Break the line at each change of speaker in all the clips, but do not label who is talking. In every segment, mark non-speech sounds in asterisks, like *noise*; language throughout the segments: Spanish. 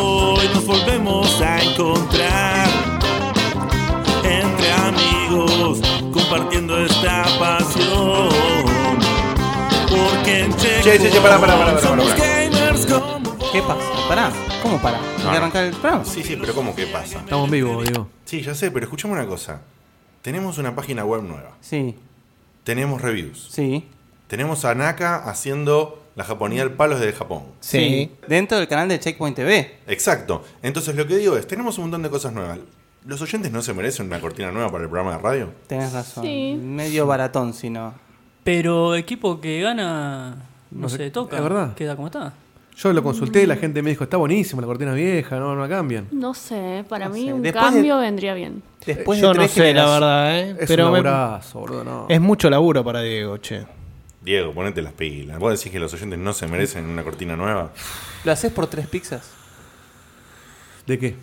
Hoy nos volvemos a encontrar entre amigos compartiendo esta pasión. Porque en Checo
Che, che, che, pará, pará, pará, pará,
somos
pará.
gamers como vos.
¿Qué pasa? ¿Pará? ¿Cómo pará? ¿Hay
No,
que
no.
arrancar el programa?
Ah. Sí, sí, pero ¿cómo que pasa?
Estamos vivos, digo.
Sí, ya sé, pero escuchame una cosa. Tenemos una página web nueva.
Sí,
Tenemos reviews.
sí.
Tenemos a Naka haciendo la japonía al palo desde Japón.
Sí.
Dentro del canal de Checkpoint TV.
Exacto. Entonces lo que digo es, tenemos un montón de cosas nuevas. ¿Los oyentes no se merecen una cortina nueva para el programa de radio?
Tenés razón.
Sí.
Medio baratón, si no.
Pero equipo que gana no
No sé,
se toca.
es verdad.
Queda como está.
Yo lo consulté y la gente me dijo, está buenísimo, la cortina es vieja, no, no la cambian.
No sé, para
No
mí
sé.
un
Después de-
cambio vendría bien.
Después
Eh, Yo
de
no
tres
sé, la
generaciones-
verdad, ¿eh?
Es
Pero
un
me-
abrazo, boludo, no.
es mucho laburo para Diego, che.
Diego, ponete las pilas. ¿Vos decís que los oyentes no se merecen una cortina nueva?
¿Lo haces por tres pizzas?
¿De qué?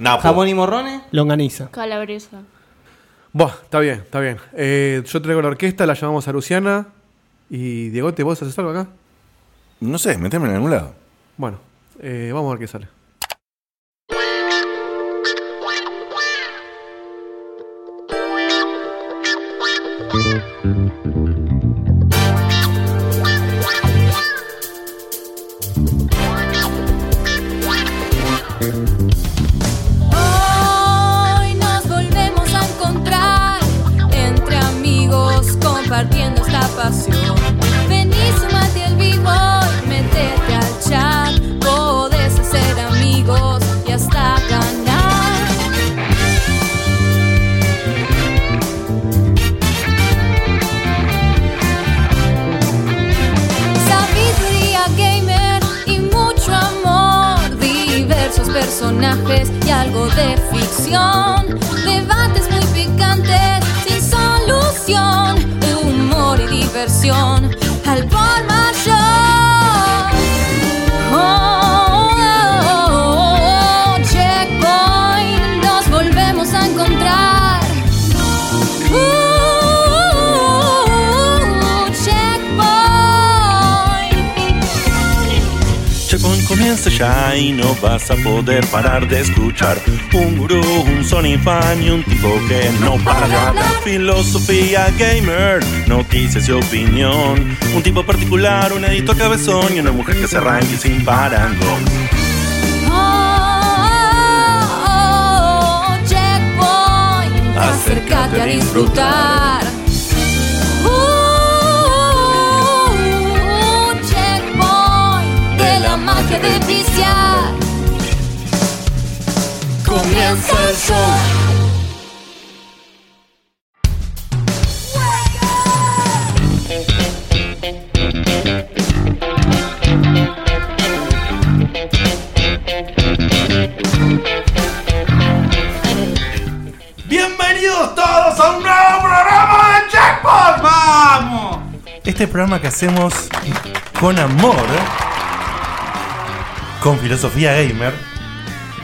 Napo.
¿Jamón y morrones?
Longaniza.
Calabresa.
Buah, está bien, está bien. Eh, yo traigo la orquesta, la llamamos a Luciana. Y Diegote, ¿vos haces algo acá?
No sé, meteme en algún lado.
Bueno, eh, vamos a ver qué sale.
Hoy nos volvemos a encontrar entre amigos compartiendo esta pasión. Vení, sumate al vivo y metete al chat. Podés hacer amigos y hasta ganar. Sabiduría gamer y mucho amor, diversos personajes y algo de ficción, debates muy picantes sin solución, humor y diversión al por mayor. Oh, oh, oh, oh, checkpoint, nos volvemos a encontrar. Uh, checkpoint.
Checkpoint comienza ya y no vas a poder parar de escuchar Un gurú, un Sony fan y un tipo que no para de hablar Filosofía gamer, noticias y opinión Un tipo particular, un editor cabezón y una mujer que se arranque sin parangón
Oh, oh, oh, checkpoint. Acércate a disfrutar. Uh, checkpoint. De la magia de viciar. Comienza el show.
Bienvenidos todos a un nuevo programa de Jackpot. ¡Vamos! Este programa que hacemos con amor, con filosofía gamer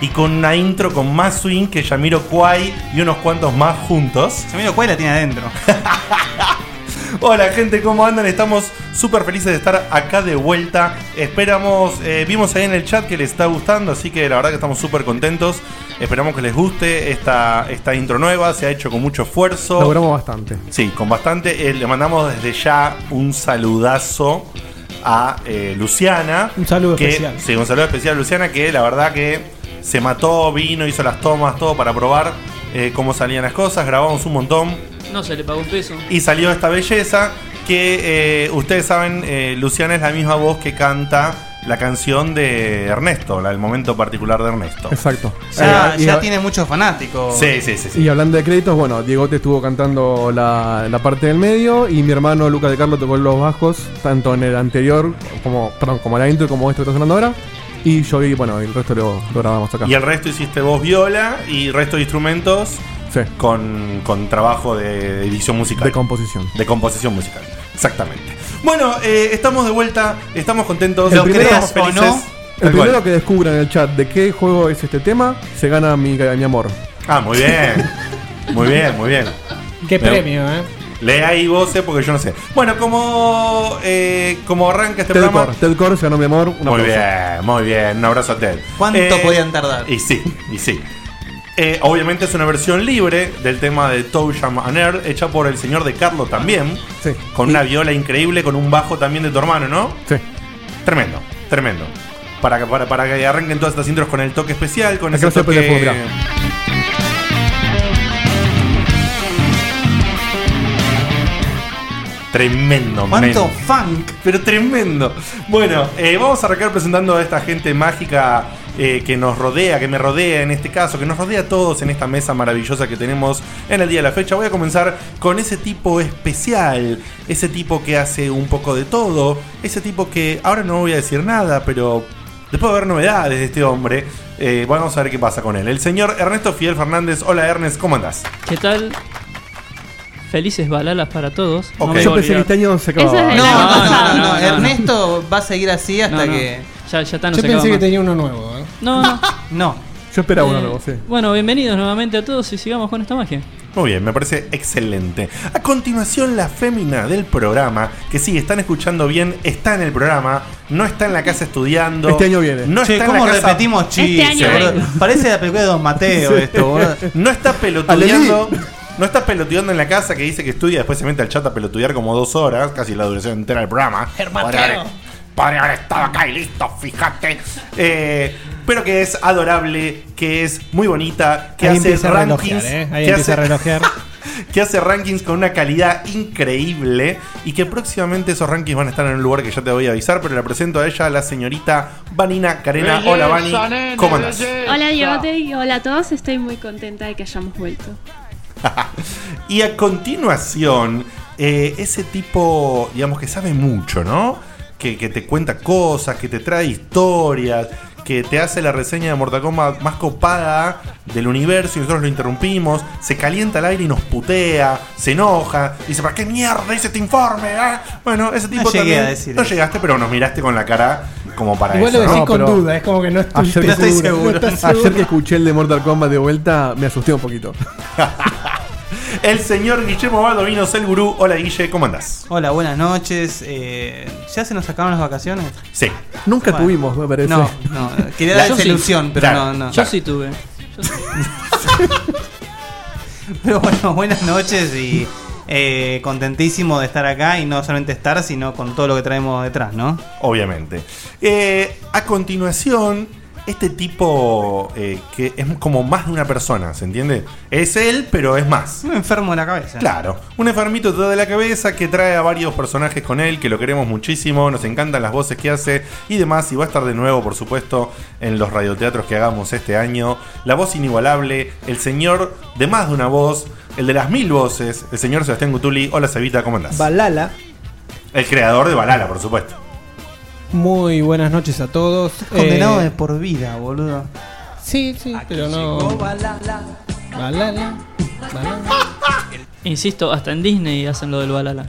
y con una intro con más swing que Yamiro Kwai y unos cuantos más juntos.
Se me dio cuál la tiene adentro.
*laughs* Hola gente, ¿cómo andan? Estamos súper felices de estar acá de vuelta. Esperamos, eh, vimos ahí en el chat que les está gustando, así que la verdad que estamos súper contentos. Esperamos que les guste esta, esta intro nueva, se ha hecho con mucho esfuerzo.
Logramos bastante.
Sí, con bastante. eh, le mandamos desde ya un saludazo a eh, Luciana.
Un saludo
que-
especial.
Sí, un saludo especial a Luciana, que la verdad que se mató, vino, hizo las tomas, todo para probar eh, cómo salían las cosas. Grabamos un montón
No se le pagó un peso.
y salió esta belleza. Que eh, ustedes saben, eh, Luciana es la misma voz que canta la canción de Ernesto, la del momento particular de Ernesto.
Exacto.
Ya,
Eh, y-
ya tiene muchos fanáticos.
Sí, sí, sí. sí.
Y hablando de créditos, bueno, Diegote estuvo cantando la, la parte del medio y mi hermano Luca de Carlo tocó los bajos, tanto en el anterior, como, perdón, como la intro, como este que está sonando ahora. Y yo vi, bueno, el resto lo, lo grabamos acá.
Y el resto hiciste voz viola y resto de instrumentos
Sí,
con, con trabajo de edición musical.
de composición.
De composición musical, exactamente. Bueno, eh, estamos de vuelta, estamos contentos,
El primero-
estamos
o no,
El
Tal cual.
primero que descubra en el chat de qué juego es este tema, se gana mi, mi amor.
Ah, muy bien. Muy bien, muy bien.
Qué
Me-
premio, ¿eh?
Lee ahí vos, eh, porque yo no sé. Bueno, como, eh, como arranca este
Ted
programa.
Core, Ted Core se ganó mi amor. un
muy
aplauso.
bien, muy bien. Un abrazo a Ted.
¿Cuánto
Eh,
podían tardar?
Y sí, y sí. Eh, obviamente es una versión libre del tema de Toucham and Earl, hecha por el señor de Carlo también.
Sí.
Con una viola increíble, con un bajo también de tu hermano, ¿no?
Sí.
Tremendo, tremendo. Para que, para, para que arranquen todas estas intros con el toque especial, con
Acá
ese
se
toque...
prende fuego, mirá.
Tremendo,
¿Cuánto
men.
funk?
Pero tremendo. Bueno, eh, vamos a arrancar presentando a esta gente mágica eh, que nos rodea, que me rodea en este caso, que nos rodea a todos en esta mesa maravillosa que tenemos en el día de la fecha. Voy a comenzar con ese tipo especial, ese tipo que hace un poco de todo, ese tipo que ahora no voy a decir nada, pero después de ver novedades de este hombre, eh, vamos a ver qué pasa con él. El señor Ernesto Fidel Fernández. Hola Ernest, ¿cómo andás?
¿Qué tal? Felices balalas para todos.
Ok.
No me
Yo
voy a
pensé que este
olvidar.
año se
Eso es
acababa.
de
No,
El año
no, no,
pasado.
no,
No, no, no.
Ernesto va a seguir así
No,
hasta
no.
que.
Ya, ya está, no
Yo
se acaba
pensé que
más.
tenía uno nuevo. ¿eh?
No,
*laughs*
no.
No.
Yo esperaba uno
Eh,
nuevo, sí.
Bueno, bienvenidos nuevamente a todos y sigamos con esta magia.
Muy bien, me parece excelente. A continuación, la fémina del programa, que sí, están escuchando bien, está en el programa, no está en la casa estudiando.
Este año viene.
No
Che,
está
¿cómo
en la casa,
repetimos chistes?
año
vengo.
boludo? Parece la película de Don Mateo esto, boludo.
No está
Ah,
pelotudeando. No está pelotudeando en la casa que dice que estudia, después se mete al chat a pelotudear como dos horas, casi la duración entera del programa. Podría haber, podría haber estado acá y listo, fíjate. Eh, pero que es adorable, que es muy bonita, que
Ahí
hace
empieza a relojear,
rankings.
¿eh? Ahí
que
empieza a
hace-
relojear.
que hace rankings con una calidad increíble y que próximamente esos rankings van a estar en un lugar que ya te voy a avisar, pero la presento a ella, la señorita Vanina Carena. Hola Vani, ¿cómo andás?
Hola Diegote y hola a todos. Estoy muy contenta de que hayamos vuelto.
*laughs* Y a continuación, eh, ese tipo, digamos, que sabe mucho, ¿no? Que, que te cuenta cosas, que te trae historias, que te hace la reseña de Mortal Kombat más copada del universo y nosotros lo interrumpimos, se calienta el aire y nos putea, se enoja, dice, ¿para qué mierda hice este informe? ah?". Bueno, ese tipo
llegué
también...
a decir
no
eso.
llegaste, pero nos miraste con la cara como para
Igual
eso,
lo decís
¿no?
con
pero-
duda, es como que no estoy
Ayer,
no estoy seguro.
No estás
ayer que
seguro.
escuché el de Mortal Kombat de vuelta, me asusté un poquito.
El señor Guillermo Baldovinos, el gurú. Hola Guille, ¿cómo andás?
Hola, buenas noches. eh, ¿Ya se nos acabaron las vacaciones?
Sí.
Nunca
Bueno.
tuvimos, me parece.
No, no. Quería
La-
dar
yo
esa
sí.
ilusión, pero
Claro.
no, no.
Yo sí tuve. Yo sí.
*laughs* Pero bueno, buenas noches y eh, contentísimo de estar acá y no solamente estar, sino con todo lo que traemos detrás, ¿no?
obviamente. Eh, a continuación, este tipo eh, que es como más de una persona, ¿se entiende? Es él, pero es más.
Un enfermo de la cabeza.
Claro, un enfermito todo de la cabeza que trae a varios personajes con él, que lo queremos muchísimo, nos encantan las voces que hace y demás, y va a estar de nuevo, por supuesto, en los radioteatros que hagamos este año. La voz inigualable, el señor de más de una voz, el de las mil voces, el señor Sebastián Gutuli. Hola, Cevita, ¿cómo andás?
Balala.
el creador de Balala, por supuesto.
Muy buenas noches a todos.
Condenado
Eh,
de por vida, boludo.
Sí, sí, pero no. Balala. Balala.
Insisto, hasta en Disney hacen lo del balala.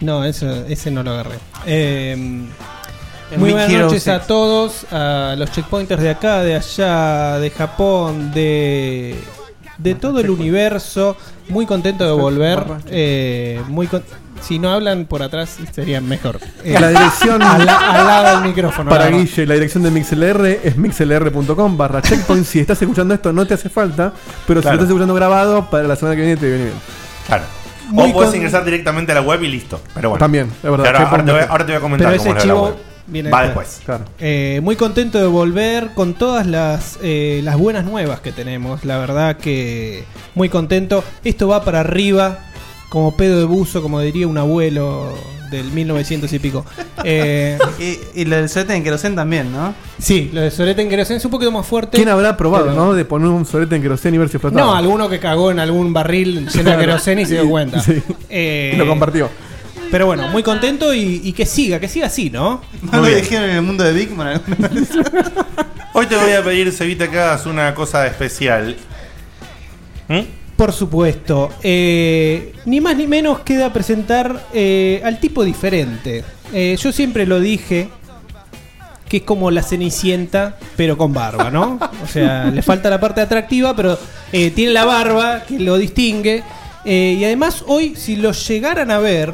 No, eso, ese no lo agarré. Eh,
El
muy
Big
buenas
Hero
noches
Six.
a todos, a los checkpointers de acá, de allá, de Japón, de, de todo el universo. Muy contento de volver. eh, muy con- si no hablan por atrás sería mejor. Eh,
La dirección
al, la- al lado del micrófono.
para
nada más.
Guille, la dirección de MixLR es mixlr.com barra checkpoint. si estás escuchando esto, no te hace falta, pero si
Claro.
lo estás escuchando grabado, para la semana que viene te viene bien.
Claro.
Muy
o puedes
con-
ingresar directamente a la web y listo. Pero bueno.
También, es verdad.
Claro, ahora,
Checkpoint
te voy,
Mixer.
ahora te voy a comentar
Pero ese
cómo es la pues.
chivo
web.
viene
Va
después.
después.
Claro.
Eh, muy contento de volver con todas las, eh, las buenas nuevas que tenemos. La verdad que muy contento. Esto va para arriba, como pedo de buzo, como diría un abuelo del 1900
*laughs*
y pico. Eh,
Y, y lo del solete en Querosén también, ¿no?
sí, lo de Sorete en Querosén es un poquito más fuerte.
¿Quién habrá probado,
Pero-
no? De poner un solete en queroseno y ver si explotaba.
No, alguno que cagó en algún barril
*laughs*
lleno de querosén y se dio cuenta.
Sí.
Eh,
Y lo compartió.
Pero bueno, muy contento y, y que siga, que siga así, ¿no?
No lo dijeron en el mundo de Big Man alguna vez.
Hoy te voy a pedir, Cevita, que hagas una cosa especial. ¿Mm?
Por supuesto. Eh, ni más ni menos queda presentar eh, al tipo diferente. Eh, yo siempre lo dije que es como la cenicienta, pero con barba, ¿no? O sea, le falta la parte atractiva, pero eh, tiene la barba que lo distingue. Eh, y además hoy, si los llegaran a ver,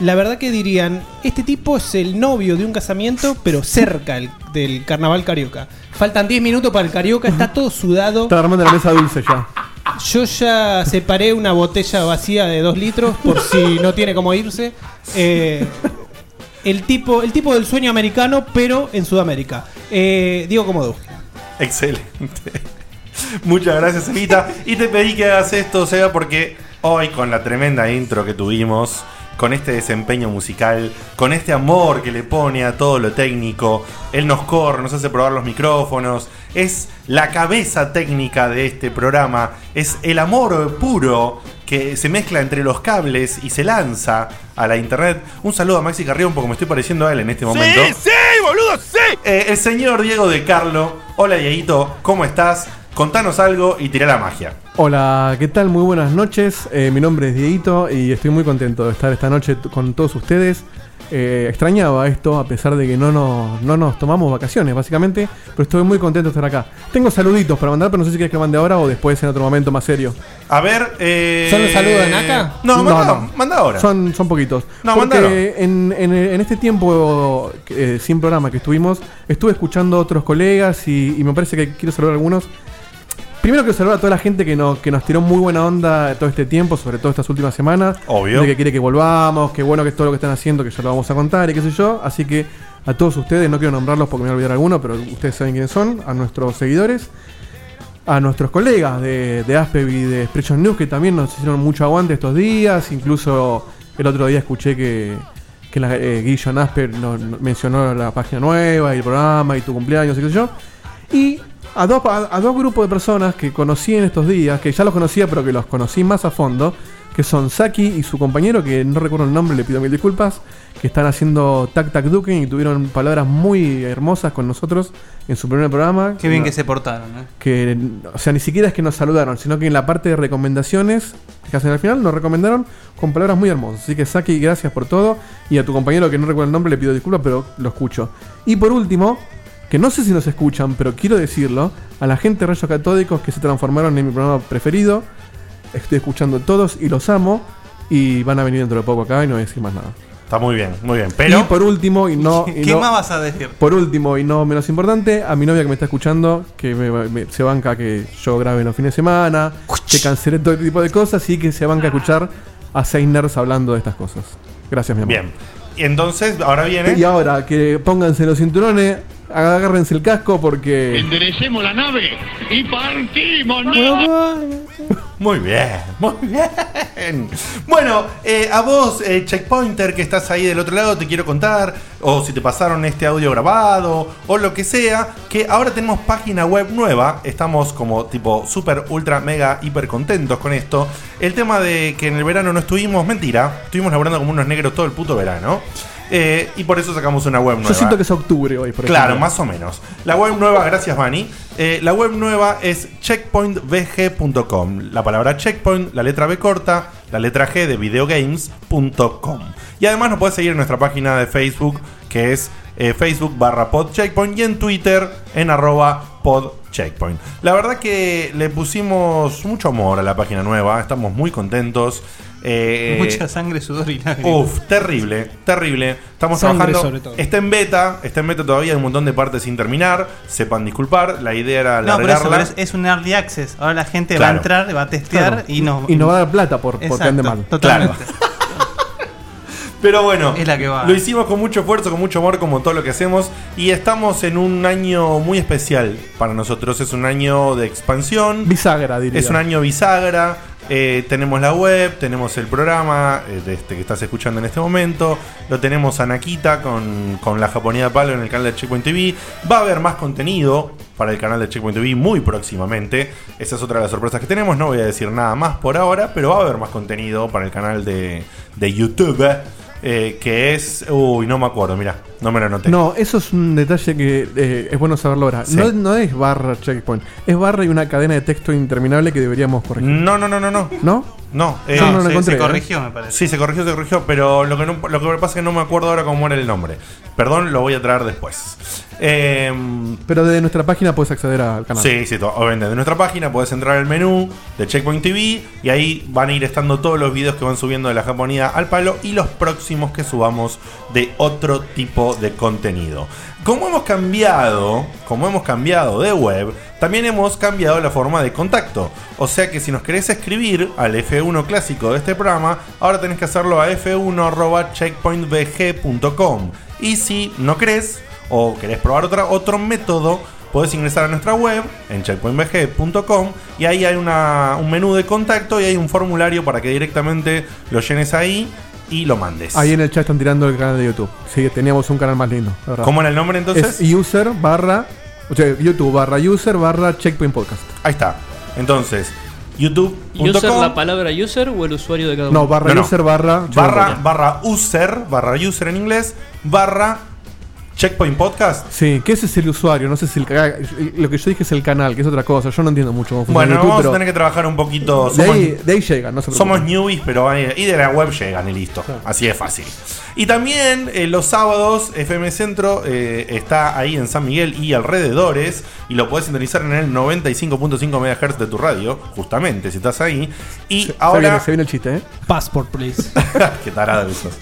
la verdad que dirían, este tipo es el novio de un casamiento, pero cerca el- del carnaval carioca. Faltan 10 minutos para el carioca, está todo sudado.
Está armando la mesa dulce ya.
Yo ya separé una botella vacía de 2 litros por si no tiene cómo irse. Eh, el, tipo, el tipo del sueño americano, pero en Sudamérica. Eh, Diego Comodú.
Excelente. Muchas gracias, Evita. Y te pedí que hagas esto, Seba, porque hoy con la tremenda intro que tuvimos, con este desempeño musical, con este amor que le pone a todo lo técnico, él nos corre, nos hace probar los micrófonos, es la cabeza técnica de este programa, es el amor puro que se mezcla entre los cables y se lanza a la internet. Un saludo a Maxi Carrión, porque me estoy pareciendo a él en este momento.
sí, boludo, sí.
Eh, el señor Diego de Carlo. Hola Dieguito, ¿cómo estás? Contanos algo y tirá la magia.
Hola, ¿qué tal? Muy buenas noches. Eh, mi nombre es Dieguito y estoy muy contento de estar esta noche t- con todos ustedes. Eh, extrañaba esto a pesar de que no nos, no nos tomamos vacaciones, básicamente, pero estoy muy contento de estar acá. Tengo saluditos para mandar, pero no sé si quieres que mande ahora o después en otro momento más serio.
A ver, eh...
¿Son los saludos de Naka?
No, manda,
no.
manda ahora.
Son, son poquitos.
No, mandalo.
Porque en, en- en este tiempo eh, sin programa que estuvimos, estuve escuchando a otros colegas y, y me parece que quiero saludar a algunos. Primero quiero saludar a toda la gente que nos, que nos tiró muy buena onda todo este tiempo, sobre todo estas últimas semanas.
Obvio.
De que quiere que volvamos, que bueno que es todo lo que están haciendo, que ya lo vamos a contar y qué sé yo. Así que a todos ustedes, no quiero nombrarlos porque me voy a olvidar alguno, pero ustedes saben quiénes son, a nuestros seguidores a nuestros colegas de, de Aspev y de Expression News que también nos hicieron mucho aguante estos días. Incluso el otro día escuché que, que la, eh, Guillon Asper no- no- mencionó la página nueva y el programa y tu cumpleaños y qué sé yo. Y a dos, a, a dos grupos de personas que conocí en estos días, que ya los conocía pero que los conocí más a fondo, que son Saki y su compañero, que no recuerdo el nombre, le pido mil disculpas, que están haciendo Tac Tac Duken y tuvieron palabras muy hermosas con nosotros en su primer programa.
Qué bien
Una-
que se portaron, ¿eh?
que, o sea, ni siquiera es que nos saludaron, sino que en la parte de recomendaciones que hacen al final nos recomendaron con palabras muy hermosas. Así que Saki, gracias por todo. Y a tu compañero que no recuerdo el nombre le pido disculpas, pero lo escucho. Y por último, que no sé si nos escuchan, pero quiero decirlo, a la gente de Rayos Catódicos que se transformaron en mi programa preferido. Estoy escuchando todos y los amo. Y van a venir dentro de poco acá y no voy a decir más nada.
Está muy bien, muy bien. Pero
Y por último,
*laughs*
y no. y
¿Qué
no-
más vas a decir?
por último, y no menos importante, a mi novia que me está escuchando, que me- me- se banca que yo grabe los fines de semana, que cancelé todo este tipo de cosas y que se banca a escuchar a seis nerds hablando de estas cosas. Gracias, mi amor.
bien. Y entonces, ahora
Y
viene.
ahora, que pónganse los cinturones, agárrense el casco porque...
Enderecemos la nave y partimos.
Muy bien, muy bien. Bueno, eh, a vos, eh, Checkpointer, que estás ahí del otro lado, te quiero contar, o si te pasaron este audio grabado, o lo que sea, que ahora tenemos página web nueva. Estamos como tipo super, ultra, mega, hiper contentos con esto. El tema de que en el verano no estuvimos, mentira, estuvimos laburando como unos negros todo el puto verano. Eh, y por eso sacamos una web nueva.
Yo siento que es octubre hoy, por
¿eh? Claro,
ejemplo.
más o menos. La web nueva, gracias Vani. Eh, la web nueva es checkpointvg.com. La palabra checkpoint, la letra B corta, la letra G de videogames.com. Y además nos puedes seguir en nuestra página de Facebook, que es eh, Facebook barra podcheckpoint y en Twitter en arroba podcheckpoint. La verdad que le pusimos mucho amor a la página nueva, estamos muy contentos. Eh,
*laughs* Mucha sangre, sudor y
*laughs*
lágrimas.
Uf, terrible, terrible. Estamos
Sangre
trabajando.
sobre todo.
Está en beta, está en beta todavía, hay un montón de partes sin terminar. Sepan disculpar, la idea era
No, pero, eso,
alargarla.
pero es, es un early access. Ahora la gente va
Claro.
a entrar, va a testear
Claro.
y nos
Y no va a dar plata por, porque
Exacto,
ande mal.
Totalmente. *laughs*
Pero bueno,
Es la que va.
lo hicimos con mucho esfuerzo, con mucho amor, como todo lo que hacemos. Y estamos en un año muy especial para nosotros. Es un año de expansión.
Bisagra, diría.
Es un año bisagra. eh, tenemos la web, tenemos el programa eh, de este que estás escuchando en este momento. Lo tenemos a Nakita con, con la japonía de palo en el canal de Checkpoint TV. Va a haber más contenido para el canal de Checkpoint TV muy próximamente. Esa es otra de las sorpresas que tenemos. No voy a decir nada más por ahora, pero va a haber más contenido para el canal de, de YouTube. eh, que es. Uy, no me acuerdo, mira, no me lo anoté.
No, eso es un detalle que eh, es bueno saberlo ahora.
Sí.
No, no es barra checkpoint, es barra y una cadena de texto interminable que deberíamos corregir.
no, no, no, no. No,
¿No?
no, eh,
No, no lo
se,
encontré,
se
¿eh?
corrigió, me parece.
Sí, se corrigió, se corrigió, pero lo que, no- lo que pasa es que no me acuerdo ahora cómo era el nombre. Perdón, lo voy a traer después. Em,
Pero desde nuestra página puedes acceder al canal.
Sí, sí, to- obviamente. De nuestra página podés entrar al menú de Checkpoint TV y ahí van a ir estando todos los videos que van subiendo de la japonía al palo y los próximos que subamos de otro tipo de contenido. Como hemos cambiado, como hemos cambiado de web, también hemos cambiado la forma de contacto. O sea que si nos querés escribir al F1 clásico de este programa, ahora tenés que hacerlo a f1.checkpointvg.com. Y si no crees o querés probar otra, otro método, Podés ingresar a nuestra web en checkpointvg.com y ahí hay una- un menú de contacto y hay un formulario para que directamente lo llenes ahí y lo mandes.
Ahí en el chat están tirando el canal de YouTube. Sí, teníamos un canal más lindo. la verdad.
¿Cómo era el nombre, entonces?
Es user barra. O sea, YouTube barra user barra checkpoint podcast.
Ahí está. Entonces,
¿User
youtube.com
la palabra user o el usuario de cada uno?
No, barra
No, no.
user barra.
barra, barra user, barra user en inglés, barra checkpoint podcast.
Sí, que ese es el usuario, no sé si el ca- lo que yo dije es el canal, que es otra cosa, yo no entiendo mucho cómo funciona
Bueno,
YouTube,
vamos
pero
a tener que trabajar un poquito.
de,
Somos-
ahí, de ahí llegan, no se preocupen.
Somos newbies, pero ahí- y de la web llegan y listo. Así es fácil. Y también eh, los sábados, FM Centro eh, está ahí en San Miguel y alrededores. Y lo podés sintonizar en el 95.5 MHz de tu radio, justamente, si estás ahí. Y
se,
ahora.
viene, se viene el chiste, ¿eh?
Passport, please.
*laughs* Qué tarado que sos.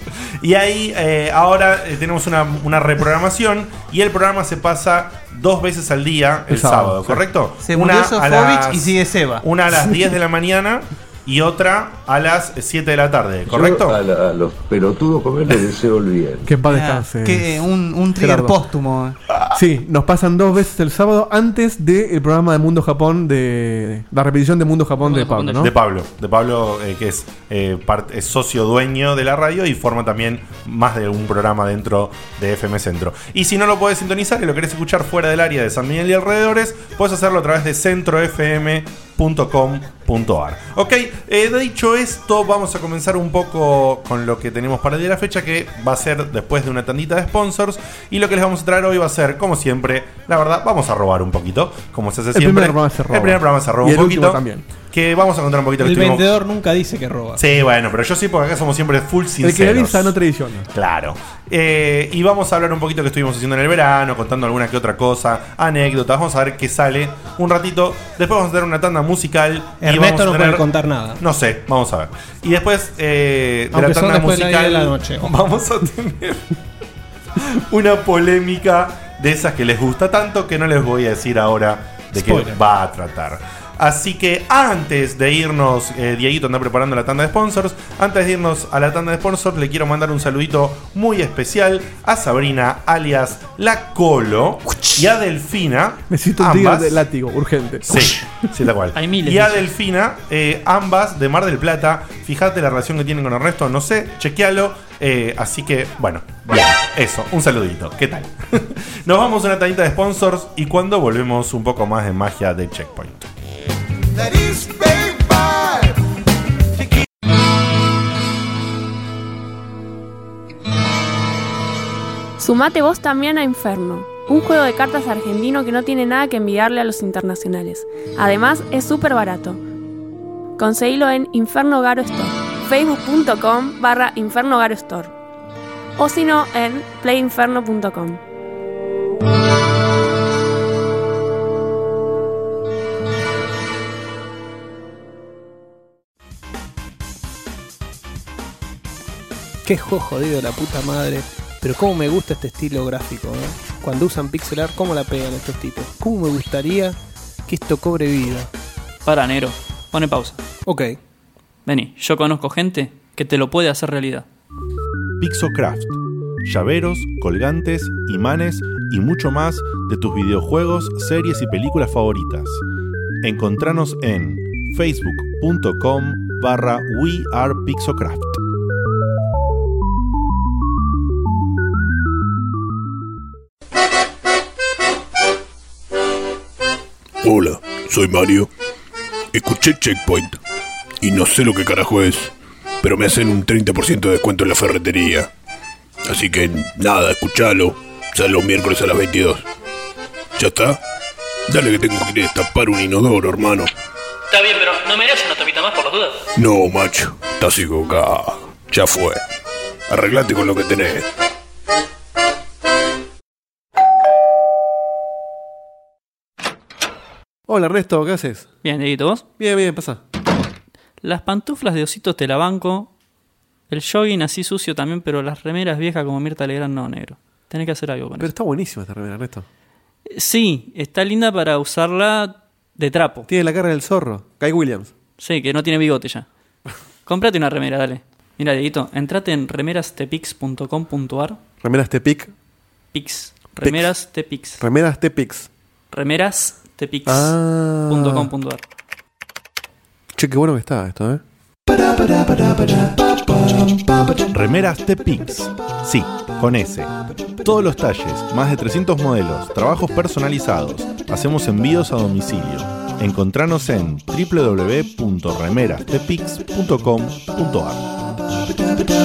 Y ahí eh, ahora eh, tenemos una, una reprogramación y el programa se pasa dos veces al día el,
El sábado,
sábado,
sí.
¿correcto?
Se murió
a
Sofovich
las-
y sigue Seba.
Una a las 10
*laughs*
de la mañana y otra a las 7 de la tarde, ¿correcto?
Yo a, la- a los pelotudos como él les deseo el bien.
*laughs* Que en paz
Ah,
descanse.
que un, un trigger
Gerardo.
póstumo. eh.
Sí, nos pasan dos veces el sábado antes del programa de Mundo Japón de. La repetición de Mundo Japón
Mundo
de Pablo,
Japón
¿no?
De Pablo, de Pablo eh, que es, eh, part- es socio dueño de la radio y forma también más de un programa dentro de FM Centro. Y si no lo podés sintonizar y lo querés escuchar fuera del área de San Miguel y alrededores, podés hacerlo a través de centrofm.com.ar. Ok, eh, dicho esto, vamos a comenzar un poco con lo que tenemos para el día de la fecha, que va a ser después de una tandita de sponsors. Y lo que les vamos a traer hoy va a ser, como siempre, la verdad, vamos a robar un poquito, como se hace
El
siempre.
primer programa se roba.
El primer programa se roba
Y
un
el último
poquito.
también.
Que vamos a contar un poquito que
El
estuvimos-
vendedor nunca dice que roba.
Sí, bueno, pero yo sí, porque acá somos siempre full
el que
sinceros.
avisa no traiciona.
Claro. Eh, y vamos a hablar un poquito que estuvimos haciendo en el verano, contando alguna que otra cosa, anécdotas. Vamos a ver qué sale un ratito. Después vamos a tener una tanda musical. y vamos
Ernesto
a
no
tener-
puede contar nada.
No sé, vamos a ver. Y después eh, de
Aunque
la
son
tanda
después de la
musical.
diez de la noche.
*laughs* Vamos a tener una polémica de esas que les gusta tanto que no les voy a decir ahora de qué
Spoiler.
va a tratar. Así que antes de irnos, eh, Dieguito anda preparando la tanda de sponsors. Antes de irnos a la tanda de sponsors, le quiero mandar un saludito muy especial a Sabrina, alias La Colo, y a Delfina.
Necesito un tigre
ambas-
de látigo, urgente.
Sí, sí, tal cual.
Hay miles,
y a
dice.
Delfina, eh, ambas de Mar del Plata. Fíjate la relación que tienen con Ernesto, no sé, chequealo. Eh, así que, bueno, bien, eso, un saludito. ¿Qué tal? *laughs* Nos vamos a una tandita de sponsors y cuando volvemos un poco más de magia de Checkpoint.
Sumate vos también a Inferno, un juego de cartas argentino que no tiene nada que envidiarle a los internacionales. Además, es súper barato. Conseguilo en Inferno Garo Store, facebook.com barra Inferno Garo Store o si no en playinferno.com.
Qué juego jodido la puta madre. Pero cómo me gusta este estilo gráfico, ¿eh? Cuando usan pixel art, cómo la pegan estos tipos. Cómo me gustaría que esto cobre vida.
Para, negro. Pone pausa.
Ok.
Vení, yo conozco gente que te lo puede hacer realidad.
Pixocraft. Llaveros, colgantes, imanes y mucho más de tus videojuegos, series y películas favoritas. Encontranos en facebook.com barra we are pixocraft.
Hola, soy Mario. Escuché Checkpoint y no sé lo que carajo es, pero me hacen un 30% de descuento en la ferretería. Así que nada, escuchalo. Sale los miércoles a las 22. ¿Ya está? Dale que tengo que ir a destapar un inodoro, hermano.
Está bien, pero no merece una tapita más por las dudas.
No, macho, estás equivocado. Ya fue. Arreglate con lo que tenés.
Hola, Ernesto, ¿qué haces?
Bien, Dieguito, ¿vos?
Bien, bien, pasa.
Las pantuflas de ositos te la banco. El jogging así sucio también, pero las remeras viejas como Mirta Legrand no, negro. Tenés que hacer algo con
Pero está buenísima esta remera, Ernesto.
eso. Sí, está linda para usarla de trapo.
Tiene la cara del zorro. Kai Williams.
Sí, que no tiene bigote
*laughs*
ya. Cómprate una remera, dale. Mira, Dieguito, entrate en remerastepix.com.ar.
Remeras Tepic.
Pix. Remeras Tepix.
Remeras Tepix.
Remeras
Ah. Che, qué bueno que está esto, ¿eh?
Remeras Tepix. Sí, con S. Todos los talles, más de 300 modelos, trabajos personalizados. Hacemos envíos a domicilio. Encontranos en www.remerastepix.com.ar.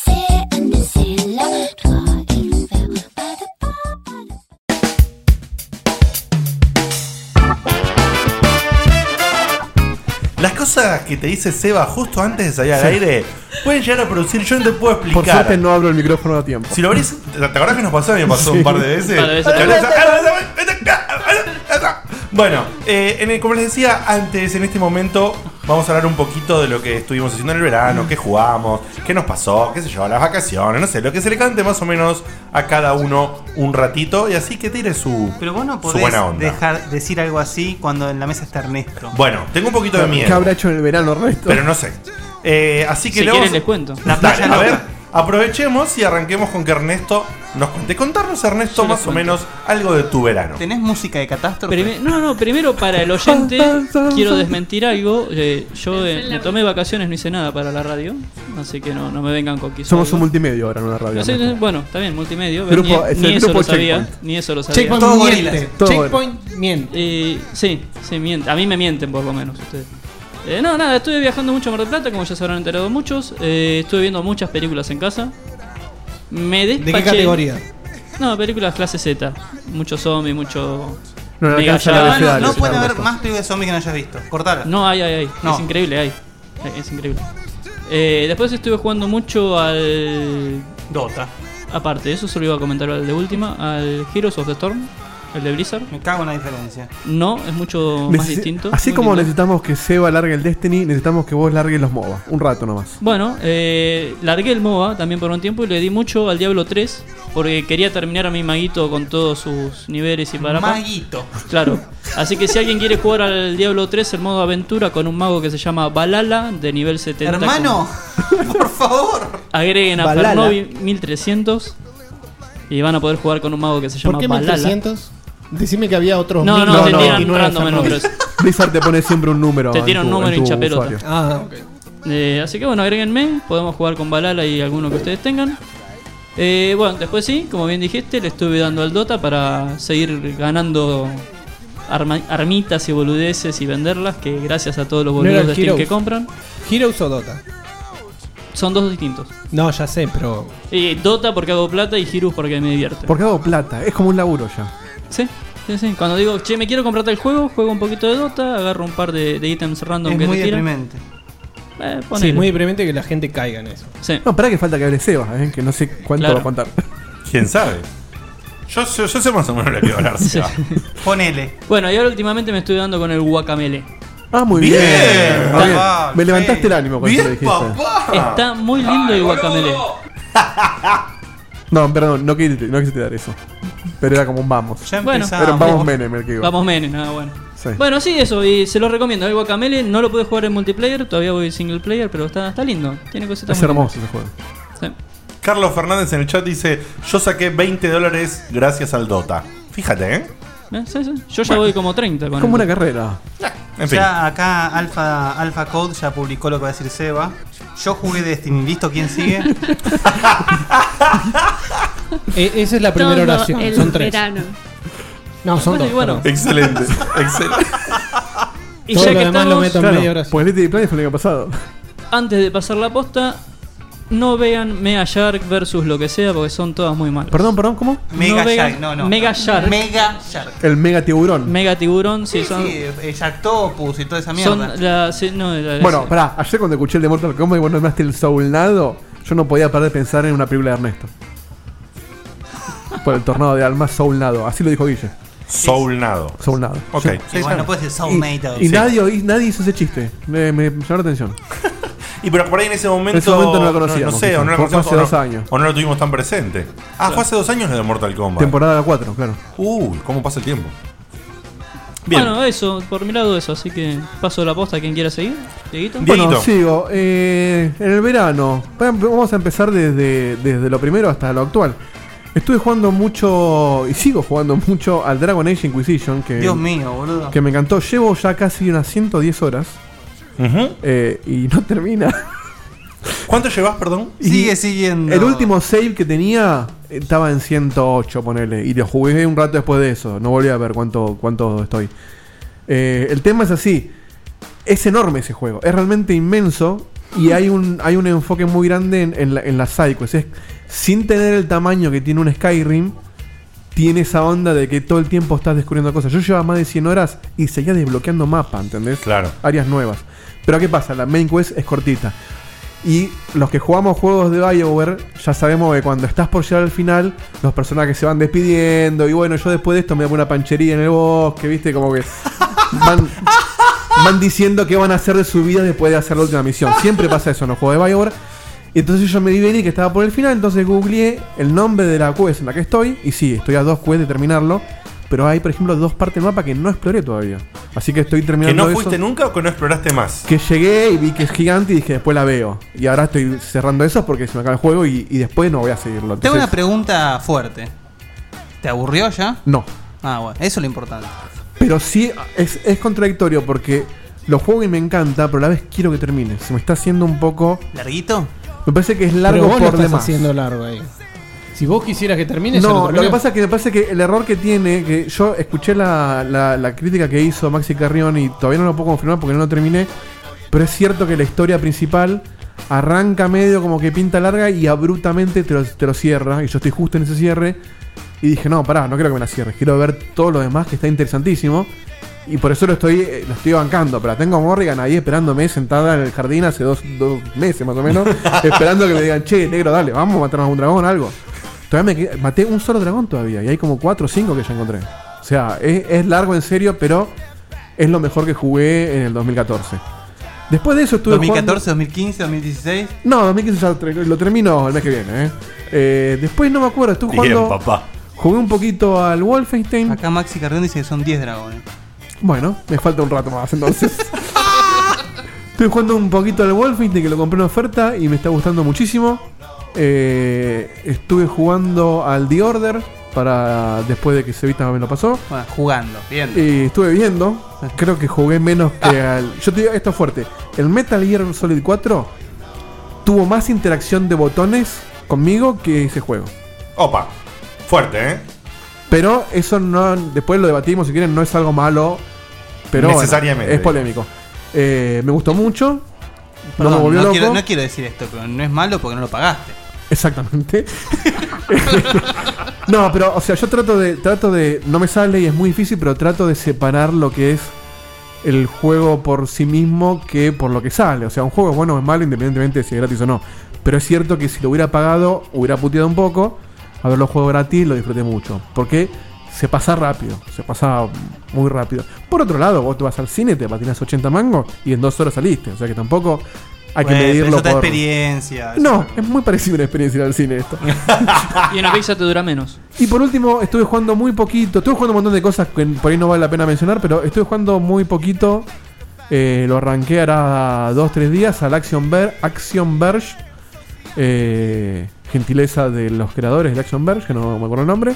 Las cosas que te dice Seba justo antes de salir al
Sí.
aire pueden llegar a producir, yo no te puedo explicar.
Por suerte no abro el micrófono a tiempo.
Si lo abrís, ¿te te acordás que nos pasó? A mí me pasó un
Sí.
par de veces.
Un par de
Que
veces.
hablás- Bueno, eh, en el- como les decía antes, en este momento vamos a hablar un poquito de lo que estuvimos haciendo en el verano, qué jugamos, qué nos pasó, qué sé yo, las vacaciones, no sé, lo que se le cante más o menos a cada uno un ratito y así que tire su,
Pero vos no
su
podés
buena onda.
dejar decir algo así cuando en la mesa está Ernesto.
Bueno, tengo un poquito de miedo.
¿Qué habrá hecho en el verano, Ernesto?
Pero no sé. Eh, así que
Si
le
quieren
vamos-
les cuento.
Dale, a ver, aprovechemos y arranquemos con que Ernesto nos cuente. Contarnos, Ernesto, más o menos algo de tu verano.
¿Tenés música de catástrofe?
Prime- no, no, primero para el oyente quiero desmentir algo. Eh, yo eh, me tomé vacaciones, no hice nada para la radio, así que no, no me vengan con que hice
Somos un
algo.
multimedia ahora en una radio.
No sé,
Ernesto.
bueno, está bien, multimedia.
Grupo-
ni,
es
ni
el
eso
grupo
lo sabía.
Checkpoint.
Ni eso lo sabía.
Checkpoint Todo miente, gorilas, todo Checkpoint
miente. sí, sí, miente. A mí me mienten, por lo menos, ustedes. Eh, no, nada, estuve viajando mucho a Mar del Plata, como ya se habrán enterado muchos. Eh, estuve viendo muchas películas en casa. Me
qué
despaché.
categoría?
No, películas clase Z. Mucho zombie, mucho.
No le
mega
alcanza la
yaga.
abecedario,
Ah,
No, no,
señor
puede haber
Ernesto.
más.
Más películas de zombies que no hayas visto. Cortala.
No, hay, hay, hay.
No.
Es increíble, hay. Eh, Es increíble. Eh, después estuve jugando mucho al. Dota. Aparte de eso, solo iba a comentar al de última, al Heroes of the Storm, el de Blizzard.
Me cago en la diferencia.
No, es mucho más
Necesi-
distinto.
Así
muy
como
lindo.
necesitamos que Seba largue el Destiny, necesitamos que vos largues los MOBA. Un rato nomás.
Bueno, eh, largué el MOBA también por un tiempo y le di mucho al Diablo 3 porque quería terminar a mi maguito con todos sus niveles y para
Maguito.
Claro. Así que si alguien quiere jugar al Diablo 3 el modo aventura con un mago que se llama Balala de nivel 70.
Hermano,
*laughs*
por favor. Agreguen a
Balala.
Fernovi 1300 y van a poder jugar con un mago que se llama
¿Por qué
Balala.
1300? Decime que había otros
No, no, te tiran
1029
random el número.
Fernández.
Blizzard te pone siempre un número.
Te
en
tira un
tu-
número
en tu
hincha pelota.
usuario.
Ah, así que bueno, agréguenme. Podemos jugar con Balala y alguno que ustedes tengan. Eh, bueno, después sí, como bien dijiste, le estuve dando al Dota para seguir ganando arma- armitas y boludeces y venderlas. Que gracias a todos los
No era
boludos de
el
Steam
Heroes.
que compran,
¿Heroes o Dota?
son dos distintos.
No, ya sé, pero.
Eh, Dota porque hago plata y Heroes porque me divierte.
Porque hago plata, es como un laburo ya.
Sí, sí, sí. Cuando digo, che, me quiero comprarte el juego, juego un poquito de Dota, agarro un par de, de ítems random
Es
que
muy
te tiran.
deprimente.
Eh,
Sí,
ponele.
es muy deprimente que la gente caiga en eso.
No, pará que falta que hable Seba, eh, que no sé cuánto va a contar.
¿Quién sabe? Yo, yo- yo sé más o menos lo que va
*laughs*
a hablar. Seba.
Ponele. Bueno, y ahora últimamente me estoy dando con el guacamele.
Ah, muy bien. Muy bien.
Papá,
Me
Ah.
levantaste el ánimo cuando
Bien,
lo dijiste.
Está muy lindo el guacamele.
No, perdón, no quise, no quise tirar eso. Pero era como un vamos.
Ya Bueno. empezamos.
Era un vamos Menem el que iba.
Vamos Menem, ah, bueno.
Sí.
Bueno, sí, eso, y se lo recomiendo. El Guacamele no lo pude jugar en multiplayer, todavía voy single player, pero está, está lindo. Tiene cositas
Es
muy
hermoso ese juego.
Carlos Fernández en el chat dice: Yo saqué 20 dólares gracias al Dota. Fíjate, ¿eh?
lindas. Eh, sí, sí. Yo ya voy como 30. con
Como
él.
una carrera.
En fin.
Ya acá Alpha, Alpha Code ya publicó lo que va a decir Seba. Yo jugué Destiny, ¿listo? ¿Quién
*laughs*
sigue?
E- esa es la primera
Todo
oración.
el
son tres.
verano.
No, son
Bueno,
dos.
y bueno.
perdón.
Excelente. excelente.
Y
Todo
ya
lo
que
demás lo
estamos,
meto en media hora.
Pues Little Big Planet fue el año pasado.
antes de pasar la posta, no vean Mega Shark versus lo que sea, porque son todas muy malas.
Perdón, perdón, ¿cómo?
no vean Mega Shark.
Mega Shark.
El mega tiburón.
Mega tiburón, sí,
Sí,
son.
sí, eh, Sharktopus y toda esa mierda.
son la, sí, no, la-
Bueno,
sí.
pará, ayer cuando escuché el de Mortal Kombat y vos nombraste el Soulnado, yo no podía parar de pensar en una película de Ernesto. Por el tornado de almas Soulnado, así lo dijo Guille.
Soulnado.
Soulnado.
Ok.
Yo-
Igual no
puede ser soulmate
Y, y
Sí.
nadie, y nadie hizo ese chiste. Me, me llamó la atención.
Y pero por ahí en ese momento.
En ese momento no la conocíamos,
No, sé,
quizás.
o no la
Fue hace
conocíamos. o no-
dos años.
O no lo tuvimos tan presente. Ah, fue hace dos años de Mortal Kombat.
Temporada 4, claro.
Uy, ¿cómo pasa el tiempo? Bien.
Bueno, eso, por mi lado eso, así que paso la posta a quien quiera seguir. Dieguito.
Bueno, sigo. Eh, en el verano, va- vamos a empezar desde, desde lo primero hasta lo actual. Estuve jugando mucho y sigo jugando mucho al Dragon Age Inquisition.
Eh,
Que,
Dios mío, boludo.
Que me encantó. Llevo ya casi unas 110 horas. eh, y no termina.
¿Cuánto llevas, perdón?
Sigue siguiendo.
El último save que tenía eh, estaba en 108, ponele. Y lo jugué un rato después de eso. No volví a ver cuánto, cuánto estoy. Eh, el tema es así. Es enorme ese juego. Es realmente inmenso. Y hay un, hay un enfoque muy grande en, en la, en las sidequests. Es, sin tener el tamaño que tiene un Skyrim, tiene esa onda de que todo el tiempo estás descubriendo cosas. Yo llevaba más de 100 horas y seguía desbloqueando mapa, ¿entendés?
Claro.
Áreas nuevas. Pero ¿qué pasa? La main quest es cortita. Y los que jugamos juegos de Bioware, ya sabemos que cuando estás por llegar al final, los personajes se van despidiendo. Y bueno, yo después de esto me hago una panchería en el bosque, ¿viste? Como que van, van diciendo qué van a hacer de su vida después de hacer la última misión. Siempre pasa eso en los juegos de Bioware. Y entonces yo me vi venir que estaba por el final, entonces googleé el nombre de la quest en la que estoy. Y sí, estoy a dos quests de terminarlo. Pero hay, por ejemplo, dos partes del mapa que no exploré todavía. Así que estoy terminando
¿Que no
eso.
fuiste nunca o que no exploraste más?
Que llegué y vi que es gigante y dije, después la veo. Y ahora estoy cerrando eso porque se me acaba el juego y, y después no voy a seguirlo.
Tengo
Entonces,
una pregunta fuerte. ¿Te aburrió ya?
No.
Ah, bueno, eso es lo importante.
Pero sí, es, es contradictorio porque lo juego y me encanta, pero a la vez quiero que termine. Se me está haciendo un poco...
¿Larguito?
Me parece que es
Pero
largo
vos lo
por
estás
demás.
haciendo largo ahí. Si vos quisieras que termine, ya
No, lo que
terminás.
pasa es que me parece que el error que tiene, que yo escuché la, la- la crítica que hizo Maxi Carrión y todavía no lo puedo confirmar porque no lo terminé, pero es cierto que la historia principal arranca medio como que pinta larga y abruptamente te lo, te lo cierra, y yo estoy justo en ese cierre, y dije, no, pará, no quiero que me la cierres, quiero ver todo lo demás que está interesantísimo, y por eso lo estoy, eh, lo estoy bancando, pero la tengo a Morrigan ahí esperándome sentada en el jardín hace dos, dos meses más o menos, *laughs* esperando que me digan, che, negro, dale, vamos a matarnos a un dragón o algo. Todavía me qued- maté un solo dragón todavía y hay como 4 o 5 que ya encontré. O sea, es, es largo en serio, pero es lo mejor que jugué en el 2014. Después de eso estuve jugando-
2014, 2015, 2016.
No, 2015 ya tre- lo termino el mes que viene. ¿eh? Eh, después no me acuerdo, estuve
Bien,
jugando...
papá.
Jugué un poquito al Wolfenstein.
Acá Maxi Carrión dice que son 10 dragones.
Bueno, me falta un rato más
*laughs*
entonces. Estoy jugando un poquito al Wolfenstein que lo compré en oferta y me está gustando muchísimo. Eh, estuve jugando al The Order para después de que Sevita me lo pasó.
Bueno, jugando, bien.
Y estuve viendo. Creo que jugué menos que
Ah.
al. Yo te digo esto fuerte. El Metal Gear Solid 4 tuvo más interacción de botones conmigo que ese juego.
Opa. Fuerte, ¿eh?
Pero eso no. Después lo debatimos si quieren, no es algo malo. Pero bueno,
Necesariamente,
es polémico. Eh, me gustó mucho.
Perdón,
no me volvió
no,
loco.
quiero, no quiero decir esto, pero no es malo porque no lo pagaste.
Exactamente. *laughs* no, pero, o sea, yo trato de. Trato de. No me sale y es muy difícil, pero trato de separar lo que es el juego por sí mismo que por lo que sale. O sea, un juego es bueno o es malo, independientemente de si es gratis o no. Pero es cierto que si lo hubiera pagado, hubiera puteado un poco. Haberlo jugado gratis, lo disfruté mucho. Porque se pasa rápido, se pasa muy rápido. Por otro lado, vos te vas al cine, te patinas 80 mangos y en dos horas saliste. O sea que tampoco Hay que
Bueno, pero
medirlo
es otra
por-
experiencia.
No, es muy parecido a una experiencia ir al cine esto.
Y una pizza te dura
*laughs*
menos.
Y por último, estuve jugando muy poquito. Estuve jugando un montón de cosas que por ahí no vale la pena mencionar, pero estuve jugando muy poquito. Eh, lo arranqué hará 2-3 días al Action, Ver Action Verge. Eh, gentileza de los creadores del Action Verge, que no me acuerdo el nombre.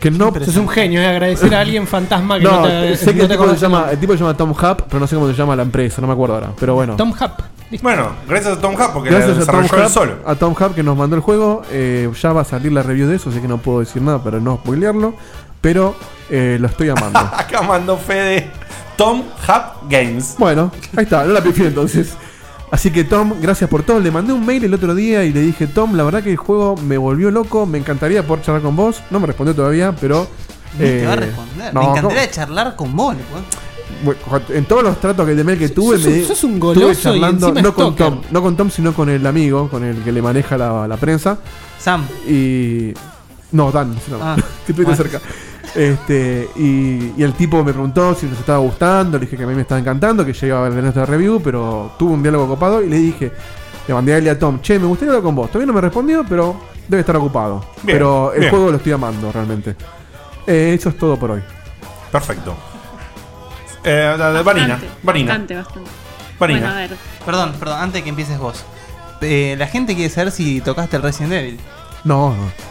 Que no,
Sos un genio, es agradecer a alguien fantasma que no,
no,
te,
sé que
no
el tipo,
te
se
conoce.
llama, el tipo se llama Tom Hub, pero no sé cómo se llama la empresa, no me acuerdo ahora. Pero bueno.
Tom Hub.
Bueno, gracias a Tom Hub porque
Gracias
la
a Tom,
desarrolló él solo.
Hub, a Tom Hub que nos mandó el juego. Eh, ya va a salir la review de eso, así que no puedo decir nada para no spoilearlo. Pero eh, lo estoy
*laughs*
amando.
Acá mandó Fede Tom Hub Games.
bueno, ahí está, no la pifié entonces. Así que Tom, gracias por todo. Le mandé un mail el otro día y le dije, Tom, la verdad que el juego me volvió loco. Me encantaría poder charlar con vos. No me respondió todavía, pero.
Ni te va a
eh,
responder.
no,
Me
¿cómo?
encantaría charlar con vos. le puedo-
Bueno, En todos los tratos que de mail que tuve,
sos
me
un- sos un
estuve
goloso y encima
no con
stalker.
Tom, no con Tom, sino con el amigo, con el que le maneja la, la prensa.
Sam.
Y. No, Dan, se
Ah,
llama. Siempre
bueno.
*laughs* estoy cerca. Este, y, y el tipo me preguntó si nos estaba gustando, le dije que a mí me estaba encantando, que llegaba a ver nuestra review, pero tuvo un diálogo copado y le dije, le mandé a él y a Tom, che, me gustaría hablar con vos. Todavía no me respondió, pero debe estar ocupado.
Bien,
pero el
bien.
juego lo estoy amando realmente. Eh, eso es todo por hoy.
Perfecto. Eh, la de Vanina. Vanina.
Bastante, bastante.
Vanina. Bueno, a
ver. Perdón, perdón, antes de que empieces vos. Eh, la gente quiere saber si tocaste el Resident Evil.
No, no.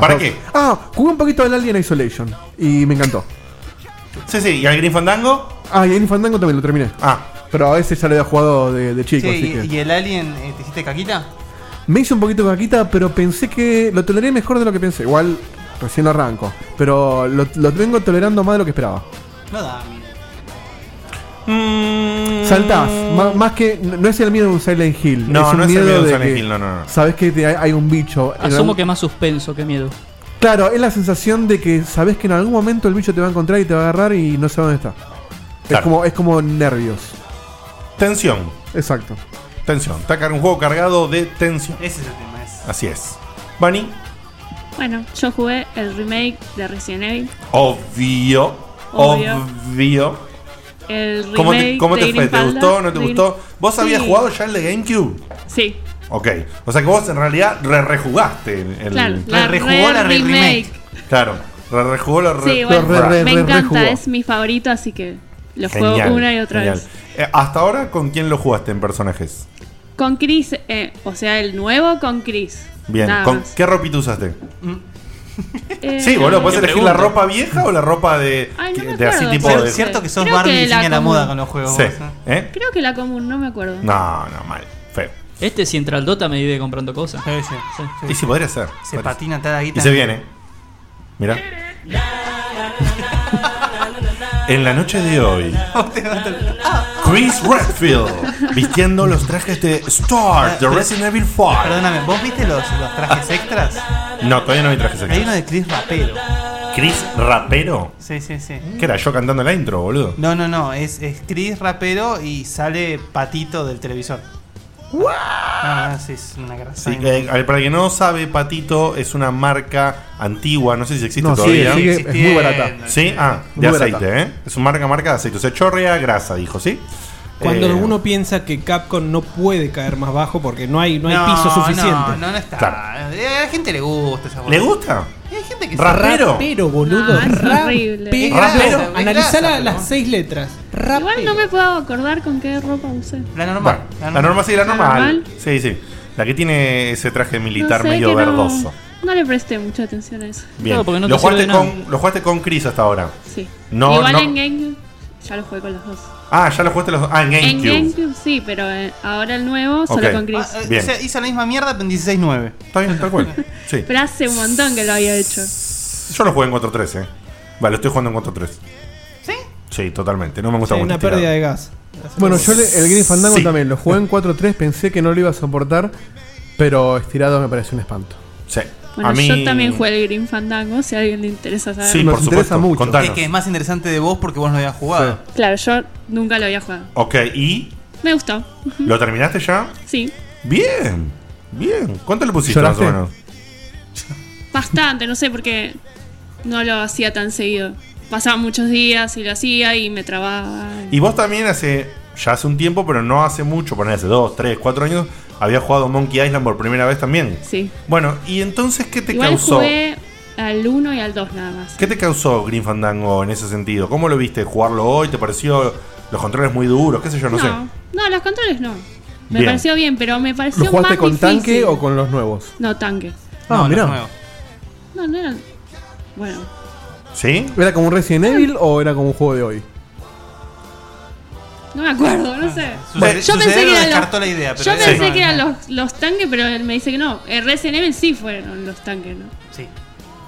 ¿Para qué?
Ah, jugué un poquito del Alien Isolation y me encantó.
Sí, sí, ¿y al Green Fandango?
Ah, y el Fandango también lo terminé.
Ah.
Pero a ese ya lo había jugado de, de chico,
Che,
así
y,
que.
y el alien eh, te hiciste caquita?
Me hice un poquito caquita, pero pensé que lo toleré mejor de lo que pensé. Igual recién lo arranco. Pero lo, lo vengo tolerando más de lo que esperaba.
No da.
*laughs*
Mm.
Saltás, má- más que. No no es el miedo de un Silent Hill.
No,
un
no es el miedo de un Silent
que
Hill, no, no, no.
Sabes que te- hay, hay un bicho. en algún-
Asumo que más suspenso que miedo.
Claro, es la sensación de que sabes que en algún momento el bicho te va a encontrar y te va a agarrar y no sabes dónde está. Es,
Claro.
como, es como nervios.
Tensión.
Exacto.
Tensión. Está car- un juego cargado de tensión.
Ese es el tema. Es.
Así es. Vani,
Bueno, yo jugué el remake de Resident Evil,
obvio.
Obvio.
Obvio.
el remake
¿Cómo te, cómo
de
te fue?
Green
¿Te
Fandango-
gustó? ¿No te
de Green-
gustó? ¿Vos habías
Sí,
jugado ya el de GameCube?
Sí,
Ok. O sea que vos en realidad re rejugaste el. el-
claro. La rejugó la remake.
Claro. Re rejugó la re
Sí, bueno,
re- re-
me
re-
encanta,
rejugó.
es mi favorito, así que lo
Genial,
juego una y otra
genial.
vez.
Eh, ¿Hasta ahora con quién lo jugaste en personajes?
Con Chris, eh, o sea, el nuevo con Chris.
Bien,
Nada
¿con
más.
qué ropita usaste?
Eh,
sí, boludo, ¿puedes
te
elegir la
pregunto.
ropa vieja o la ropa de,
Ay, no me
de así
acuerdo,
tipo
pero
de.
es cierto que sos Creo Barbie que y la diseña la moda común. con los juegos,
Sí.
vos, ¿eh?
¿Eh?
Creo que la común, no me acuerdo.
No, no, mal. Feo.
Este si entra al Dota me vive comprando cosas.
Y si podría ser.
Se
podría
patina
ser.
toda la guita.
Y se viene. Mira. en la noche de hoy, Chris Redfield vistiendo los trajes de
Ah,
Star de Ah, Resident Evil 4.
Perdóname, ¿vos viste los, los trajes extras?
No, todavía no hay trajes
Hay
aquí.
uno de Chris Rapero.
Chris Rapero.
Sí, sí, sí.
¿Qué era? Yo cantando la intro, boludo.
No, no, no, es, es Chris Rapero y sale Patito del televisor. Ah, sí, es una grasa.
Sí, eh, a ver, para el que no sabe, Patito es una marca antigua, no sé si existe
No, sigue,
todavía.
sigue, es muy barata.
Sí, ah,
Muy
de
barata.
aceite, ¿eh? Es una marca, marca de aceite. O sea, chorrea grasa, dijo, ¿sí?
Cuando
Eh,
uno piensa que Capcom no puede caer más bajo porque no hay, no hay piso suficiente.
No, no, no está.
Claro.
Eh, A la gente le gusta esa
¿Le
boludez.
gusta?
Hay gente que Ah,
¿Rapero?
Rapero, boludo.
No, es
Rapero.
horrible.
Es grasa, es grasa,
Analizá la-
pero-
las seis letras.
Igual no me puedo acordar con qué ropa usé.
La
Bueno, la normal, sí,
¿La
la normal.
normal?
Sí, sí. La que tiene ese traje militar
No sé,
medio
que no-
verdoso.
No, le presté mucha atención a eso.
Bien. lo, jugaste con, lo jugaste con Chris hasta ahora.
Sí.
No,
Igual
no-
en GameCube ya lo jugué con los dos.
Ah, ya lo jugaste los dos. Ah, en
En
GameCube.
GameCube sí, pero eh, ahora el nuevo solo
Ok.
con Chris.
Ah, eh, Bien.
Hizo, hizo la misma mierda pero en 16-9.
Está bien, tal cual.
*laughs*
Sí.
Pero hace un montón que lo había hecho.
Yo lo jugué en 4-3, eh. Vale, lo estoy jugando en 4-3. ¿Sí? Sí, totalmente. No me gusta
Sí,
mucho.
una
tirado.
pérdida de gas.
Bueno, yo le- el Green Fandango
Sí.
también lo jugué en 4-3, pensé que no lo iba a soportar, pero estirado me pareció un espanto.
Sí.
Bueno, yo también jugué el Green Fandango, si a alguien le interesa saber.
Sí, Nos por interesa supuesto. mucho. Contanos.
Es que es más interesante de vos porque vos no habías jugado.
Claro, yo nunca lo había jugado.
Ok, ¿y
Me gustó.
lo terminaste ya?
Sí.
Bien, bien. ¿Cuánto le pusiste
¿Lloraste?
más o menos?
Bastante, no sé, porque no lo hacía tan seguido. Pasaban muchos días y lo hacía y me trababa.
Y vos también hace ya hace un tiempo, pero no hace mucho, poner hace 2, 3, 4 años, había jugado Monkey Island por primera vez también.
Sí.
Bueno, y entonces, ¿qué te
Igual
causó?
jugué al 1 y al 2 nada más.
¿Qué te causó Green Fandango en ese sentido? ¿Cómo lo viste? ¿Jugarlo hoy? ¿Te pareció los controles muy duros? ¿Qué sé yo? No, sé.
No, los controles no. Me
Bien.
pareció bien, pero me pareció
¿Lo jugaste
más
con
difícil.
tanque o con los nuevos?
No, tanque.
Ah, mirá.
No, no eran. Bueno,
¿Sí?
¿Era como un Resident Evil o era como un juego de hoy?
no me acuerdo, no sé.
Bueno,
yo
su
pensé
cerebro
que eran
descartó
los,
la idea, pero
yo
eso
pensé
no,
que
no.
eran los, los tanques, pero él me dice que no. El Resident Evil sí fueron los tanques, ¿no? Eh,
Sí.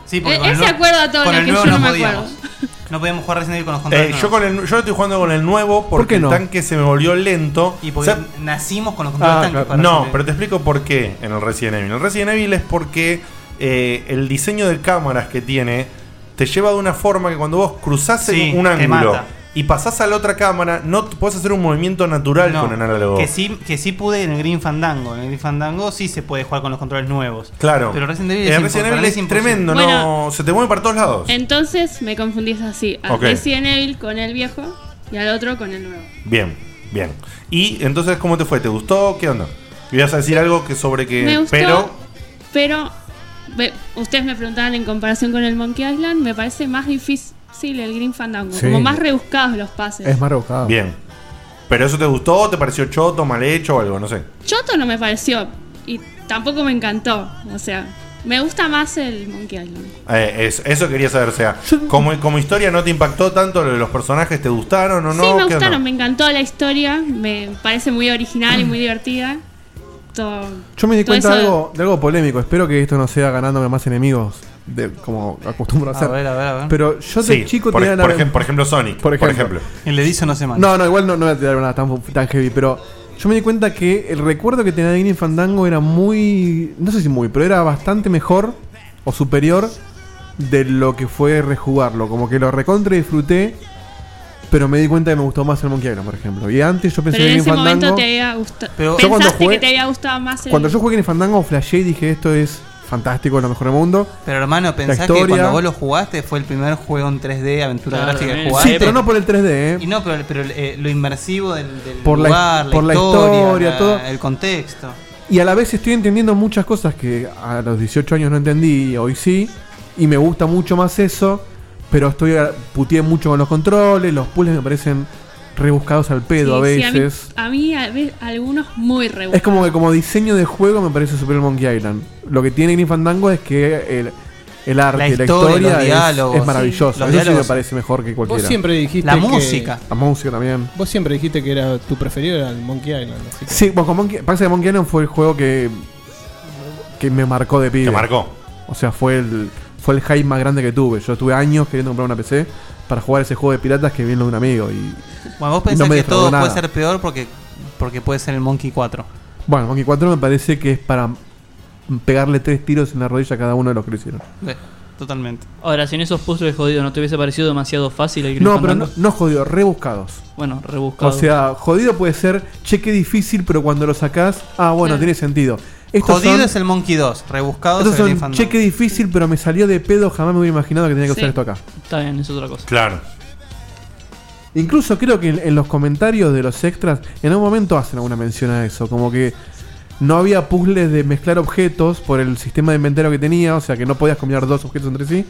Sí,
Él,
con
él
el
se
nuevo-
acuerda todo lo
con el
que yo
nuevo
no
no
me
podíamos.
acuerdo.
No podíamos jugar Resident Evil con los
Eh,
controles.
yo, con el, yo estoy jugando con el nuevo porque
qué no?
el tanque se me volvió lento.
Y porque
O sea,
nacimos con los
Ah,
controles tanques.
claro.
para
No,
hacer-
pero te explico por qué en el Resident Evil. En el Resident Evil es porque eh, el diseño de cámaras que tiene te lleva de una forma que cuando vos cruzás en
Sí,
un
te
ángulo
mata.
y pasás a la otra cámara, no t- podés hacer un movimiento natural
No,
con el análogo.
Que sí, que sí pude en el Green Fandango. En el Green Fandango sí se puede jugar con los controles nuevos.
Claro.
Pero Resident Evil
En
es,
Resident
impos-
Evil
para mí
es
imposible.
tremendo,
Bueno. Eh.
no, se te mueve para todos lados.
Entonces me confundís así. Al
Ok.
Resident Evil con el viejo y al otro con el nuevo.
Bien, bien. Y entonces, ¿cómo te fue? ¿Te gustó? ¿Qué onda? Ibas a decir algo que sobre que.
Me gustó.
Eh, Pero.
Pero ve- ustedes me preguntaban en comparación con el Monkey Island, me parece más difícil el Green Fandango,
Sí.
como más rebuscados los pases.
más rebuscado.
Bien. ¿Pero eso te gustó? ¿Te pareció choto, mal hecho o algo? No sé.
Choto no me pareció y tampoco me encantó, o sea, me gusta más el Monkey Island.
Eh, es- eso quería saber, o sea, como, como historia no te impactó tanto lo de los personajes, ¿te gustaron o no?
sí,
¿Qué
me
onda?
gustaron, me encantó la historia, me parece muy original y muy divertida. Todo-
Yo me di
todo
cuenta de
eso-
algo, de algo polémico. Espero que esto no sea ganándome más enemigos, de, como acostumbro a
A
hacer.
ver, a ver, a ver.
Pero yo de
Sí,
chico
por-
tenía
por
la-
ejem- por ejemplo,
Sonic,
Por
por
ejemplo.
ejemplo. El erizo no se mata.
No, no, igual no, no voy a tirar nada tan, tan heavy, pero yo me di cuenta que el recuerdo que tenía de Green Fandango era muy. No sé si muy, pero era bastante mejor o superior de lo que fue rejugarlo. Como que lo recontra disfruté, pero me di cuenta que me gustó más el Monkey Island, por ejemplo. Y antes yo pensé
Pero
que
en
Green
ese momento
Fandango.
te había gustado.
Pero- Yo cuando
Pensaste
jugué-
que te había gustado más el.
Cuando yo jugué Green Fandango, flashé y dije: Esto es fantástico, es lo mejor del mundo.
Pero hermano, pensás que
historia-
cuando vos lo jugaste fue el primer juego en 3D, aventura
Claro,
gráfica
bien.
que jugaste.
Sí, pero no por el 3D, ¿eh?
Y no, pero, pero, eh, lo inmersivo del, del
Por la-
lugar, la,
por la
historia,
historia,
la-
todo.
el contexto.
Y a la vez estoy entendiendo muchas cosas que a los 18 años no entendí y hoy sí. Y me gusta mucho más eso. Pero estoy a- puteé mucho con los controles. Los puzzles me parecen rebuscados al pedo
Sí, sí,
a
mí-
veces.
a mí, a ve- algunos muy
Es
rebuscados.
como que como diseño de juego me parece Super Monkey Island. Lo que tiene Green Fandango es que el, el arte, la
historia,
historia,
los
es-
diálogos,
es,
sí.
maravilloso.
Los
Eso sí me
diálogos.
parece mejor que cualquiera.
Vos siempre dijiste
La
que-
música. La música también.
Vos siempre dijiste que era tu preferido era el Monkey Island. así que-
Sí, bueno, con Monkey, pasa que Monkey Island fue el juego que que me marcó de pibe.
Te marcó.
O sea, fue el fue el hype más grande que tuve. Yo tuve años queriendo comprar una PC para jugar ese juego de piratas que vino de un amigo y
Bueno, vos
y no
pensás que
me defraudó
todo
nada.
puede ser peor porque, porque puede ser el Monkey 4.
Bueno, Monkey 4 me parece que es para pegarle tres tiros en la rodilla a cada uno de los que lo hicieron.
Eh, Totalmente.
Ahora, si en esos puzzles jodidos no te hubiese parecido demasiado fácil el Green
No, pero no,
Fandango.
no jodido, rebuscados.
Bueno, rebuscado.
O sea, jodido puede ser, che, qué difícil, pero cuando lo sacás, ah, bueno,
Claro.
tiene sentido.
Mm. Jodido
son-
es el Monkey 2, rebuscado es
estos
el Green
son,
Fandango.
che, qué difícil, pero me salió de pedo, jamás me hubiera imaginado que tenía que
Sí.
hacer esto acá.
Está bien, es otra cosa.
Claro.
Incluso creo que en, en los comentarios de los extras, en algún momento hacen alguna mención a eso, como que no había puzzles de mezclar objetos por el sistema de inventario que tenía, o sea que no podías combinar dos objetos entre sí,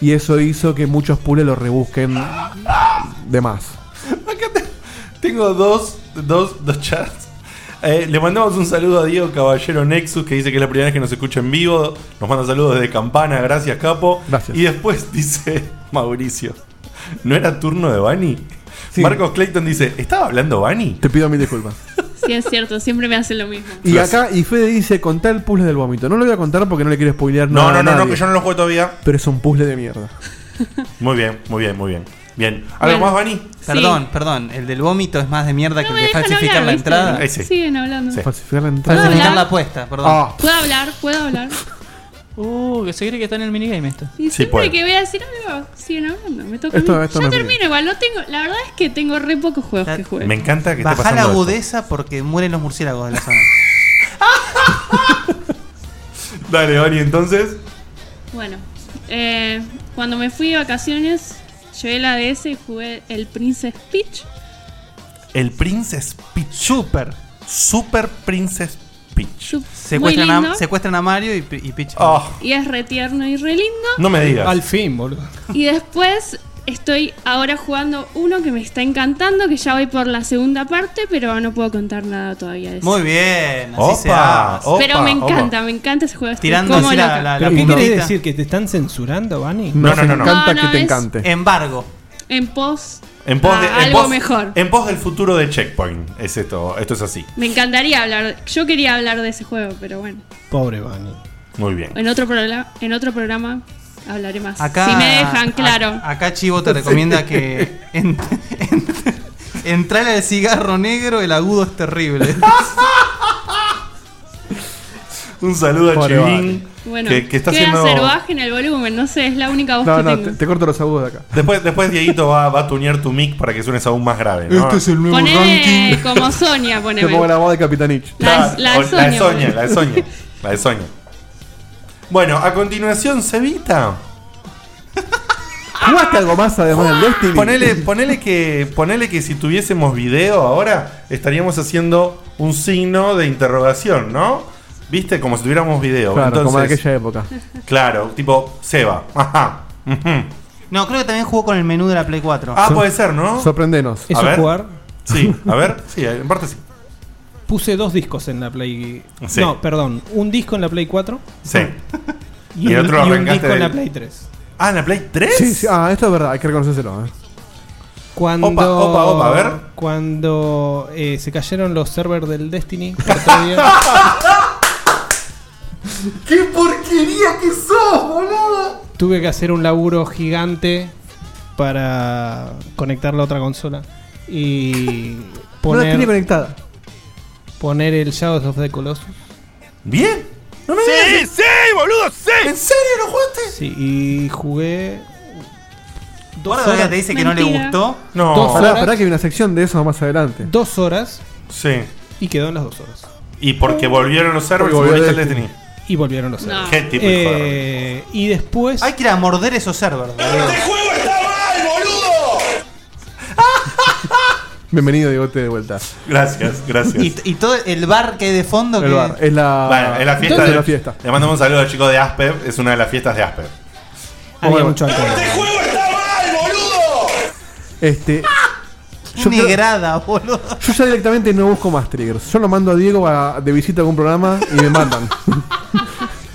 y eso hizo que muchos puzzles los rebusquen de más.
Tengo dos, dos, dos chats. Eh, le mandamos un saludo a Diego Caballero Nexus, que dice que es la primera vez que nos escucha en vivo. Nos manda saludos desde Campana, gracias Capo.
Gracias.
Y después *laughs* dice Mauricio, ¿no era turno de Bani? Marcos Clayton dice, ¿estaba hablando Bani?
Te pido mil disculpas.
Sí, es cierto, siempre me hacen lo mismo.
Y acá, y Fede dice, contá el puzzle del vómito. No lo voy a contar porque no le quiero spoilear
*laughs* No, no,
nada.
no,
a
no,
nadie.
que yo no lo juego todavía.
Pero es un puzzle de mierda.
Muy bien, muy bien, muy bien. Bien.
Bueno.
¿Algo más, Bani?
Perdón, perdón, el del vómito es más de mierda que el de falsificar la entrada.
Siguen hablando.
Falsificar la entrada.
Falsificar
hablar?
la apuesta, perdón.
Ah.
¿Puedo hablar? ¿Puedo hablar?
Uh, que se cree que está en el minigame esto.
Y siempre que voy a decir algo, siguen hablando. Me toca
Esto-
a mí.
esto
ya
no es
termino igual, no tengo, la verdad es que tengo re pocos juegos que juego.
Me encanta que esté
Bajá la
pasando esto.
agudeza porque mueren los murciélagos de la zona.
Dale, Bani, entonces.
Bueno, eh, cuando me fui de vacaciones, llevé la DS y jugué el Princess Peach.
El Princess Peach. Super. Super Princess Peach.
Secuestran
Muy lindo.
a, secuestran a Mario y, Pi- y Peach.
Ah,
Y es retierno y re lindo.
Al fin, boludo.
Y después estoy ahora jugando uno que me está encantando, que ya voy por la segunda parte, pero no puedo contar nada todavía de eso.
Muy bien, así
Opa,
se hace.
Ah, pero me encanta, me encanta ese juego. estoy
Tirando
como
así la-
loca.
la-
¿Pero qué
puntita.
querés decir? ¿Que te están censurando, Vani?
No, no, no, no.
encanta No, no, que te es- encante.
Embargo.
En pos
En pos, de-
a
en
Ah, algo
pos-
mejor.
En pos del futuro de Checkpoint. Es esto, esto es así.
Me encantaría hablar, yo quería hablar de ese juego, pero bueno,
Pobre Bunny. Muy bien.
en otro, prola- en otro programa hablaré más.
Acá-
si me dejan,
a-
claro.
acá Chivo te recomienda que
*laughs*
en, en- entrale al cigarro negro, el agudo es terrible.
Un saludo a
Pobre
Chivín.
Mm, Bueno,
que, que está
¿qué
haciendo.
hacer? Bajen el volumen, no sé, es la única voz que tengo.
corto los agudos de acá. Después, después Dieguito va, va a tunear tu mic para que suenes aún más grave. ¿no?
Este es el nuevo ranking.
Poné como Sonia,
Te
poneme.
pongo la voz de Capitanich.
La- la
Ah, O-
de
la de
Sonia,
Sonia,
boludo.
la de Sonia. La de Sonia. Bueno, a continuación, Cevita.
*laughs* ¿Jugaste algo más además del Destiny?
Ponele, ponele, que, ponele que si tuviésemos video ahora, estaríamos haciendo un signo de interrogación, ¿no? ¿Viste? Como si tuviéramos video.
Claro,
Entonces,
como en aquella época.
Claro, tipo, Seba. Ajá. ujú.
No, creo que también jugó con el menú de la Play 4.
Ah, puede ser, ¿no?
Sorprendenos.
A ver.
jugar?
Sí, a ver. Sí, en parte sí.
Puse dos discos en la Play.
Sí.
No, perdón. Un disco en la Play 4.
Sí.
Y,
Y el
un-
otro
y un
arrancaste
disco en
del-
la Play 3.
Ah, ¿en la Play 3?
Sí, sí, ah, esto es verdad, hay que reconocérselo. eh.
Cuando,
Opa, opa, opa, a ver.
Cuando eh, se cayeron los servers del Destiny. el otro
*laughs*
día.
¡Qué porquería que sos, boludo!
tuve que hacer un laburo gigante para conectar la otra consola y
No la
poner
tiene conectada.
poner el Shadows of the Colossus.
Bien. No me
sí, sí, boludo, sí. ¿En serio no jugaste?
Sí, y jugué dos
Ahora todavía te dice que no le
Mentira.
gustó.
No.
Dos
Pará,
horas.
pará que hay una sección de eso más adelante.
Dos horas
Sí.
y quedó en las dos horas.
Y porque volvieron los servers,
Porque volvió
volviste al
Destiny.
Destiny.
Y volvieron los
No.
servers.
Qué tipo de
Eh, y después
Hay que ir a morder esos servers.
Bienvenido, Diegote, de vuelta.
Gracias, gracias.
Y, y todo el bar que hay de fondo.
El
que-
bar, es la,
Bueno, es la fiesta.
es
de-
Ah, la fiesta.
Le mandamos un saludo al chico de Asper. Es una de las fiestas de Asper.
había mucho alcohol.
*laughs*
Este.
Ah,
Yo, creo-
Nigrada, boludo.
yo ya directamente no busco más triggers. Yo lo mando a Diego a- de visita a algún programa y me *laughs* matan.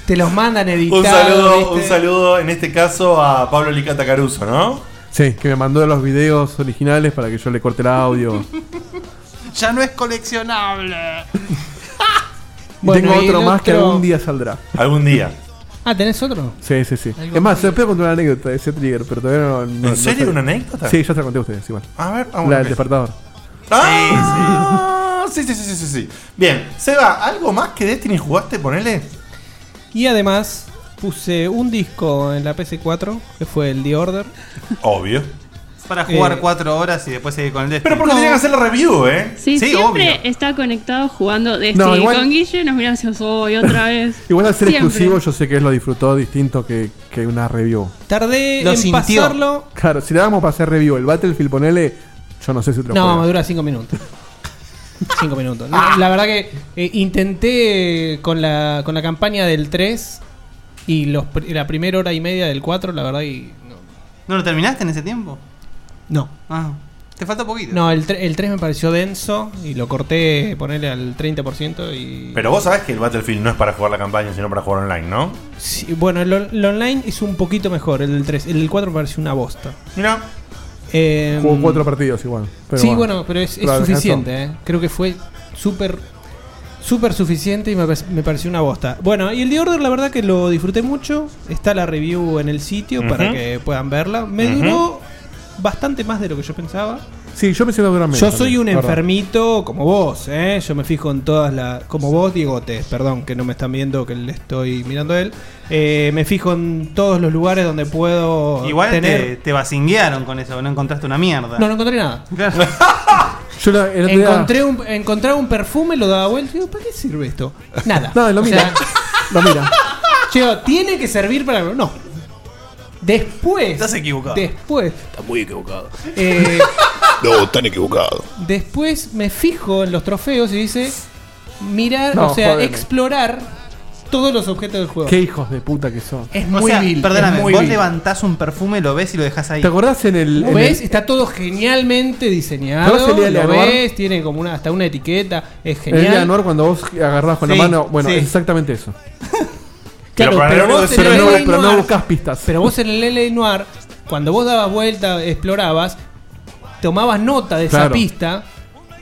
te los mandan editados.
Un saludo, un
¿viste?
saludo en este caso a Pablo Licata Caruso, ¿no?
sí, que me mandó los videos originales para que yo le corte el audio.
*laughs* Ya no es coleccionable.
Y
Bueno,
tengo
y
otro
el
más que
otro-
algún día saldrá.
Algún día.
Ah, ¿tenés otro?
Sí, sí, sí. Es más, se puede contar una anécdota de ese trigger, pero todavía no. no- no
serio
sé.
una anécdota?
Sí, ya te la conté a ustedes, igual.
A ver, ah, bueno,
La del
ok.
despertador.
Ah, sí, sí, sí, sí, sí, sí. Bien, Seba, ¿algo más que Destiny jugaste? Ponele.
Y además puse un disco en la PC4 que fue el The Order.
Obvio.
Para jugar
Eh.
cuatro horas y después seguir con el Destiny.
Pero porque tenía que hacer la review, ¿eh?
Sí,
Sí,
siempre
obvio.
está conectado jugando Destiny
No, igual-
con Guille nos miramos y decimos, "Oh, y otra vez.
Igual al ser
Siempre.
exclusivo, yo sé que él lo disfrutó distinto que, que una review.
Tardé
Lo
en
sintió.
pasarlo.
Claro, si le damos para hacer review, el Battlefield, ponele. Yo no sé si otro Ah.
No,
juego.
me dura 5 minutos. 5 minutos. No, La verdad que eh, intenté eh, con la, con la campaña del 3 y los, pr- la primera hora y media del 4, la verdad y
¿No lo terminaste en ese tiempo?
No.
Ah, te falta poquito.
No, el, tre- el 3 me pareció denso y lo corté, ponerle al 30% y...
Pero vos sabés que el Battlefield no es para jugar la campaña, sino para jugar online, ¿no?
Sí, bueno, el, on- el online es un poquito mejor, el del 3. El del 4 me pareció una bosta.
Mira.
Eh,
Jugó cuatro partidos igual. pero
sí, bueno, pero es, es
Pero alcanzó.
suficiente. eh. Creo que fue súper súper suficiente y me, pare- me pareció una bosta. Bueno, y el The Order la verdad que lo disfruté mucho. Está la review en el sitio para
Ujú.
que puedan verla. Me
Ujú.
duró bastante más de lo que yo pensaba.
Sí, yo pensé que iba a durar menos
Yo soy
también,
un
la verdad.
enfermito como vos, ¿eh? Yo me fijo en todas las... Como vos, Diegote, perdón, que no me están viendo, que le estoy mirando a él. Eh, me fijo en todos los lugares donde puedo
Igual te,
tener...
te basinguearon con eso, no encontraste una mierda.
No, no encontré nada.
Yo la, el otro día-
Encontré un, encontraba un perfume, lo daba vuelta y digo, ¿para qué sirve esto? Nada.
No, lo
O
mira.
sea,
Lo mira.
Che, ¿tiene que servir para algo? No. Después.
Estás equivocado.
Después.
Está muy equivocado.
Eh,
*laughs* No, están equivocados.
Después me fijo en los trofeos y dice mirar,
No,
o sea,
jodeme.
explorar todos los objetos del juego.
Qué hijos de puta que son.
Es
O
muy
sea,
vil,
perdóname,
es muy
vos
vil.
levantás un perfume, lo ves y lo dejás ahí.
¿Te acordás en el.
Lo
en
ves,
el-
está todo genialmente
¿Te acordás
diseñado.
el día de
Lo
Anuar?
ves, tiene como una, hasta una etiqueta. Es
en el día de
genial.
Anuar cuando vos agarrás con
Sí,
la mano. Bueno,
sí.
es exactamente eso.
Claro, pero, vos en el
no-
LA
pero no
Noir-
buscás pistas.
Pero vos en el LA Noir, cuando vos dabas vuelta, explorabas, tomabas nota de esa
Claro.
pista,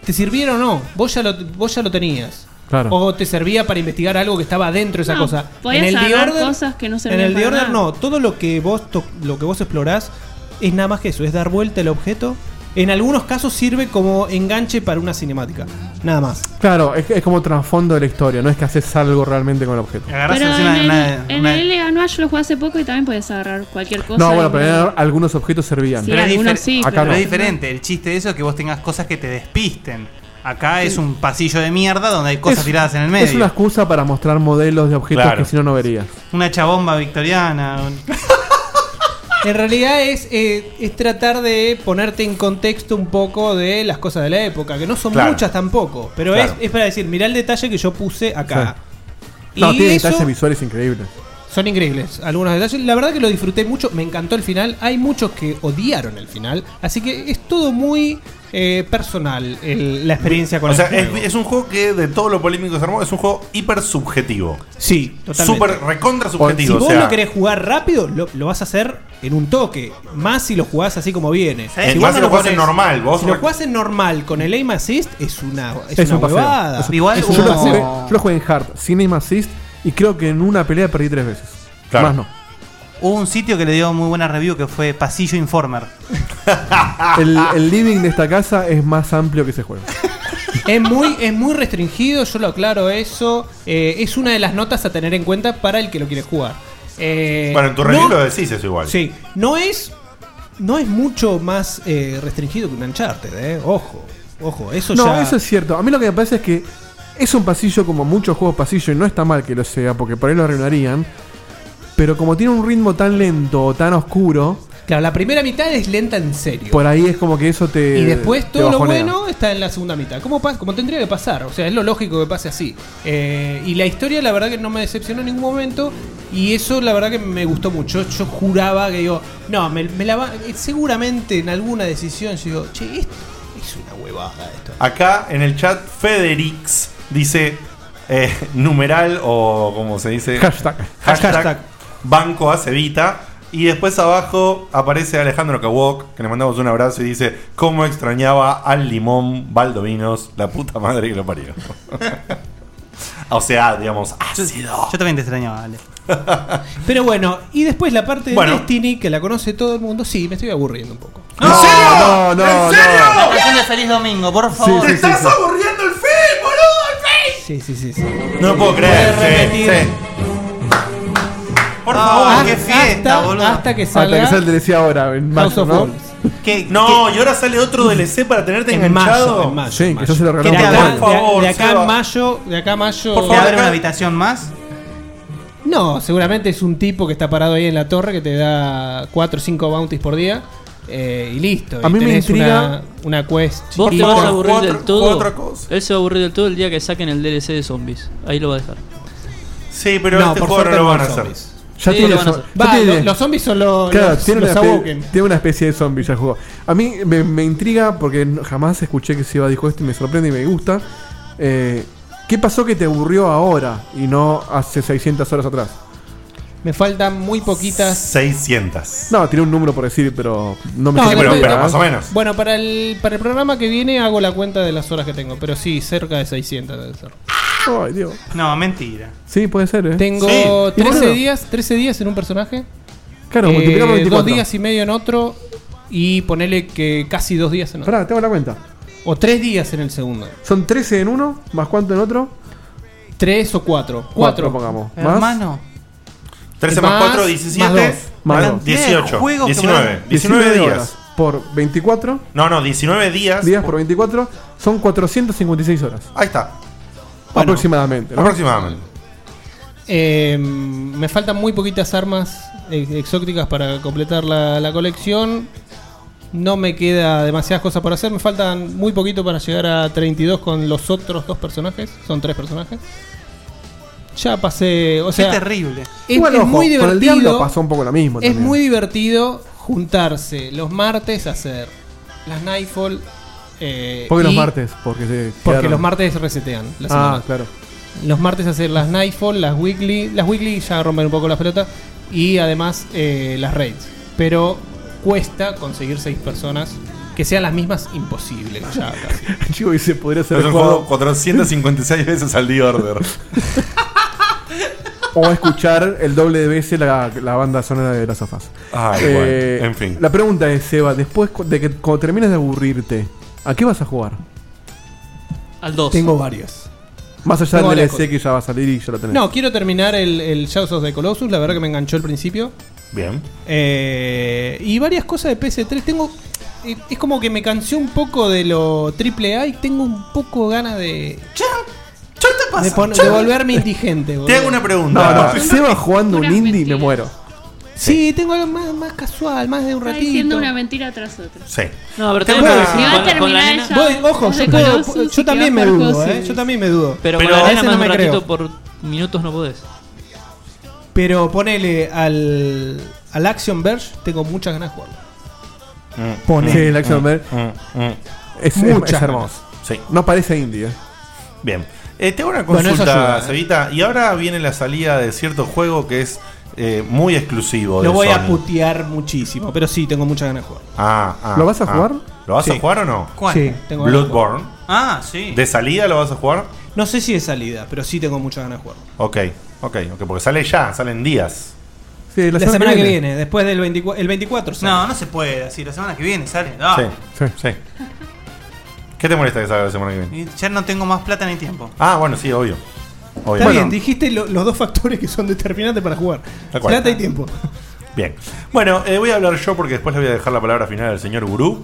¿te sirviera o no? Vos ya lo, vos ya lo tenías.
Claro.
O te servía para investigar algo que estaba dentro de esa
No,
cosa. En
podías
el The
agarrar
Order,
cosas que no
en
servían
el The
para
Order
nada.
no. Todo lo que vos to- lo que vos explorás es nada más que eso, es dar vuelta el objeto. En algunos casos sirve como enganche para una cinemática. Nada más.
Claro, es, es como trasfondo de la historia, no es que haces algo realmente con el objeto.
Pero en, el, en el LA Noir yo lo jugué hace poco y también podías agarrar cualquier cosa.
No,
y-
bueno, pero eran- algunos objetos servían.
Sí, Pero es algunos difer- sí,
Acá
pero-
no.
Pero es diferente, el chiste de eso es que vos tengas cosas que te despisten. Acá es un pasillo de mierda donde hay cosas
Es-
tiradas en el medio.
Es una excusa para mostrar modelos de objetos
Claro.
que si no, no verías.
Una chabomba victoriana. un-
*laughs* En realidad es, eh, es tratar de ponerte en contexto un poco de las cosas de la época, que no son
Claro.
muchas tampoco, pero
Claro.
es, es para decir, mirá el detalle que yo puse acá. Y
No, tiene
eso-
detalles visuales increíbles.
Son increíbles algunos detalles. La verdad que lo disfruté mucho, me encantó el final. Hay muchos que odiaron el final, así que es todo muy eh, personal el- la experiencia con
O
el
sea, es,
juego.
es un juego que de todo lo polémico que se armó, es un juego hiper subjetivo.
Sí, totalmente.
Súper recontra subjetivo.
Si vos
o sea,
lo querés jugar rápido, lo, lo vas a hacer en un toque. Más si lo jugás así como viene.
Eh,
vos
más si
no
lo jugás en
pones-
normal, vos-
si lo jugás en normal con el aim assist, es una, es
Es
una
un paseo.
huevada.
Es un- es un- yo, lo jugué, yo lo jugué en Hard, sin aim assist, y creo que en una pelea perdí tres veces. Más no.
Hubo un sitio que le dio muy buena review que fue Pasillo Informer.
El, el living de esta casa es más amplio que ese juego.
Es muy, es muy restringido, yo lo aclaro eso. Eh, es una de las notas a tener en cuenta para el que lo quiere jugar. Eh,
Bueno, en tu
no-
review lo decís eso igual.
Sí, no es, no es mucho más eh, restringido que un Uncharted, eh. Ojo, ojo, eso
no,
ya...
eso es cierto. A mí lo que me parece es que es un pasillo como muchos juegos pasillo y no está mal que lo sea, porque por ahí lo arruinarían. Pero como tiene un ritmo tan lento, tan oscuro,
Claro, la primera mitad es lenta en serio.
por ahí es como que eso te.
Y después
te
todo lo
bajonea.
bueno está en la segunda mitad. Como, pas- como tendría que pasar. O sea, es lo lógico que pase así. Eh, y la historia, la verdad que no me decepcionó en ningún momento. Y eso, la verdad que me gustó mucho. Yo juraba que digo, no, me, me la va- eh, seguramente en alguna decisión yo digo, che, esto es una huevada esto.
Acá en el chat, Federix dice eh, numeral o como se dice.
Hashtag.
Hashtag. Banco Acevita. Y después abajo aparece Alejandro Kawok, que le mandamos un abrazo y dice: ¿Cómo extrañaba al limón Valdovinos? La puta madre que lo parió. *laughs* o sea, digamos, ah, ácido.
Yo también te extrañaba, Ale.
Pero bueno, y después la parte de
Bueno.
Destiny, que la conoce todo el mundo, sí, me estoy aburriendo un poco.
¡No! ¿En serio? No, no, ¿En serio? no. La canción
de Feliz Domingo, por
favor. sí, sí, sí.
aburriendo el film, boludo! ¡El film!
Sí, sí, sí.
No lo puedo creer. sí, sí.
Por
favor.
qué fiesta, boludo.
Ah, Hasta que
Hasta que sale decía ahora, en
House
mayo,
of
¿no?
Wolves.
no, y ahora sale otro DLC para tenerte
En
enganchado.
mayo, en mayo,
Sí, que yo se lo
Que de,
regalaron por
acá,
Navidad.
de-
favor,
de acá
Seba.
a mayo, de acá a mayo.
¿Por favor, habrá una habitación más?
No, seguramente es un tipo que está parado ahí en la torre que te da 4 o 5 bounties por día. eh, y listo.
A
y
mí me
tenés
intriga-
Una, una quest.
Vos te
chiquita.
vas a aburrir del todo. Él se va a aburrir del todo el día que saquen el DLC de zombies. Ahí lo va a dejar.
Sí,
pero
No, este por juego no suerte lo van no a hay hacer.
hacer.
zombies.
Ya
Sí,
tiene,
lo van a
zo-
hacer.
ya
Va,
tiene-
lo- los zombies son los,
Claro,
los-
tiene,
los
una espe-
Awoken.
tiene una especie de zombie ya jugó. A mí me, me intriga porque n- jamás escuché que Seba dijo esto este y me sorprende y me gusta. Eh, ¿Qué pasó que te aburrió ahora y no hace 600 horas atrás?
Me faltan muy poquitas.
600.
No, tiene un número por decir, pero no me
No,
sé
pero-
cuál era,
pero
¿eh?
más o menos.
Bueno, para el, para el programa que viene hago la cuenta de las horas que tengo. Pero sí, cerca de 600 debe ser.
Ay, Dios.
No, mentira.
Sí, puede ser, ¿eh?
Tengo
Sí. Y
13
bueno,
días, 13 días en un personaje.
Claro, multiplicamos
eh,
24.
dos días y medio en otro y ponele que casi dos días en otro.
Pará, tengo la cuenta.
O tres días en el segundo.
Son 13 en uno, más cuánto en otro.
Tres o cuatro.
Cuatro
Cuatro.
pongamos.
Eh,
Más.
Hermano.
13 más, 4, 17.
más dos, más
más
dos.
18.
Juego que
19.
van-
19
19
días.
horas por 24.
No, no, 19 días.
Días por 24 son 456 horas.
Ahí está.
aproximadamente. ¿no? *laughs*
Aproximadamente.
Eh, me faltan muy poquitas armas ex- exóticas para completar la, la colección. No me queda demasiadas cosas por hacer. Me faltan muy poquito para llegar a 32 con los otros dos personajes. Son tres personajes. Ya pasé. O
Qué
sea,
terrible.
Es,
Igual,
es
ojo,
muy
con
divertido.
el Diablo pasó un poco lo mismo
Es
también.
muy divertido juntarse los martes a hacer las Nightfall. eh,
Porque los
y-
martes, porque se
Porque
quedaron.
los martes resetean. la semana.
Ah, claro.
Los martes hacer las Nightfall, las Weekly. Las Weekly ya rompen un poco las pelotas. Y además eh, las Raids. Pero cuesta conseguir seis personas que sean las mismas, imposible. Ya casi.
Chico, y *laughs* se podría hacer
Es un
jugado-
juego 456 veces al The Order.
O escuchar el doble de veces la, la banda sonora de las sofás.
Ah, bueno, en fin.
Eh, La pregunta es, Seba, después cu- de que cuando termines de aburrirte, ¿a qué vas a jugar?
Al 2.
Tengo varios.
Más allá
Tengo
del
varias
DLC que ya va a salir y ya lo tenés.
No, quiero terminar el, el Shadows of the Colossus. La verdad que me enganchó al principio.
Bien.
Eh, y varias cosas de PS3. Tengo. eh, Es como que me cansé un poco de lo AAA y tengo un poco ganas de. De, pon- de volverme indigente.
Te hago
boludo.
una pregunta. Ah.
No, no, Seba jugando un indie me muero.
Sí, tengo algo más, más casual, más de un
Está
ratito.
diciendo una mentira tras otra.
Sí.
No, pero
Te
tenés que
voy a
decir, con, la-
decir-
con la
terminar
nena.
ya. Voy-
Ojo,
Vos
yo,
de
puedo-
Colossus y que
yo también
va a
me
jugar
dudo,
cosas.
eh, yo también me dudo.
Pero, con
a
la
veces
nena más
no me
un
creo.
ratito por minutos no podés.
Pero ponele al, al Action Verge, tengo muchas ganas de jugarlo.
Pone. Sí, el Action
Mm,
Man.
mm, mm.
Es, es-
Muchas
es hermoso.
ganas. Sí.
No parece indie, eh.
Bien. Eh, te hago una
Bueno, eso
consulta,
ayuda, eh.
Cevita. Y ahora viene la salida de cierto juego que es eh, muy exclusivo.
Lo
de
voy a
Sony.
putear muchísimo, pero sí, tengo muchas ganas de jugar.
Ah, ah,
¿Lo vas a
ah.
jugar?
¿Lo vas a
Sí.
jugar o no?
¿Cuál? Sí, tengo ganas de
Bloodborne.
jugar. Ah, sí.
¿De salida lo vas a jugar?
No sé si de salida, pero sí tengo muchas ganas de jugarlo.
Ok, ok, ok. Porque sale ya, salen días.
Sí,
La, semana que viene, después del 24. El 24 sale.
No, no se puede así. La semana que viene sale.
Ah.
No.
Sí, sí. ¿Qué te molesta que salga la semana que viene?
Y Ya no tengo más plata ni tiempo.
Ah, bueno, sí, obvio. obvio.
Está bien,
Bueno,
dijiste lo- los dos factores que son determinantes para jugar.
Tal cual.
Plata y tiempo.
Bien. Bueno, eh, voy a hablar yo porque después le voy a dejar la palabra final al señor Gurú.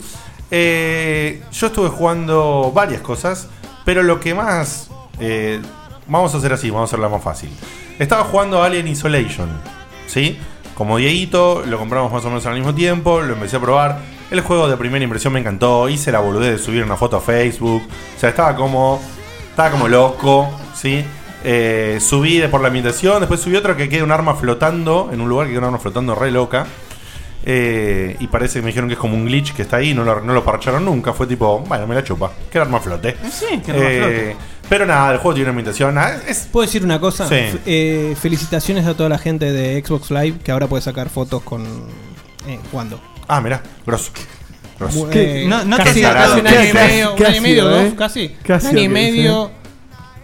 Eh, yo estuve jugando varias cosas, pero lo que más. eh, vamos a hacer así, vamos a hacerla más fácil. Estaba jugando Alien Isolation, ¿sí? Como Dieguito, lo compramos más o menos al mismo tiempo, lo empecé a probar. El juego de primera impresión me encantó, hice la boludez de subir una foto a Facebook. O sea, estaba como. Estaba como loco, ¿sí? Eh, subí de por la ambientación, después subí otro que queda un arma flotando, en un lugar que queda un arma flotando re loca. Eh, y parece que me dijeron que es como un glitch que está ahí, no lo, no lo parcharon nunca. Fue tipo, bueno, me la chupa, que el arma flote.
Ah,
Eh,
Sí, que el arma flote.
Pero nada, el juego tiene una ambientación. nada, es-
¿Puedo decir una cosa?
Sí.
F- eh, felicitaciones a toda la gente de Xbox Live que ahora puede sacar fotos con. Eh, jugando.
Ah, mirá, grosso. grosso.
Eh, casi,
Qué tarado.
casi un año y medio,
Qué
un año y medio,
ácido,
dos,
eh.
casi.
Qué
Un
ácido
año y
que es,
medio.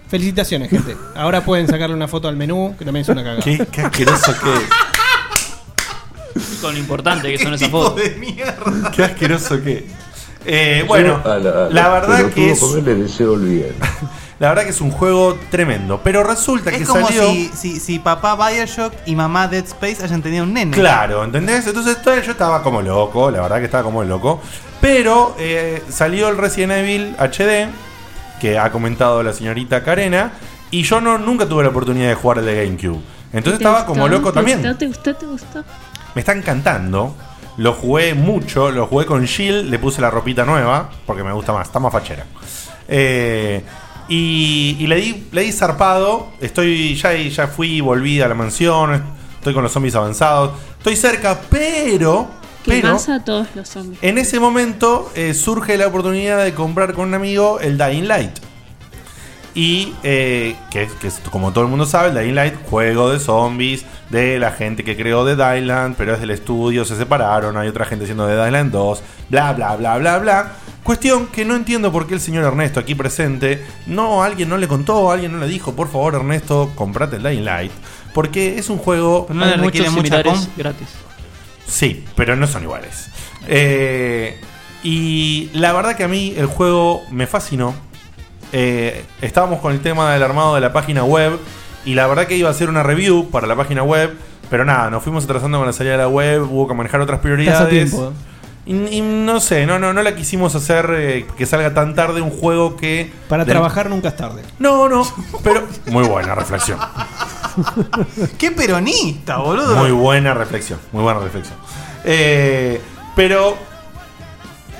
Felicitaciones, gente. Ahora pueden sacarle una foto al menú, que también es una cagada.
Qué, qué asqueroso que es.
Con lo importante que son
*laughs*
esas fotos.
Qué asqueroso que. Eh, bueno, la verdad que es.
le deseo el bien.
*laughs* La verdad que es un juego tremendo. Pero resulta que
Es como
salió.
si, si, si papá Bioshock y mamá Dead Space hayan tenido un nene.
Claro, ¿entendés? Entonces todo- yo estaba como loco, la verdad que estaba como loco. Pero eh, salió el Resident Evil HD, que ha comentado la señorita Karena, y yo no, nunca tuve la oportunidad de jugar el de GameCube. Entonces
¿Te
estaba
gustó?
como loco
¿Te
también.
gustó? ¿Te gustó? ¿Te gustó?
Me está encantando. Lo jugué mucho, lo jugué con Jill, le puse la ropita nueva, porque me gusta más, está más fachera. Eh, y y le, di, le di zarpado, estoy ya, ya fui, volví a la mansión, estoy con los zombies avanzados, estoy cerca, pero...
Que
pero
más a todos los zombies.
en ese momento eh, surge la oportunidad de comprar con un amigo el Dying Light. Y eh, que, que es, como todo el mundo sabe, el Dying Light, juego de zombies, de la gente que creó The Dylan, pero es del estudio, se separaron, hay otra gente haciendo The Dylan 2, bla, bla, bla, bla, bla. Cuestión que no entiendo por qué el señor Ernesto aquí presente, no, alguien no le contó, alguien no le dijo, por favor Ernesto, comprate el Dying Light, porque es un juego...
No le requiere mucha comp gratis.
Sí, pero no son iguales. Eh, y la verdad que a mí el juego me fascinó. Eh, estábamos con el tema del armado de la página web y la verdad que iba a hacer una review para la página web, pero nada, nos fuimos atrasando con la salida de la web, hubo que manejar otras
Estás a
prioridades.
tiempo. ¿eh?
Y, y no sé, no, no, no la quisimos hacer eh, que salga tan tarde un juego que...
Para
del-
trabajar nunca es tarde.
No, no, pero... Muy buena reflexión.
*laughs* ¡Qué peronista, boludo!
Muy buena reflexión, muy buena reflexión. Eh, pero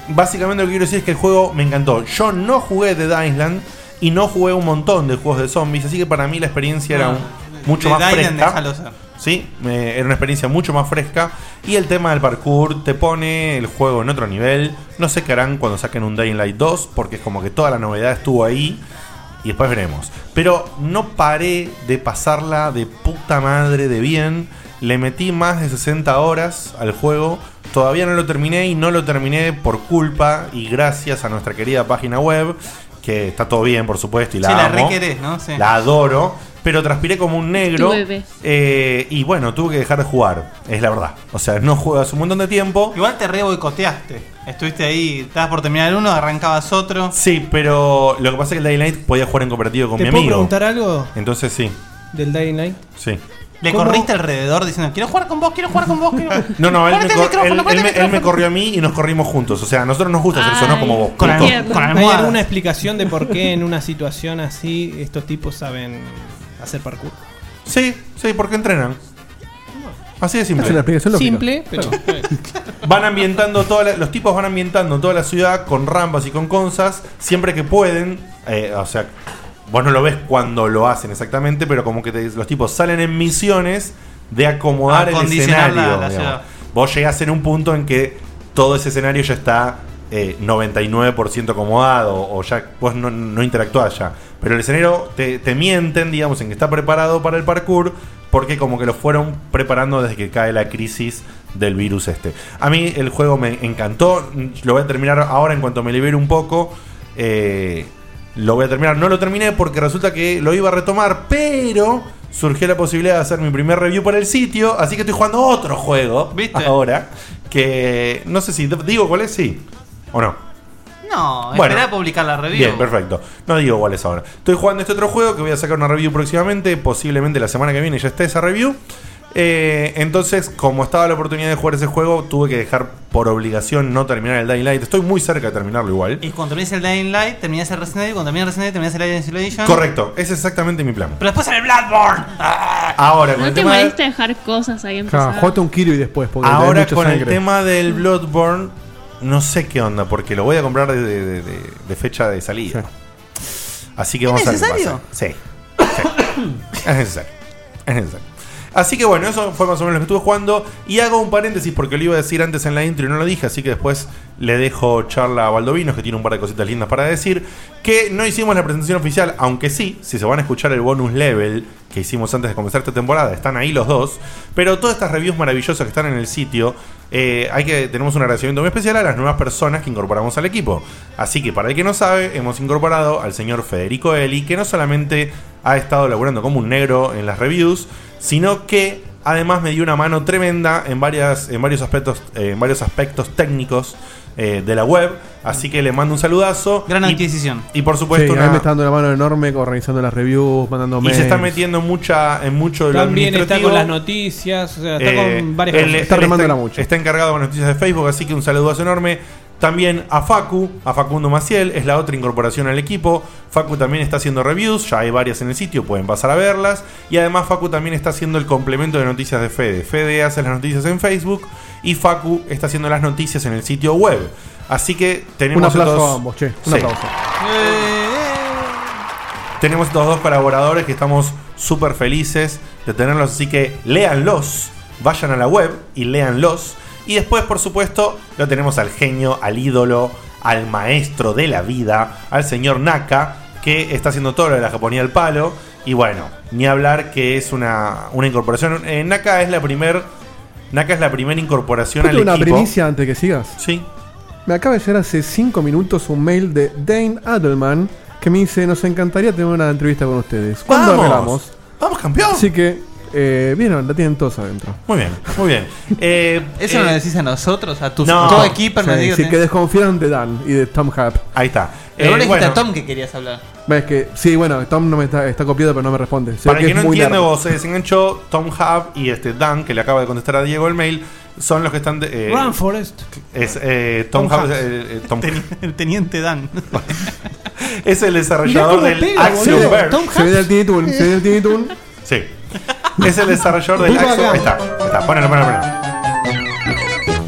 básicamente lo que quiero decir es que el juego me encantó. Yo no jugué Dead Island y no jugué un montón de juegos de zombies, así que para mí la experiencia era un- mucho
Dead
más
Island,
fresca.
déjalo ser.
Sí, eh, era una experiencia mucho más fresca. Y el tema del parkour te pone el juego en otro nivel. No sé qué harán cuando saquen un Dying Light 2, porque es como que toda la novedad estuvo ahí. Y después veremos. Pero no paré de pasarla de puta madre de bien. Le metí más de 60 horas al juego. Todavía no lo terminé y no lo terminé por culpa y gracias a nuestra querida página web. Que está todo bien, por supuesto, y la
Sí, la
amo.
requerés, ¿no? Sí.
La adoro. Pero transpiré como un negro.
Llueve.
eh, y bueno, tuve que dejar de jugar. Es la verdad. O sea, no juegas un montón de tiempo.
Igual te re boicoteaste. Estuviste ahí, estabas por terminar uno, arrancabas otro.
Sí, pero lo que pasa es que el Dying Light podía jugar en cooperativo con
¿Te
mi
puedo
amigo.
preguntar algo?
Entonces sí,
Del Dying Light.
sí.
Le
¿Cómo?
corriste alrededor diciendo, quiero jugar con vos, quiero jugar con vos, quiero...
No, no, él me,
Ponete el
cor-
micrófono, Ah,
él-
ponete
él
el
me- él me corrió a mí y nos corrimos juntos. O sea, a nosotros nos gusta hacer eso, no como vos.
Con,
Punto.
alm- con almohadas. ¿Hay alguna explicación de por qué en una situación así estos tipos saben hacer parkour?
Sí, sí, porque entrenan. Así de simple.
Es una explicación lógica. Simple, pero- eh.
van ambientando toda la- los tipos van ambientando toda la ciudad con rampas y con cosas siempre que pueden, eh, o sea, vos no lo ves cuando lo hacen exactamente, pero como que te- los tipos salen en misiones de acomodar el
Acondicionar
escenario.
la- la
digamos.
ciudad.
Vos llegás en un punto en que todo ese escenario ya está eh, 99% acomodado o ya vos no, no interactuás ya. Pero el escenario te, te mienten, digamos, en que está preparado para el parkour porque como que lo fueron preparando desde que cae la crisis del virus este. A mí el juego me encantó, lo voy a terminar ahora en cuanto me libere un poco. Eh, lo voy a terminar. No lo terminé porque resulta que lo iba a retomar, pero surgió la posibilidad de hacer mi primer review para el sitio, así que estoy jugando otro juego ahora que no sé si digo cuál es, sí o no.
No,
Bueno.
esperá a publicar la review.
Bien, perfecto. No digo cuál es ahora. Estoy jugando este otro juego que voy a sacar una review próximamente. Posiblemente la semana que viene ya esté esa review. Eh, entonces, como estaba la oportunidad de jugar ese juego, tuve que dejar por obligación no terminar el Dying Light. Estoy muy cerca de terminarlo igual.
Y cuando terminás el Dying Light, terminás el Resident Evil, cuando terminás el Resident Evil, terminás el Alien Isolation.
Correcto, es exactamente mi plan.
Pero después en el Bloodborne. Ah,
Ahora, con
No
el
te
tema de-
molesta dejar cosas ahí
Ja,
empezadas.
jugate un kilo y después, porque hay
Ahora
mucha
con el
sangre.
tema del Bloodborne, no sé qué onda, porque lo voy a comprar de, de- de- de fecha de salida. Así que vamos a ver. qué
necesario?
pasa. Sí. sí. *coughs* es necesario. Es necesario. Así que bueno, eso fue más o menos lo que estuve jugando. Y hago un paréntesis porque lo iba a decir antes en la intro y no lo dije, así que después le dejo charla a Baldovinos, que tiene un par de cositas lindas para decir. Que no hicimos la presentación oficial, aunque sí, si se van a escuchar el bonus level que hicimos antes de comenzar esta temporada, están ahí los dos. Pero todas estas reviews maravillosas que están en el sitio, eh, hay que tenemos un agradecimiento muy especial a las nuevas personas que incorporamos al equipo. Así que para el que no sabe, hemos incorporado al señor Federico Eli, que no solamente ha estado laburando como un negro en las reviews, sino que además me dio una mano tremenda en, varias, en, varios, aspectos, eh, en varios aspectos técnicos eh, de la web. Así que le mando un saludazo. Gran
adquisición.
Y, por supuesto,
Sí, a mí
una-
me está dando la mano enorme organizando las reviews, mandando
y
mails.
se está metiendo mucha, en mucho de lo
También está
administrativo.
con las noticias, o sea, está
Eh,
con varias
él-
cosas.
él está, este- está encargado con noticias de Facebook, así que un saludazo enorme. También a Facu, a Facundo Maciel, es la otra incorporación al equipo. Facu también está haciendo reviews, ya hay varias en el sitio, pueden pasar a verlas. Y además Facu también está haciendo el complemento de noticias de Fede. Fede hace las noticias en Facebook y Facu está haciendo las noticias en el sitio web. Así que tenemos
Un aplauso
estos-
a ambos, che. Un
Sí.
aplauso.
Eh,
Tenemos estos dos colaboradores que estamos súper felices de tenerlos, así que léanlos, vayan a la web y léanlos. Y después, por supuesto, lo tenemos al genio, al ídolo, al maestro de la vida, al señor Naka, que está haciendo todo lo de la japonía al palo. Y bueno, ni hablar que es una, una incorporación. Eh, Naka es la primer, Naka es la primera incorporación
¿Puedo
al
tener una
equipo.
primicia antes que sigas?
Sí.
Me acaba de llegar hace 5 minutos un mail de Dane Adelman que me dice, nos encantaría tener una entrevista con ustedes. ¿Cuándo
¡Vamos!
arreglamos?
¡Vamos, campeón!
Así que, eh, vieron, la tienen todos adentro.
Muy bien,
*laughs*
muy bien. Eh,
Eso
eh,
no lo
decís a nosotros, a tus
No.
coequiperos,
Sí,
me digo,
sí,
tenés-
que desconfían de Dan y de Tom Hub.
Ahí está. Eh,
Pero vos le dijiste a Tom que querías hablar.
Ves que, sí, bueno, Tom no me está, está copiado, pero no me responde. Se ve
Para el que
es
no
muy
entiende
nerd.
vos, se desenganchó Tom Hub y este Dan, que le acaba de contestar a Diego el mail, son los que están... de- eh,
Run, Forest.
es, eh, Tom,
Tom
Hub
Hub.
es, eh, eh,
*laughs*
Tom-
*laughs* El teniente
*laughs*
Dan.
es el
Mirá
desarrollador
cómo
del
pega,
Axiom
boludo.
Verge.
Se ve el Tiny Toon, se ve el Tiny Toon.
Sí. es el desarrollador del
Viva
Axo.
Gam.
Ahí está, ahí está, ponelo, ponelo, ponelo.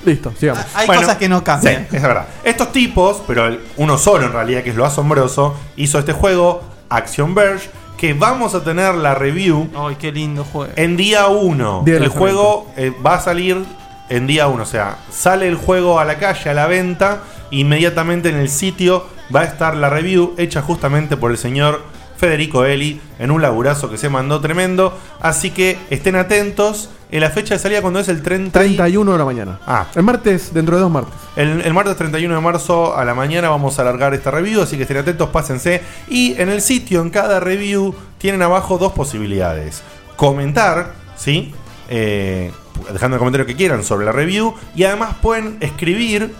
Listo, sigamos.
Hay cosas que no cambian. es verdad. Estos tipos, pero el- uno solo en realidad, que es lo asombroso, hizo este juego, Action Verge, que vamos a tener la review.
Ay, qué lindo juego.
En día 1,
Día del
el
lanzamiento.
juego eh, va a salir en día 1, o sea, sale el juego a la calle, a la venta, inmediatamente en el sitio va a estar la review hecha justamente por el señor Federico Eli en un laburazo que se mandó tremendo, así que estén atentos en la fecha de salida cuando es el 30 y-
31 de la mañana.
Ah.
El martes, dentro de dos martes.
el, el martes 31 de marzo a la mañana vamos a alargar esta review, así que estén atentos, pásense. Y en el sitio, en cada review, tienen abajo dos posibilidades. Comentar, ¿sí? Eh, dejando el comentario que quieran sobre la review. Y además pueden escribir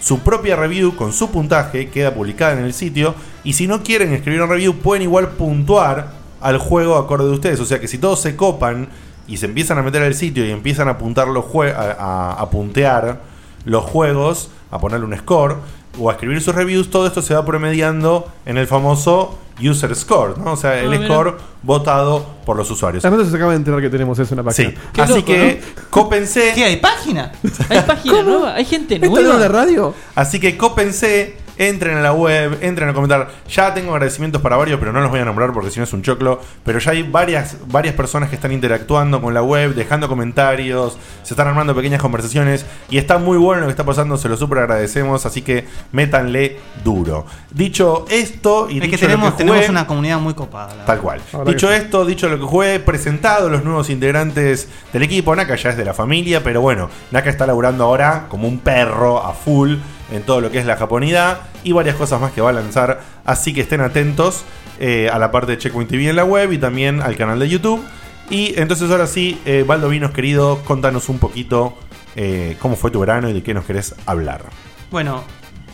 su propia review con su puntaje, queda publicada en el sitio. Y si no quieren escribir una review, pueden igual puntuar al juego acorde de ustedes. O sea que si todos se copan y se empiezan a meter al sitio y empiezan a, apuntar los jue- a, a- a puntear los juegos, a ponerle un score o a escribir sus reviews, todo esto se va promediando en el famoso user score, ¿no? O sea, el
Ah, mira.
score votado por los usuarios.
Además, se acaba de enterar que tenemos eso en la página.
Qué Así loco, que, cópense.
¿Qué hay? ¿Página?
Hay página nueva, hay gente
¿Esto
nueva.
no es de
radio?
Así que cópense, entren a la web, entren a comentar. Ya tengo agradecimientos para varios, pero no los voy a nombrar porque si no es un choclo. Pero ya hay varias, varias personas que están interactuando con la web, dejando comentarios, se están armando pequeñas conversaciones. Y está muy bueno lo que está pasando, se lo súper agradecemos. Así que métanle duro. Dicho esto, y
Es que
dicho lo
tenemos,
jugué-
tenemos una comunidad muy copada. la
Tal cual.
verdad.
dicho esto, dicho lo que jugué, presentado los nuevos integrantes del equipo. Naka ya es de la familia, pero bueno, Naka está laburando ahora como un perro a full en todo lo que es la japonidad y varias cosas más que va a lanzar. Así que estén atentos eh, a la parte de Checkpoint TV en la web y también al canal de YouTube. Y entonces ahora sí, eh, Baldo Vinos, querido, contanos un poquito eh, cómo fue tu verano y de qué nos querés hablar.
Bueno,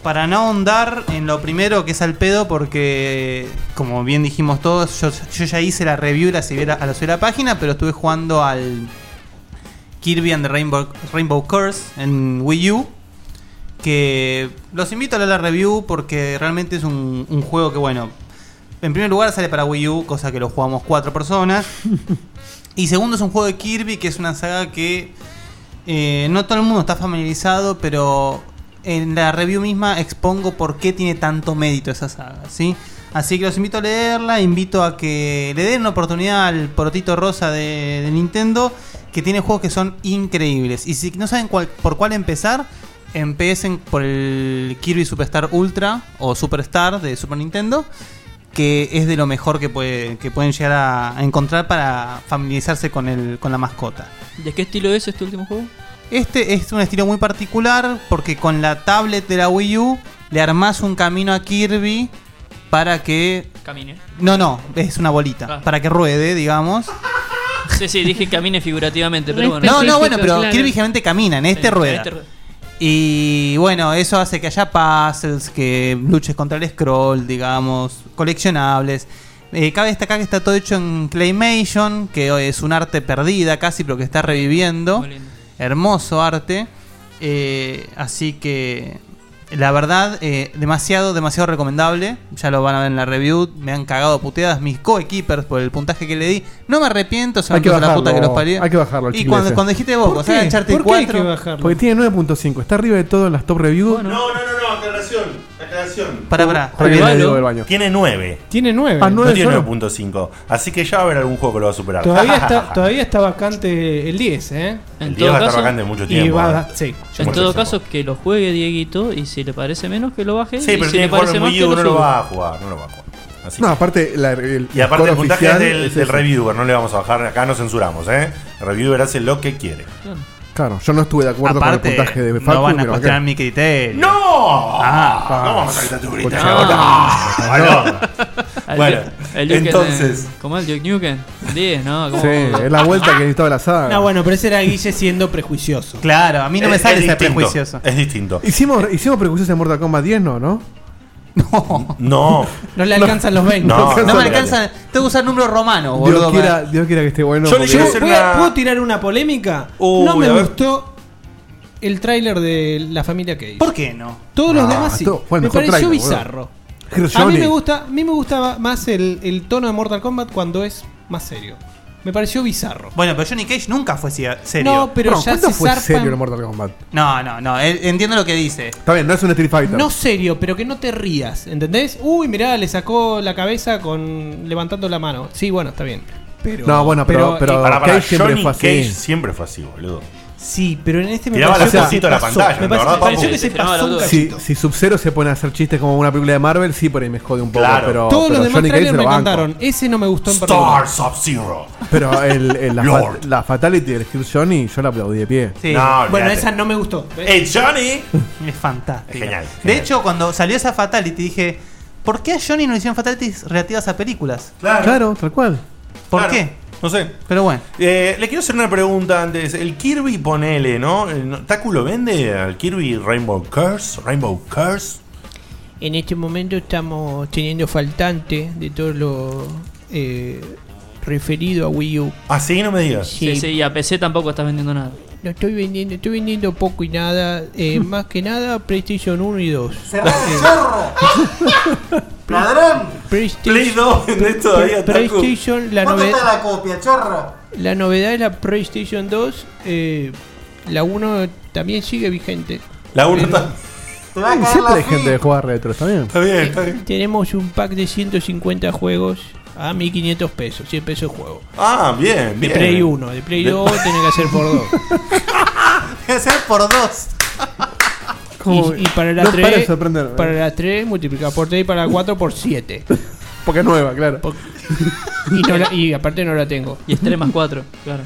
para no ahondar en lo primero que es al pedo, porque como bien dijimos todos, yo, yo ya hice la review y la subí a la- a la subí a la página, pero estuve jugando al Kirby and the Rainbow, Rainbow Curse en Wii U. Que los invito a leer la review porque realmente es un, un juego que, bueno, en primer lugar sale para Wii U, cosa que lo jugamos cuatro personas. Y segundo es un juego de Kirby, que es una saga que eh, no todo el mundo está familiarizado, pero en la review misma expongo por qué tiene tanto mérito esa saga, ¿sí? Así que los invito a leerla, invito a que le den una oportunidad al porotito rosa de, de Nintendo, que tiene juegos que son increíbles. Y si no saben cuál- por cuál empezar, empiecen por el Kirby Superstar Ultra o Superstar de Super Nintendo, que es de lo mejor que, puede- que pueden llegar a, a encontrar para familiarizarse con, el, con la mascota.
¿De qué estilo es este último juego?
Este es un estilo muy particular porque con la tablet de la Wii U le armás un camino a Kirby para que...
Camine. Ah.
No, no, es una bolita. Para que ruede, digamos.
Sí, sí, dije camine figurativamente, pero bueno.
No, no, bueno, pero Kirby generalmente camina, en este
Sí,
rueda.
en este rueda.
Y bueno, eso hace que haya puzzles, que luches contra el scroll, digamos, coleccionables. Eh, cabe destacar que está todo hecho en Claymation, que es un arte perdida casi, pero que está reviviendo. Hermoso arte. Eh, así que, la verdad, eh, demasiado, demasiado recomendable. Ya lo van a ver en la review. Me han cagado puteadas mis coequippers por el puntaje que le di. No me arrepiento,
Hay
solamente
que
por la
bajarlo.
puta que *laughs* los parió.
Hay que bajarlo. al
Y
chicle
cuando,
ese.
cuando dijiste vos, o sea, Uncharted 4.
Porque tiene 9.5. Está arriba de todo en las top reviews.
no, no, no, aclaración, aclaración.
Para, para.
Porque viene Diego del baño.
Tiene 9.
Tiene 9.
Ah,
No tiene 9.5. Así que ya va a haber algún juego que lo va a superar. *laughs*
Todavía está, todavía está vacante el 10, ¿eh?
El 10 va a estar vacante mucho
Y
tiempo.
va
¿eh?
a- sí.
Yo
En
creo
todo
que sí.
caso, que lo juegue Dieguito y si le parece menos, que lo baje.
Sí,
y
pero
si
tiene
le
que jugar
parece
en
más,
Wii
que
U,
lo
no lo
suba.
va a jugar, no lo va a jugar. Así
No,
que-
aparte, la- el
y aparte
score
el puntaje es
oficial
del,
es
del
ese.
reviewer, no le vamos a bajar, acá no censuramos, ¿eh? El reviewer hace lo que quiere.
Claro, yo no estuve de acuerdo con el puntaje de Facu, pero acá-
mi criterio.
¡No!
Ah,
no vamos a quitar tu
Porque
criterio.
ahora-
Ah, no.
Al
Bueno,
Duke- al Duke
entonces-
Nukem. ¿Cómo es el Duke Nukem? 10, ¿no? ¿Cómo?
Sí, es la vuelta que necesitaba la saga.
No, bueno, pero ese era Guille siendo prejuicioso.
Claro, a mí
no me sale ser prejuicioso.
Es distinto.
Hicimos, hicimos prejuicios en Mortal Kombat 10, ¿no? ¿No?
No.
No le alcanzan los 20.
No,
No me alcanza. Tengo que usar número romano,
Dios
boludo.
quiera, Dios quiera que esté bueno.
Yo le
porque-
quiero hacer ¿Puedo, puedo tirar una polémica?
Uy,
no me
a ver.
gustó el tráiler de la familia Cage.
¿Por qué no?
Todos los
Ah,
demás sí.
todo- fue el
me
mejor tráiler,
pareció
boludo.
bizarro. A mí
Hershoni.
me gusta, a mí me gustaba más el, el tono de Mortal Kombat cuando es más serio. Me pareció bizarro.
Bueno, pero Johnny Cage nunca fue cia- serio.
No, pero Perdón, ya ¿cuándo se fue zarpan- serio el
Mortal Kombat?
No, no, no. él- Eh, Entiendo lo que dice.
Está bien, no es un Street Fighter.
No serio, pero que no te rías, ¿entendés? Uy, mirá, le sacó la cabeza con levantando la mano. Sí, bueno, está bien. Pero,
No, bueno, pero- pero-
Pará, pará,
Cage siempre
Johnny
fue así.
Cage siempre fue así, boludo.
Sí, pero en este me
Tiraba
pareció
la
que se
cosita a la
pasó.
pantalla,
Me
la
pareció,
verdad,
me pareció
papu.
que se
Te tiraba
pasó
la
un
duda.
cachito.
Si, si Sub-Zero se pone a hacer chistes como una película de Marvel, sí, por ahí me jode un poco.
Claro.
Pero,
Todos
pero
los demás
Johnny Cage
trailers
se
me
lo banco.
encantaron. Ese no me gustó en particular.
Star Sub-Zero.
Pero el, el- la,
Lord.
fa- la Fatality del Steve Johnny, yo la aplaudí de pie.
Sí.
bueno, esa no me gustó.
¡Hey,
*laughs*
Johnny!
Es fantástico.
Genial.
Eh, De hecho, cuando salió esa Fatality, dije: ¿Por qué a Johnny no le hicieron Fatalities relativas a películas?
Claro.
tal cual.
¿Por
Claro.
qué?
No sé.
Pero bueno.
Eh, le quiero hacer una pregunta antes. El Kirby, ponele, ¿no? El- no- ¿Taku lo vende al Kirby Rainbow Curse? Rainbow Curse.
En este momento estamos teniendo faltante de todo lo eh, referido a Wii U.
Ah, *laughs* sí, no me digas.
Sí, sí, y a PC tampoco estás vendiendo nada.
No estoy vendiendo, estoy vendiendo poco y nada. *laughs* eh, más que nada PlayStation 1 y 2. Eh,
¡Ladrón!
PlayStation,
Play 2, ¿vendés todavía, Taku?
PlayStation, la
¿Cuánto
novedad.
está la copia, chorro?
La novedad es la PlayStation 2. eh, la 1 también sigue vigente.
La 1
Pero-
está.
Uh,
Y siempre hay gente que juega retro, ¿está bien?
Está bien, está bien.
Tenemos un pack de 150 juegos a 1500 pesos, 100 pesos el juego.
Ah, bien,
De
bien.
Play 1, de Play
De-
2 tiene que hacer
*laughs*
*laughs*
por 2.
Debe ser por dos.
¿Cómo?
Y, y para la
No para ¿eh? de
3,
sorprenderme.
para la 3 multiplica por 3 y para la 4 por 7.
*laughs* Porque es nueva, claro.
Y, no la- y aparte no la tengo.
Y Extreme más 4, claro.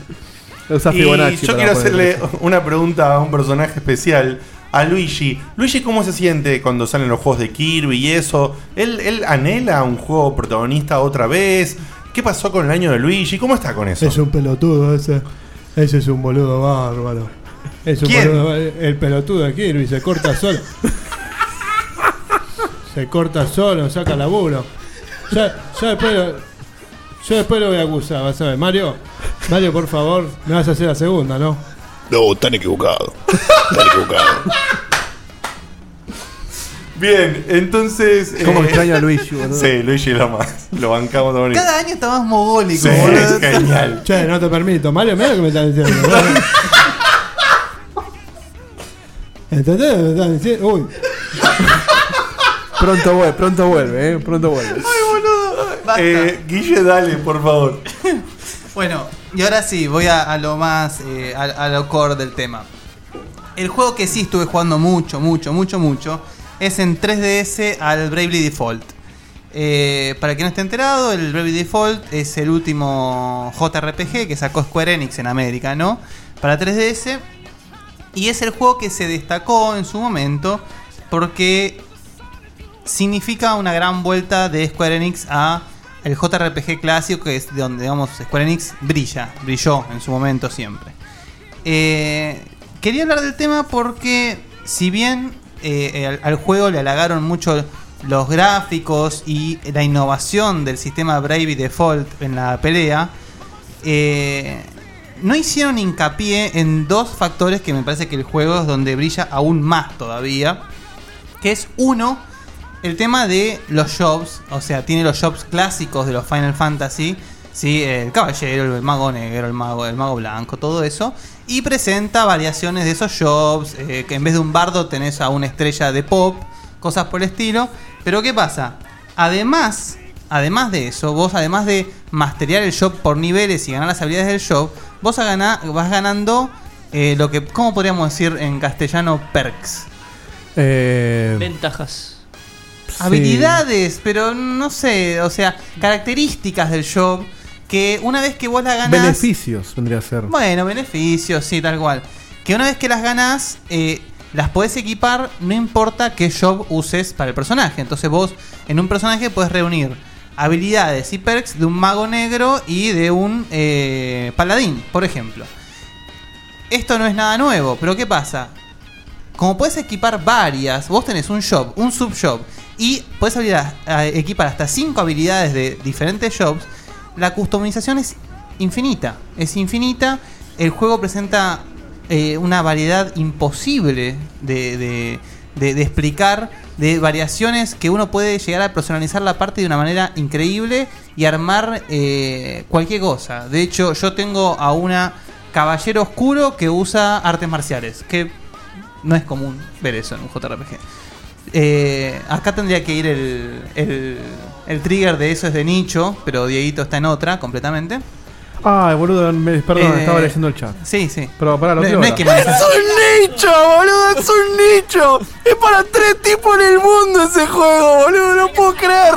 Y yo quiero hacerle una pregunta a un personaje especial, a Luigi. Luigi, ¿cómo se siente cuando salen los juegos de Kirby y eso? ¿Él, él anhela un juego protagonista otra vez? ¿Qué pasó con el año de Luigi? ¿Cómo está con eso?
Es un pelotudo ese. Ese es un boludo bárbaro. Es un
¿Quién?
boludo bárbaro. El pelotudo de Kirby se corta solo. se corta solo, saca laburo. Yo, yo después lo, yo después lo voy a acusar, vas a ver. Mario, Mario, por favor, me vas a hacer la segunda, ¿no?
No, están equivocados. Están equivocados.
Bien, entonces. eh,
Cómo extraño a Luigi, boludo.
*laughs* Sí, Luigi es lo más. Lo bancamos también.
Cada año está más mogólico,
Sí,
boludo.
es genial.
Che, no te permito, Mario, mira lo que me están diciendo. ¿no? ¿Entendés? Me están diciendo. Uy.
Pronto vuelve, pronto vuelve, eh. Pronto vuelve.
Eh, Guille, dale, por favor.
Bueno, y ahora sí, voy a, a lo más, eh, a, a lo core del tema. El juego que sí estuve jugando mucho, mucho, mucho, mucho, es en 3DS al Bravely Default. Eh, para quien no esté enterado, el Bravely Default es el último JRPG que sacó Square Enix en América, ¿no? Para 3DS. Y es el juego que se destacó en su momento porque significa una gran vuelta de Square Enix a el JRPG clásico que es de donde digamos Square Enix brilla, brilló en su momento siempre. Eh, quería hablar del tema porque si bien eh, al, al juego le halagaron mucho los gráficos y la innovación del sistema Brave Default en la pelea, eh, no hicieron hincapié en dos factores que me parece que el juego es donde brilla aún más todavía, que es uno, el tema de los jobs, o sea, tiene los jobs clásicos de los Final Fantasy, ¿sí? el caballero, el mago negro, el mago, el mago blanco, todo eso, y presenta variaciones de esos jobs, eh, que en vez de un bardo tenés a una estrella de pop, cosas por el estilo, pero ¿qué pasa? Además, además de eso, vos además de masterear el job por niveles y ganar las habilidades del job, vos a ganar, vas ganando eh, lo que, ¿cómo podríamos decir en castellano? Perks.
Eh,
Ventajas.
sí.
Habilidades, pero no sé, o sea, características del job que una vez que vos las ganás...
Beneficios vendría a ser.
Bueno, beneficios, sí, tal cual. Que una vez que las ganás, eh, las podés equipar, no importa qué job uses para el personaje. Entonces vos en un personaje podés reunir habilidades y perks de un mago negro y de un eh, paladín, por ejemplo. Esto no es nada nuevo, pero ¿qué pasa? Como podés equipar varias, vos tenés un job, un subjob, y podés habilidad- a- equipar hasta 5 habilidades de diferentes jobs, la customización es infinita. Es infinita. El juego presenta eh, una variedad imposible de, de- de- de explicar de variaciones que uno puede llegar a personalizar la parte de una manera increíble y armar eh, cualquier cosa. De hecho, yo tengo a una caballero oscuro que usa artes marciales, que no es común ver eso en un JRPG. Eh, acá tendría que ir el, el, el trigger de eso es de nicho, pero Dieguito está en otra completamente.
Ay, boludo, me, perdón,
Eh,
estaba leyendo el chat.
Sí, sí.
Pero pará, lo
No-
que
no es que me-
¡Es un nicho, boludo! ¡Es un nicho! ¡Es para tres tipos en el mundo ese juego, boludo! ¡No puedo creer!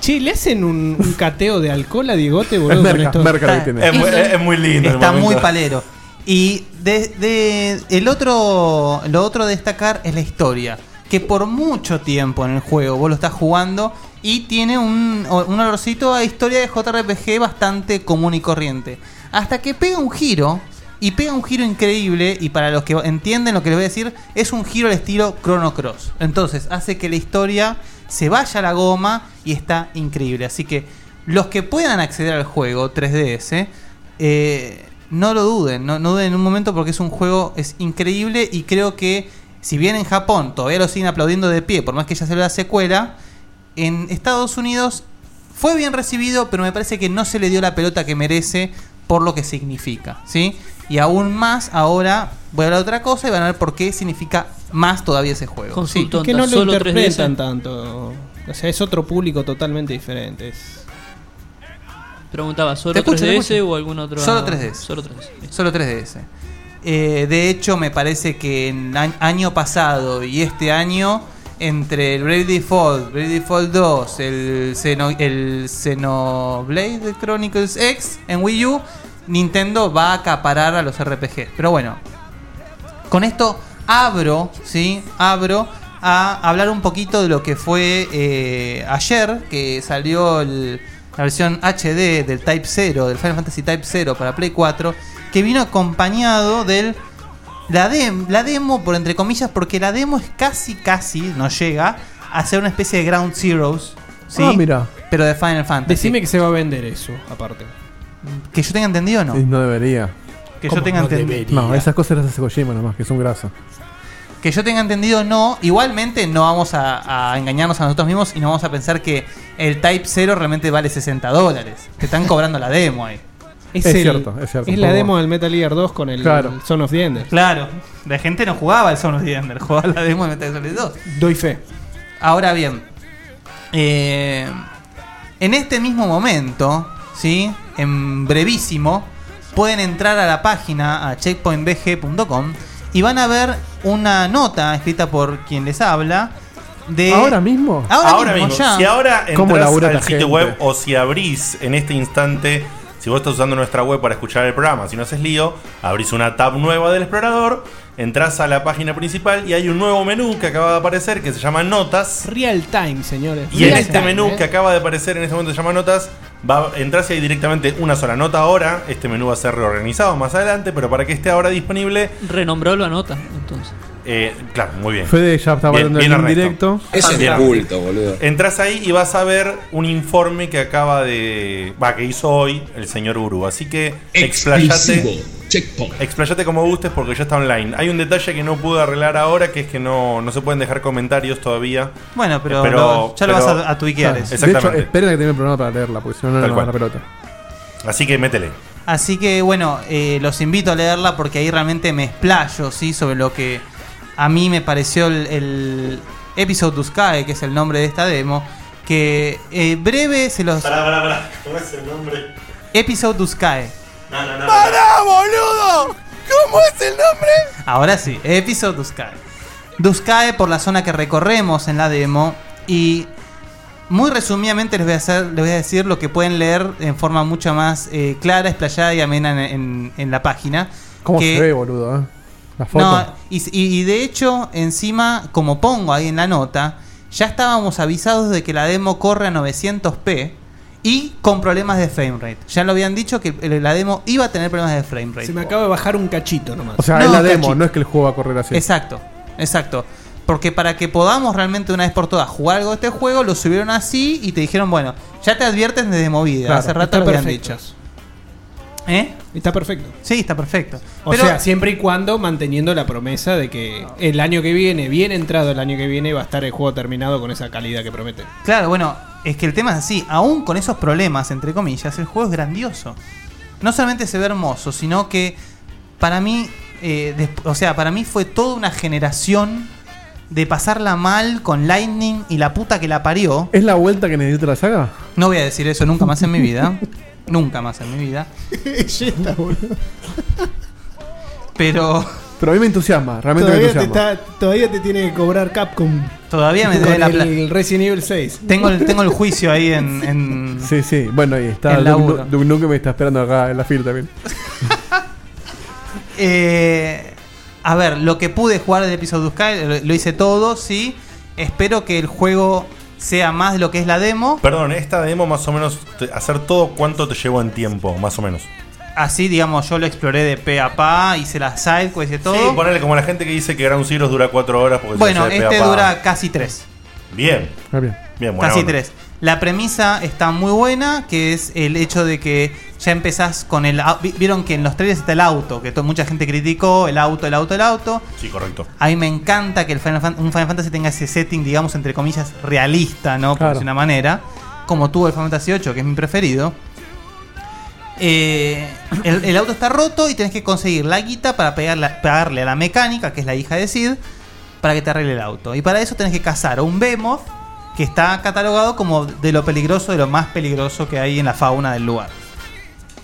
Che, ¿le hacen un, un cateo de alcohol a Diegote, boludo?
Es
con
merca,
esto?
merca lo que tiene. Es muy- es muy
lindo.
Está muy palero. Y de, de- el otro, lo otro a destacar es la historia. Que por mucho tiempo en el juego vos lo estás jugando y tiene un, un olorcito a historia de JRPG bastante común y corriente. Hasta que pega un giro, y pega un giro increíble, y para los que entienden lo que les voy a decir, es un giro al estilo Chrono Cross. Entonces hace que la historia se vaya a la goma y está increíble. Así que los que puedan acceder al juego 3DS, eh, no lo duden, no, no duden en un momento porque es un juego, es increíble y creo que si bien en Japón todavía lo siguen aplaudiendo de pie, por más que ya se la secuela, en Estados Unidos fue bien recibido, pero me parece que no se le dio la pelota que merece por lo que significa, ¿sí? Y aún más, ahora voy a hablar de otra cosa y van a ver por qué significa más todavía ese juego.
Sí,
¿sí?
es que no lo interpretan tanto. O sea, es otro público totalmente diferente. Es-
Preguntaba, ¿solo
Te escucho, te
3DS
escucho.
o algún otro?
Solo 3DS.
Solo 3DS.
Solo 3DS. Eh, de hecho, me parece que en a- año pasado y este año, entre el Brave Default, Brave Default 2, el, Xeno- el Xenoblade Chronicles X en Wii U, Nintendo va a acaparar a los RPG. Pero bueno, con esto abro, ¿sí? Abro a hablar un poquito de lo que fue eh, ayer, que salió el- la versión HD del Type 0, del Final Fantasy Type 0 para Play 4, que vino acompañado del... La, dem- la demo, por entre comillas, porque la demo es casi, casi, no llega, a ser una especie de Ground Zeroes, ¿sí?
Ah, mira.
Pero de Final Fantasy.
Decime que se va a vender eso, aparte.
Que yo tenga entendido o no.
Sí, No debería.
Que yo ¿Cómo tenga no entendido. debería?
No, esas cosas las hace Kojima nomás, que son grasa.
Que yo tenga entendido, no. Igualmente, no vamos a, a engañarnos a nosotros mismos y no vamos a pensar que el Type 0 realmente vale 60 dólares. Te están cobrando la demo ahí.
Es, el- Es la demo del Metal Gear 2 con el,
Claro.
el Son of the Enders.
Claro. La gente no jugaba el Son of the Ender, jugaba la demo de Metal Gear Solid 2.
Doy fe.
Ahora bien, eh, en este mismo momento, ¿sí? En brevísimo, pueden entrar a la página, a checkpointbg.com, y van a ver una nota escrita por quien les habla. De
¿Ahora mismo?
Ahora, mismo, ya.
Si ahora
¿Cómo
entras
labura
al
esta
sitio
gente?
web o si abrís en este instante, si vos estás usando nuestra web para escuchar el programa, si no haces lío, abrís una tab nueva del explorador, entras a la página principal y hay un nuevo menú que acaba de aparecer que se llama Notas.
Real time, señores.
Y en
Real
este
time,
menú
¿eh?
que acaba de aparecer en este momento se llama Notas, va, entras y hay directamente una sola nota ahora. Este menú va a ser reorganizado más adelante, pero para que esté ahora disponible.
Renombró la nota, entonces.
Eh, claro, muy bien.
Fede ya está
Bien,
hablando
bien
en
Ernesto.
directo.
Ese es de culto,
boludo.
Eh,
Entrás ahí y vas a ver un informe que acaba de. Va, que hizo hoy el señor Guru. Así que explayate.
Exclusivo.
Explayate como gustes porque ya está online. Hay un detalle que no pude arreglar ahora, que es que no, no se pueden dejar comentarios todavía.
Bueno, pero lo- ya lo vas a- a tuiquear eso.
De hecho,
ah, Exactamente.
esperen a que termine el programa para leerla, porque si no, no
Tal
nos van
cual.
a la pelota.
Así que métele.
Así que bueno, eh, los invito a leerla porque ahí realmente me explayo ¿sí? sobre lo que a mí me pareció el, el Episode to Sky, que es el nombre de esta demo. Que eh, breve se los.
¿Cómo es el nombre?
Episode to Sky.
No, no, no.
¡Pará, boludo! ¿Cómo es el nombre?
Ahora sí, Episode Duskae. Duskae por la zona que recorremos en la demo. Y muy resumidamente les voy a, hacer, les voy a decir lo que pueden leer en forma mucho más eh, clara, explayada y amena en, en- en la página.
¿Cómo
Que-
se ve, boludo? Eh? La foto.
no, y, y- y de hecho, encima, como pongo ahí en la nota, ya estábamos avisados de que la demo corre a 900p y con problemas de frame rate. Ya lo habían dicho que el- la demo iba a tener problemas de frame rate.
Se me acaba de bajar un cachito nomás.
o sea, es la demo, no es que el juego va a correr así.
Exacto, exacto. Porque para que podamos realmente una vez por todas jugar algo de este juego, lo subieron así y te dijeron, bueno, ya te advierten desde movida.
Claro,
Hace rato
está
lo habían
perfecto.
dicho. ¿Eh?
Está perfecto.
Sí, está perfecto.
O
Pero-
sea, siempre y cuando manteniendo la promesa de que el año que viene, bien entrado el año que viene, va a estar el juego terminado con esa calidad que promete.
Claro,
*laughs*
bueno, es que el tema es así. Aún con esos problemas, entre comillas, el juego es grandioso. No solamente se ve hermoso, sino que para mí, eh, desp- o sea, para mí fue toda una generación de pasarla mal con Lightning y la puta que la parió.
¿Es la vuelta que necesita la saga?
No voy a decir eso nunca más en mi vida. *laughs* nunca más en mi vida.
Yeta, boludo.
Pero.
Pero a mí me entusiasma, realmente
Todavía
me
te,
entusiasma.
está- todavía te tiene que cobrar Capcom.
Todavía me debe
Con
la
el,
pla-
el Resident Evil 6.
Tengo el, tengo el juicio ahí en. en-
Sí, sí, bueno, ahí está.
El
Duke Nu-
laburo.
Duke Nukem me está esperando acá en la fila también.
Eh, a ver, lo que pude jugar del episodio de Sky, lo- lo hice todo, sí. Espero que el juego sea más de lo que es la demo.
Perdón, esta demo más o menos, te- hacer todo cuánto te llevó en tiempo, más o menos.
Así, digamos, yo lo exploré de pe a pa, hice las sidequests y todo.
Sí, ponerle como la gente que dice que Ground Zero dura 4 horas porque se
bueno,
hace de pe a
este
pa.
dura casi tres.
Bien.
Ah, bien.
Bien, buena
Casi
onda.
tres. La premisa está muy buena, que es el hecho de que ya empezás con el... au- vi- Vieron que en los trailers está el auto, que to- mucha gente criticó, el auto, el auto, el auto.
Sí, correcto.
A mí me encanta que el Final Fan- un Final Fantasy tenga ese setting, digamos, entre comillas, realista, ¿no? Por
Claro.
decir una manera. Como tuvo el Final Fantasy VIII, que es mi preferido. Eh, el, el auto está roto y tenés que conseguir la guita para pegarla- pagarle a la mecánica, que es la hija de Sid, para que te arregle el auto. Y para eso tenés que cazar a un Behemoth que está catalogado como de lo peligroso, de lo más peligroso que hay en la fauna del lugar.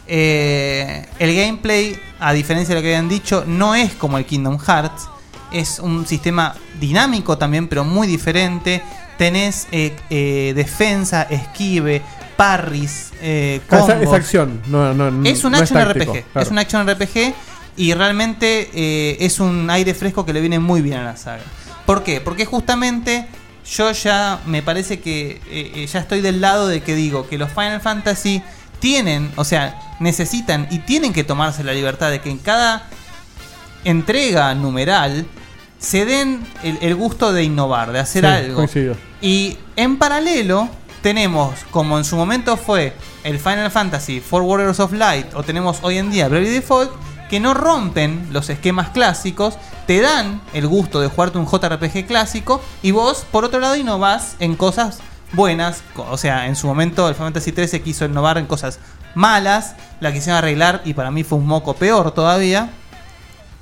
Eh, el gameplay, a diferencia de lo que habían dicho, no es como el Kingdom Hearts. Es un sistema dinámico también, pero muy diferente. Tenés eh, eh, defensa, esquive, parries, eh,
Ah, *laughs* esa- es
combos.
acción, no, no, no-
Es un
no
action
táctico,
RPG.
claro.
Es un action RPG y realmente eh, es un aire fresco que le viene muy bien a la saga. ¿Por qué? Porque justamente yo ya me parece que eh, eh, ya estoy del lado de que digo que los Final Fantasy tienen, o sea, necesitan y tienen que tomarse la libertad de que en cada entrega numeral se den el, el gusto de innovar, de hacer
Sí,
algo.
coincido.
Y en paralelo tenemos, como en su momento fue el Final Fantasy Four Warriors of Light, o tenemos hoy en día Bravely Default, que no rompen los esquemas clásicos, te dan el gusto de jugarte un JRPG clásico, y vos, por otro lado, innovás en cosas buenas. co- O sea, en su momento el Final Fantasy XIII quiso innovar en cosas malas, la quisieron arreglar y para mí fue un moco peor todavía.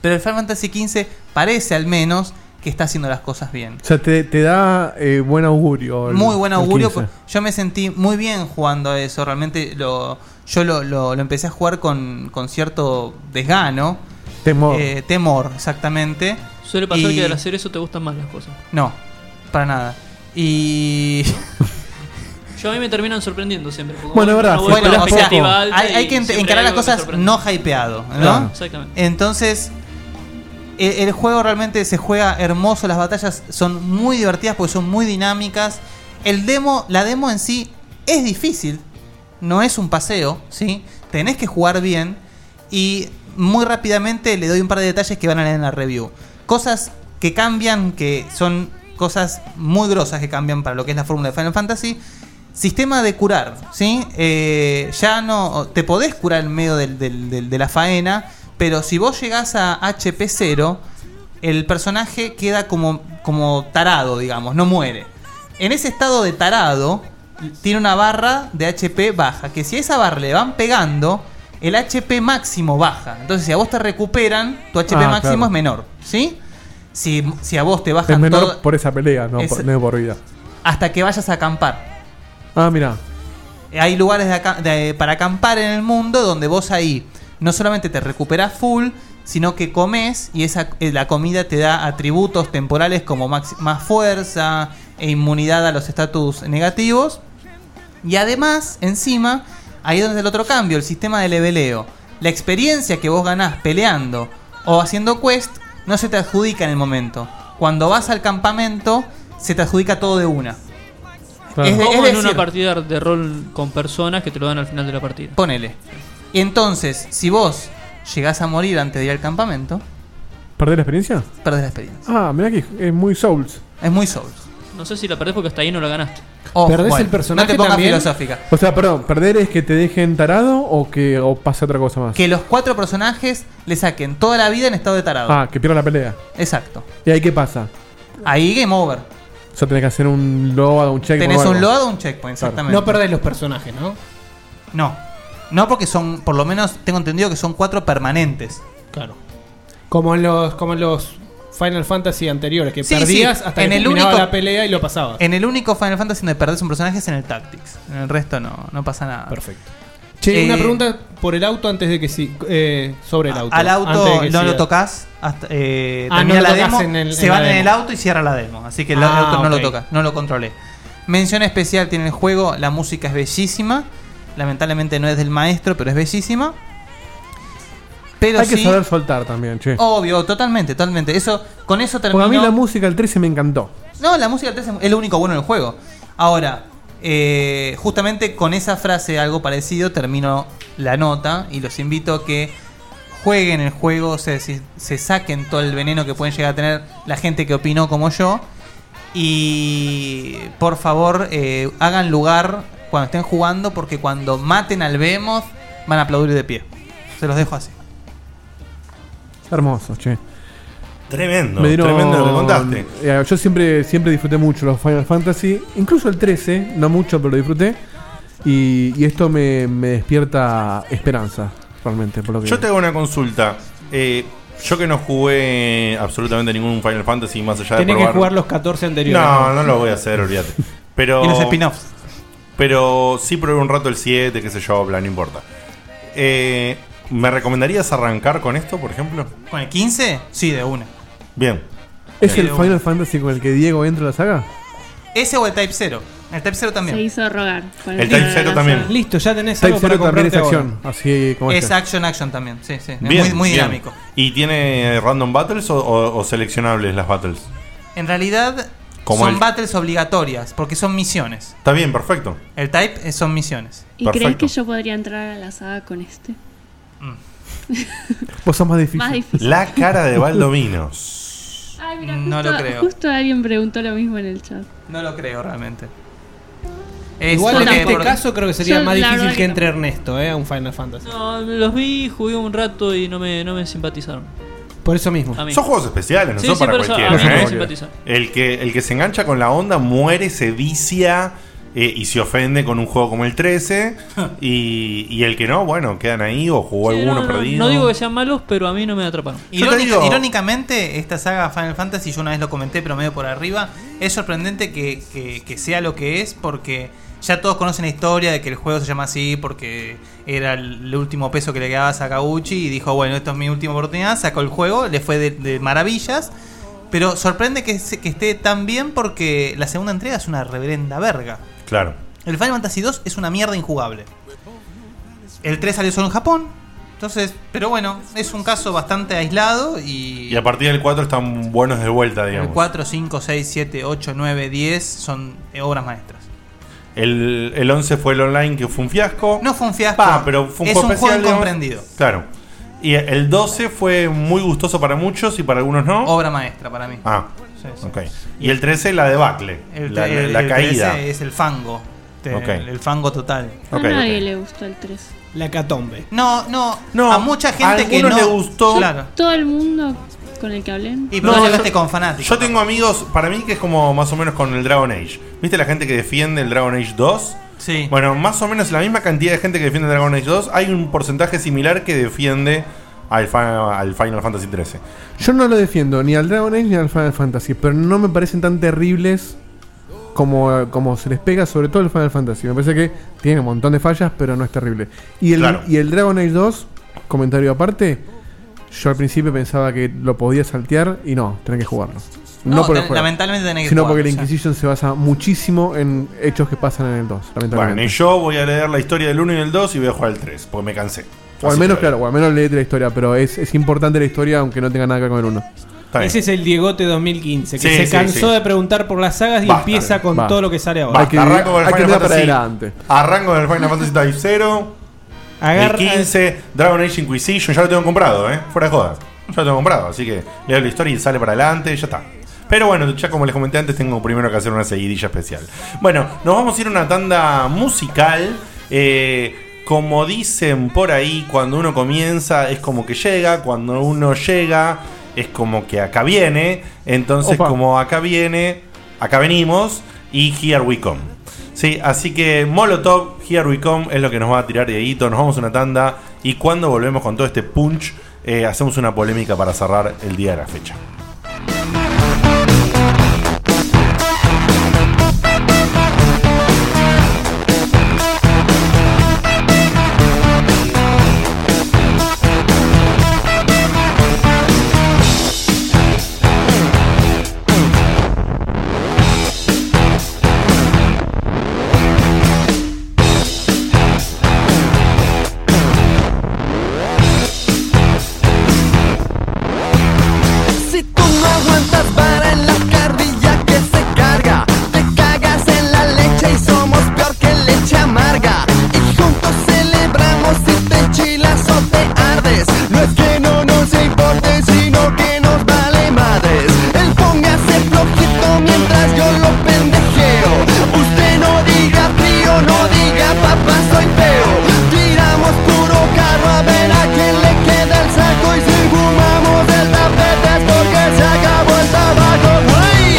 Pero el Final Fantasy XV parece al menos que está haciendo las cosas bien.
O sea, te, te da eh, buen augurio. el-
Muy buen
el
augurio.
15.
Yo me sentí muy bien jugando a eso. Realmente lo, yo lo, lo- lo empecé a jugar con, con cierto desgano.
Temor.
Eh, temor, exactamente.
Suele pasar
Y-
que al hacer eso te gustan más las cosas.
No, para nada. Y... *laughs*
Yo a mí me terminan sorprendiendo siempre. porque
Bueno, es verdad,
uno
sí,
va con
esperás
una expectativa
poco.
alta
Hay, hay
y
que ent-
siempre
encarar
hay
las
algo que
cosas
sorprende.
no hypeado, ¿no?
Claro. Exactamente.
Entonces, e- el, juego realmente se juega hermoso, las batallas son muy divertidas porque son muy dinámicas. El demo, la demo en sí es difícil, no es un paseo, ¿sí? Tenés que jugar bien y muy rápidamente le doy un par de detalles que van a leer en la review. Cosas que cambian, que son cosas muy grosas que cambian para lo que es la fórmula de Final Fantasy. Sistema de curar, ¿sí? Eh, ya no. Te podés curar en medio del- del- del- de la faena, pero si vos llegás a HP 0, el personaje queda como, como tarado, digamos, no muere. En ese estado de tarado, tiene una barra de HP baja, que si a esa barra le van pegando, el HP máximo baja. Entonces, si a vos te recuperan, tu HP
Ah,
máximo
claro.
es menor, ¿sí? Si, si a vos te bajan
Es menor
todo-
por esa pelea, no,
Es-
por, no por vida.
hasta que vayas a acampar.
Ah, mira.
Eh, hay lugares de acá- de- para acampar en el mundo donde vos ahí no solamente te recuperás full, sino que comes y esa, eh, la comida te da atributos temporales como max- más fuerza e inmunidad a los estatus negativos. Y además, encima, ahí donde es el otro cambio, el sistema de leveleo. La experiencia que vos ganás peleando o haciendo quest no se te adjudica en el momento. Cuando vas al campamento, se te adjudica todo de una. Es de-
Como
es
en
decir-
una partida de rol con personas que te lo dan al final de la partida.
Ponele. Y entonces, si vos llegás a morir antes de ir al campamento,
¿Perdés la experiencia?
perdés la experiencia.
Ah, mira que es muy Souls.
Es muy Souls.
No sé si la perdés porque hasta ahí no la ganaste.
Perdés el personaje también.
O sea, perdón, perder es que te dejen tarado o que o pase otra cosa más.
Que los cuatro personajes le saquen toda la vida en estado de tarado.
Ah, que pierda la pelea.
Exacto.
¿Y ahí qué pasa?
Ahí game over.
O sea, tenés que hacer un load, un check.
Tenés un load o un checkpoint, exactamente.
No perdés los personajes, ¿no?
No. No, porque son, por lo menos tengo entendido que son cuatro permanentes.
Claro. Como en los, como en los Final Fantasy anteriores, que
Sí,
perdías
sí.
hasta
En
que
el
terminaba
único- Eh,
la pelea y lo pasabas.
En el único Final Fantasy donde perdés un personaje es en el Tactics. En el resto no, no pasa nada. Perfecto.
Che,
eh,
una pregunta por el auto antes de que sí. eh, sobre el auto.
Al
Antes de
auto
que
no lo
sigas.
tocas hasta eh,
Ah,
termina
no lo
la
tocás
demo,
en el-
se
en la
van en
demo.
el auto y cierra la demo, así que el
Ah,
auto no
ok.
lo tocas, no lo controlé. Mención especial tiene el juego, la música es bellísima, lamentablemente no es del maestro, pero es bellísima. Pero
Hay que
sí-
saber soltar también, che.
Obvio, totalmente, totalmente. Eso, con eso
Porque
terminó.
a mí la música del 13 me encantó.
No, la música del 13 es lo único bueno del juego. Ahora, eh, justamente con esa frase, algo parecido, termino la nota y los invito a que jueguen el juego, se, se- se saquen todo el veneno que pueden llegar a tener la gente que opinó como yo. Y por favor, eh, hagan lugar cuando estén jugando, porque cuando maten al Behemoth, van a aplaudir de pie. Se los dejo así.
Hermoso, che.
Tremendo, tremendo lo que contaste.
eh, yo siempre, siempre disfruté mucho los Final Fantasy, incluso el 13, no mucho, pero lo disfruté. Y, y esto me, me despierta esperanza, realmente, por lo que
Yo te hago una consulta. Eh, yo que no jugué absolutamente ningún Final Fantasy más allá de
Tenés que
probar.
jugar los 14 anteriores.
No, no lo voy a hacer,
*laughs*
olvídate. Pero,
Y los spin-offs.
Pero sí probé un rato el 7, qué sé yo, bla, no importa. Eh, ¿Me recomendarías arrancar con esto, por ejemplo?
¿Con el 15? Sí, de una.
Bien.
¿Es
Sí,
el
de
Final Fantasy con el que Diego entra a la saga?
Ese o el Type 0. El Type 0 también.
Se hizo rogar. por
El Type 0 también.
Listo, ya tenés
Type 0 también es acción, así como
Es
este.
action action también, sí, sí. Es
Bien,
muy, muy
bien.
dinámico.
¿Y tiene eh, random battles o, o- o seleccionables las battles?
En realidad
Como
son
el-
battles obligatorias, porque son misiones.
Está bien, perfecto.
El type eh, son misiones.
¿Y crees que yo podría entrar a la saga con este?
Vos sos más difícil.
Más difícil.
La cara de Valdominos.
*laughs*
Ay, mira,
No
justo-
lo creo.
Justo alguien preguntó lo mismo en el chat.
No lo creo realmente.
Igual en
porque-
este caso creo que sería
Yo,
más
la
difícil
verdad
que,
que no.
entre Ernesto, ¿eh? A un Final Fantasy.
No, los vi, jugué un rato y no me, no me simpatizaron.
Por eso mismo.
A mí.
Son juegos especiales, no
Sí,
son
sí,
para
por eso
cualquiera.
a mí no me
¿eh?
simpatizan.
el, que, el que se engancha con la onda muere, se vicia eh, y se ofende con un juego como
*laughs*
el 13. y, y el que no, bueno, quedan ahí o jugó alguno
No, no,
perdido.
no digo que sean malos, pero a mí no me atraparon.
Irónica- Irónicamente, esta saga Final Fantasy, yo una vez lo comenté, pero medio por arriba, es sorprendente que, que- que sea lo que es, porque ya todos conocen la historia de que el juego se llama así porque era el el último peso que le quedaba a Sakaguchi y dijo, bueno, esto es mi última oportunidad, sacó el juego, le fue de, de maravillas, pero sorprende que, se- que esté tan bien porque la segunda entrega es una reverenda verga.
Claro.
El Final Fantasy 2 es una mierda injugable. El 3 salió solo en Japón. Entonces, pero bueno, es un caso bastante aislado y
Y a partir del 4 están buenos de vuelta, digamos.
el 4, 5, 6, 7, 8, 9, 10 son eh, obras maestras.
El, el 11 fue el online que fue un fiasco.
No fue un fiasco.
Ah, pero fue un
es un
juego
juego
especial, digamos.
incomprendido.
Claro. Y el 12 fue muy gustoso para muchos y para algunos no.
Obra maestra para mí.
Ah,
Sí, sí.
ok. Y el 13 la debacle,
El,
la,
el-
la
el
caída.
13 es el fango. Te-
Ok.
El fango total.
A nadie le gustó el 3.
La catombe.
No, no, A mucha gente que no
algunos le gustó.
Claro.
Todo el mundo con el que hablé.
con fanáticos.
Yo tengo amigos, para mí que es como más o menos con el Dragon Age. ¿Viste la gente que defiende el Dragon Age 2?
Sí.
Bueno, más o menos la misma cantidad de gente que defiende el Dragon Age 2, hay un porcentaje similar que defiende al, fa- al Final Fantasy 13.
Yo no lo defiendo ni al Dragon Age ni al Final Fantasy, pero no me parecen tan terribles como, como se les pega, sobre todo el Final Fantasy. Me parece que tiene un montón de fallas, pero no es terrible. Y el,
Claro.
y el Dragon Age 2, comentario aparte, yo al principio pensaba que lo podía saltear y no, tenés que jugarlo. No,
No,
por el
ten-
juego,
lamentablemente tenés que
Sino
jugarlo,
porque
sí.
la Inquisition se basa muchísimo en hechos que pasan en el 2,
Bueno, y
lamentablemente.
yo voy a leer la historia del 1 y del 2 y voy a jugar al 3, porque me cansé.
o al
Así
menos,
que-
claro, o al menos leete la historia, pero es, es importante la historia aunque no tenga nada que ver con el 1.
Ese es el Diegote 2015, que
Sí,
se
sí,
cansó
sí.
de preguntar por las sagas y
Basta,
empieza con
basta.
todo lo que sale ahora.
Basta, arranco con el Final Fantasy. Arranco con el Final Fantasy Type 0.
Agarra-
El 15, Dragon Age Inquisition, ya lo tengo comprado, ¿eh? Fuera de jodas. Ya lo tengo comprado, así que leo la historia y sale para adelante, ya está. Pero bueno, ya como les comenté antes, tengo primero que hacer una seguidilla especial. Bueno, nos vamos a ir a una tanda musical. Eh, como dicen por ahí, cuando uno comienza es como que llega, cuando uno llega es como que acá viene. Entonces,
Opa.
como acá viene, acá venimos y here we come. Sí, así que Molotov, here we come, es lo que nos va a tirar Dieguito. Nos vamos a una tanda y cuando volvemos con todo este punch, eh, hacemos una polémica para cerrar el día de la fecha.
Si tú no aguantas vara en la carrilla que se carga, te cagas en la leche y somos peor que leche amarga. Y juntos celebramos si te chilas o te ardes. No es que no nos importe, sino que nos vale madres. Él póngase flojito mientras yo lo pendejeo. Usted no diga tío, no diga papá, soy feo. Tiramos puro carro a ver a quién le queda el saco y si fumamos el tapete es porque se acabó el tabaco. ¡Ay!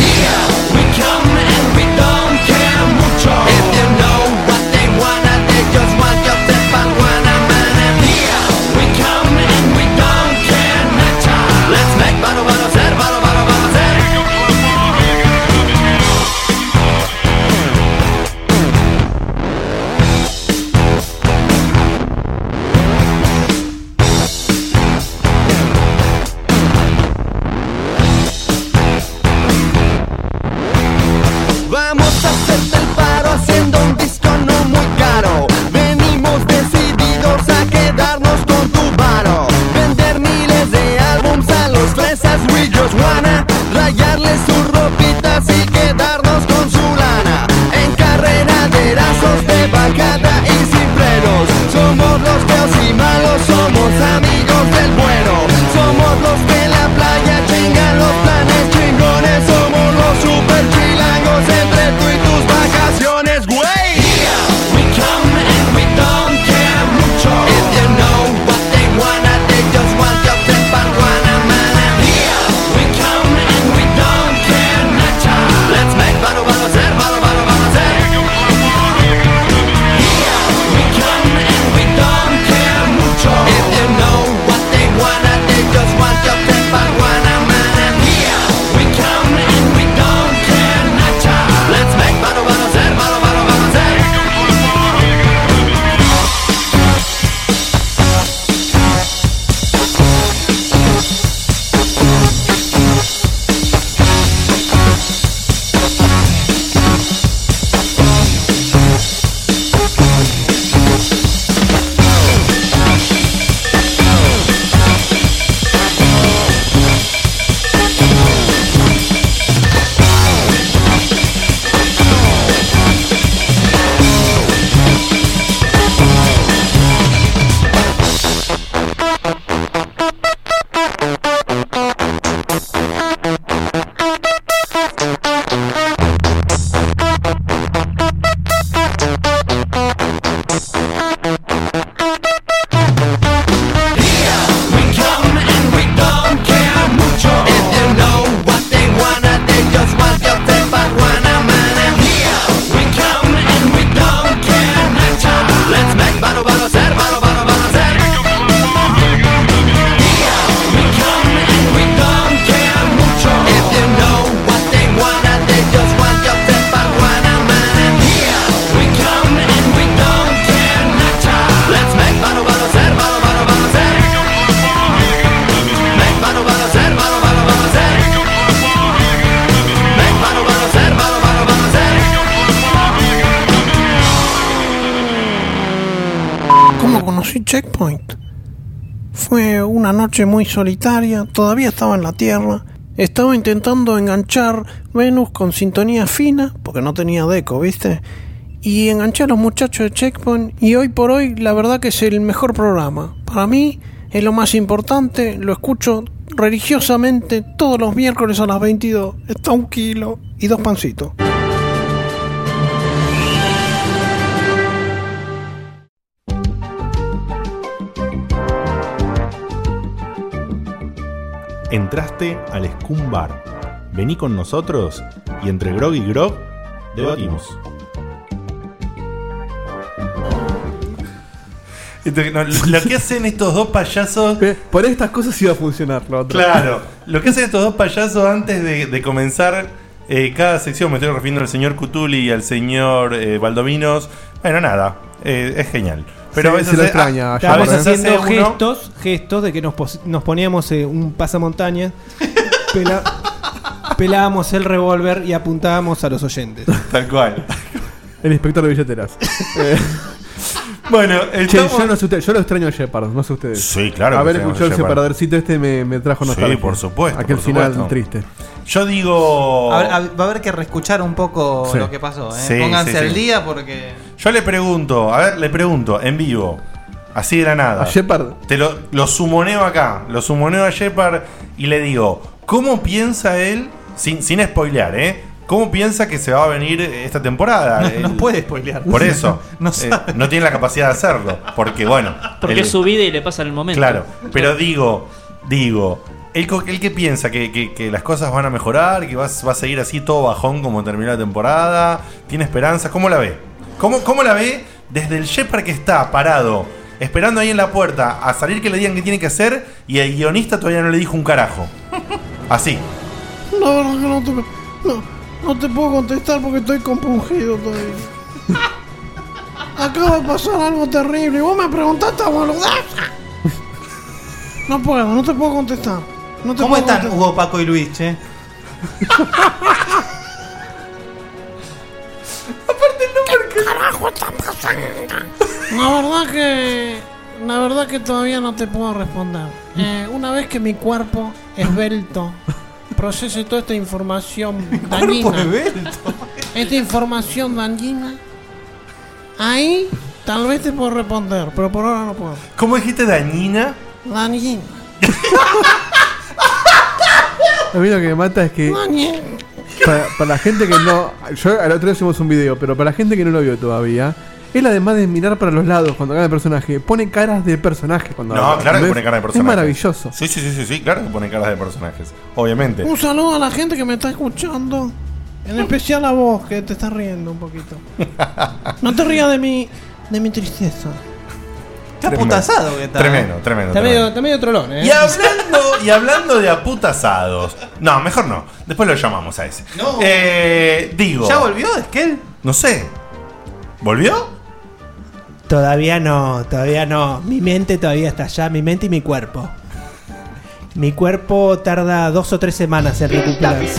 we come and we don't care mucho. If you know what they wanna, they just want your tepaguana man. And here we come and we don't care mucho. Let's make baro baro ser, baro baro baro ser. Vamos a hacerte el paro haciendo un disco no muy caro. Venimos decididos a quedarnos con tu varo. Vender miles de álbums a los fresas, we just wanna. Rayarles sus ropitas y quedarnos con su lana. En carrera de lazos de bajada y sin frenos. Somos los feos y malos, somos amigos del bueno. Somos los de la playa, chingan los planes chingones. Somos los super chilangos entre tú y tus vacaciones, güey. we come and we don't care mucho. If you know what they wanna, they just want your tepaguana, man. And here we come and we don't care mucho. Let's make baro baro ser, baro baro baro ser. We come and we don't care mucho. If you know what they wanna, they just want your tepaguana, man. And here we come and we don't care mucho. Let's make baro baro ser, baro baro baro ser. Let's make baro baro ser, baro baro baro ser.
¿Cómo conocí Checkpoint? Fue una noche muy solitaria, todavía estaba en la Tierra, estaba intentando enganchar Venus con sintonía fina, porque no tenía deco, ¿viste? Y enganché a los muchachos de Checkpoint y hoy por hoy la verdad que es el mejor programa. Para mí es lo más importante, lo escucho religiosamente todos los miércoles a las 22. Está un kilo y dos pancitos.
Entraste al Scum Bar. Vení con nosotros y entre grog y grog debatimos. Entonces, no, lo que hacen estos dos payasos.
Por estas cosas iba a funcionar lo otro.
Claro, lo que hacen estos dos payasos antes de, de comenzar eh, cada sección, me estoy refiriendo al señor Cutuli y al señor eh, Valdominos. Bueno, nada, eh, es genial. Pero a
Sí,
veces
se lo
hace-
extraña,
a-
ya,
a veces hace
haciendo
uno-
gestos, gestos de que nos, pos- nos poníamos eh, un pasamontaña, pela- pelábamos el revólver y apuntábamos a los oyentes.
Tal cual.
El inspector de
*laughs*
billeteras.
bueno,
estamos-
yo no sé usted- yo lo extraño a Shepard, no sé ustedes.
Sí, claro que
Haber
extraño a
escuchado el
Shepard.
separadorcito este me, me trajo
Sí,
nostalgia.
por supuesto,
Aquel
por
final
supuesto.
triste.
Yo digo.
A ver, a- va a haber que reescuchar un poco
Sí.
lo que pasó. ¿eh?
Sí,
Pónganse
sí, sí.
al día porque.
Yo le pregunto, a ver, le pregunto, en vivo, así de la nada.
A Shepard.
Te lo, lo sumoneo acá, lo sumoneo a Shepard y le digo, ¿cómo piensa él, sin, sin spoilear, eh? ¿Cómo piensa que se va a venir esta temporada?
No,
Él-
no puede spoilear.
Por eso.
*laughs* No
no,
sabe.
no tiene la capacidad de hacerlo. Porque, bueno.
Porque
él-
es su vida y le pasa en el momento.
Claro, pero digo, digo, el, co- el que piensa que, que- que las cosas van a mejorar, que va, a- va a seguir así todo bajón como terminó la temporada, tiene esperanza, ¿cómo la ve? ¿Cómo, cómo la ve desde el Shepard que está parado, esperando ahí en la puerta a salir que le digan qué tiene que hacer y el guionista todavía no le dijo un carajo? Así.
La verdad que no te, no, no te puedo contestar porque estoy compungido todavía. Acaba de pasar algo terrible y vos me preguntaste a boludaza. No puedo, no te puedo contestar. No te
¿Cómo
puedo
están
contestar.
Hugo, Paco y Luis, che?
¿Qué carajo está pasando? La verdad que. La verdad que todavía no te puedo responder. Eh, una vez que mi cuerpo esbelto procese toda esta *laughs* información dañina. Esta información dañina. Ahí tal vez te puedo responder, pero por ahora no puedo.
¿Cómo dijiste dañina?
Dañina.
A mí lo que me mata es que. Para, para la gente que no. Yo al otro día hicimos un video, pero para la gente que no lo vio todavía. Él además de mirar para los lados cuando habla el personaje, pone caras de personaje cuando
No,
habla,
claro que
¿entendés?
pone cara de
Es
personaje.
maravilloso.
Sí, sí, sí, sí, sí, claro que pone caras de personajes. Obviamente. *laughs*
Un saludo a la gente que me está escuchando. En especial a vos, que te estás riendo un poquito. No te rías de mi, de mi tristeza.
Tremendo.
aputazado que está,
Tremendo,
eh.
tremendo.
Está medio-
tremendo.
está medio trolón, eh.
Y hablando, y hablando de aputazados. No, mejor no. Después lo llamamos a ese.
No.
Eh, digo.
¿Ya volvió? ¿Es que él?
No sé. ¿Volvió?
Todavía no, todavía no. Mi mente todavía está allá, mi mente y mi cuerpo. Mi cuerpo tarda dos o tres semanas en recuperarse.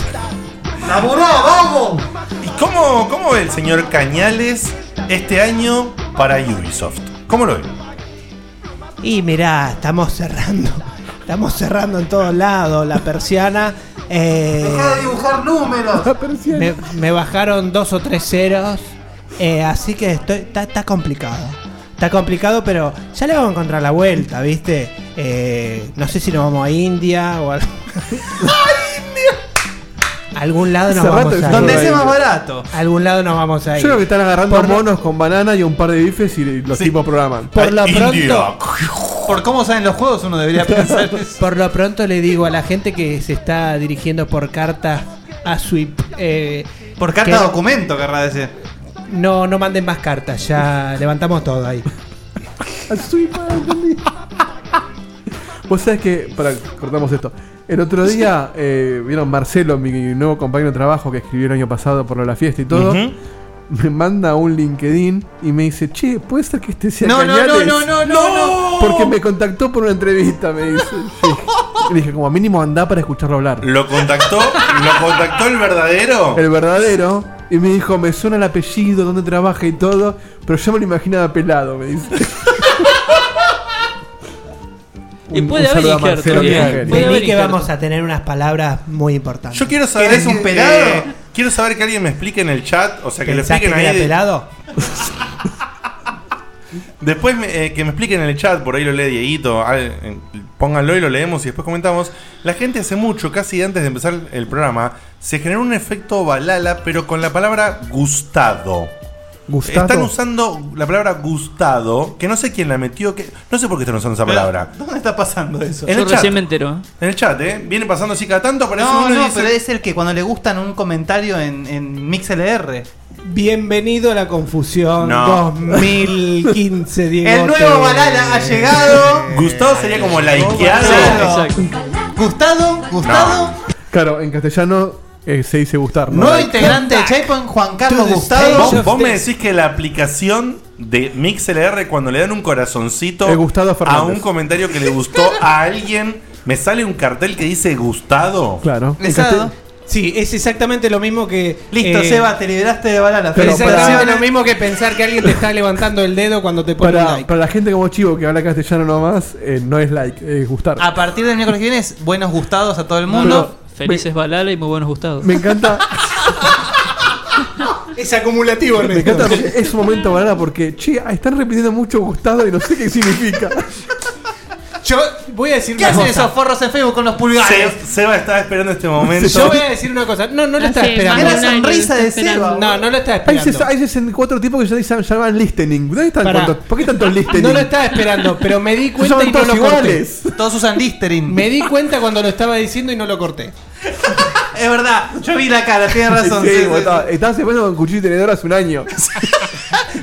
¡La volá, vamos! ¿Y cómo, cómo ve el señor Cañales este año para Ubisoft? ¿Cómo lo ve?
Y mirá, estamos cerrando. Estamos cerrando en todos lados la persiana. eh,
dibujar números!
me, me bajaron dos o tres ceros. eh, así que estoy, está, está complicado. Está complicado, pero ya le vamos a encontrar la vuelta, ¿viste? Eh, no sé si nos vamos a
*laughs*
India o a... algún lado nos
Hace rato
vamos
que
a ir.
Donde sea más barato.
A algún lado nos vamos a ir.
Yo creo que están agarrando monos con banana y un par de bifes y los tipos programan.
Por lo pronto,
Por cómo salen los juegos, uno debería pensar.
*laughs* Por lo pronto le digo a la gente que se está dirigiendo por carta a Sweep. eh,
Por carta
que
documento, querrá decir.
No, no manden más cartas, ya levantamos todo ahí.
Vos sabés que, para cortamos esto. El otro día eh, vieron Marcelo, mi nuevo compañero de trabajo que escribió el año pasado por lo de la fiesta y todo.
Ujú.
Me manda un LinkedIn y me dice, che, puede ser que este sea
No, no,
Cañales?"
no, no, no, no, no.
Porque me contactó por una entrevista,
*laughs*
me dice. Sí. Le dije, como mínimo andá para escucharlo hablar.
¿Lo contactó? *laughs* ¿Lo contactó el verdadero?
El verdadero. Y me dijo, me suena el apellido, dónde trabaja y todo, pero yo me lo imaginaba pelado, me dice.
*laughs*
Y puede haber
saludo a
injerto,
Marcelo,
bien.
que es genio.
Puede haber
Vení que
injerto.
vamos a tener unas palabras muy importantes.
Yo quiero saber.
¿Eres un
que-
pelado?
eh, quiero saber que alguien me explique en el chat. O sea, que lo
¿Pensaste
expliquen
que
ahí.
era
de-
pelado?
Después me- eh, que me expliquen en el chat, por ahí lo lee Dieguito, al- en- pónganlo y lo leemos y después comentamos. La gente hace mucho, casi antes de empezar el programa, se generó un efecto balala, pero con la palabra gustado.
Gustado.
Están usando la palabra gustado, que no sé quién la metió, que no sé por qué están usando esa palabra.
¿Dónde está pasando eso?
En
Yo
el chat.
recién me entero.
En el chat, ¿eh? Viene pasando así cada tanto, aparece
No,
uno y
no,
dice-
pero es el que cuando le gustan un comentario en, en MixLR.
Bienvenido a la confusión
No.
2015, Diego.
El nuevo Balala ha llegado.
Gustado sería como likeado.
Exacto. Gustado, Gustado,
Claro, en castellano eh, se dice gustar.
nuevo integrante de Checkpoint, Juan Carlos Gustado.
¿Vos, vos me decís que la aplicación de MixLR cuando le dan un corazoncito
Es Gustavo
a
Fernández.
un comentario que le gustó
*laughs*
a alguien, me sale un cartel que dice gustado.
Claro.
Sí, es exactamente lo mismo que.
Listo,
eh,
Seba, te liberaste de Balala.
Pero es
Felicitaciones.
lo mismo que pensar que alguien te está levantando el dedo cuando te pone un
Para,
like.
para la gente como Chivo que habla castellano nomás, eh, no es like, es gustar.
Ah.
A partir del miércoles que viene, es buenos gustados a todo el mundo.
Felices Balala y muy buenos gustados.
Me encanta.
*laughs* Es acumulativo,
Me encanta porque es un momento banana porque, che, ah, están repitiendo mucho gustado y no sé qué significa.
Yo voy a decir
¿Qué
una
hacen
cosa.
esos forros en Facebook con los pulgares?
Se- Seba estaba esperando este momento.
Yo voy a decir una cosa. No, no lo estaba
Hace
esperando.
más de un año lo estoy esperando.
No, no lo estaba
Hay,
esperando.
ses- hay 64 tipos que ya dicen llaman listening. ¿Dónde están
Pará.
cuantos- ¿Por qué tantos listening?
No lo estaba esperando, pero me
*laughs*
di cuenta
Este Son
y no
todos
lo
iguales.
corté. Todos usan Listerin. Me di cuenta cuando lo estaba diciendo y no lo corté.
Es verdad, yo vi la cara, tienes razón.
Sí,
sí, sí,
vos estabas- Estabas esperando con cuchillo y tenedor hace un año.
sí.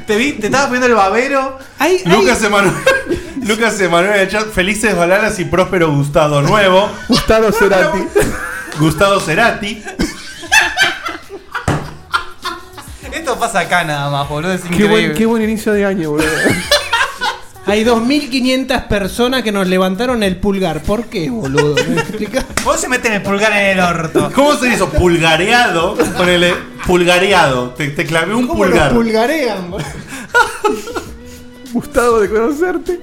Te vi, te estabas poniendo el babero.
Lucas Emanuel, *laughs* Lucas Emanuel en el chat, felices balalas y próspero Gustado
*laughs*
Nuevo.
Gustavo Cerati.
*laughs* Gustavo Cerati.
Esto pasa acá nada más, boludo. Es
Qué
increíble.
buen, qué buen inicio de año, boludo.
*laughs* Hay 2.500 personas que nos levantaron el pulgar. ¿Por qué, boludo? ¿Me explicás?
Vos se meten el pulgar en el orto.
¿Cómo se hizo? Pulgareado. Ponele pulgareado. Te, te clavé un
¿Cómo
pulgar.
nos pulgarean, boludo?
Gustavo de conocerte.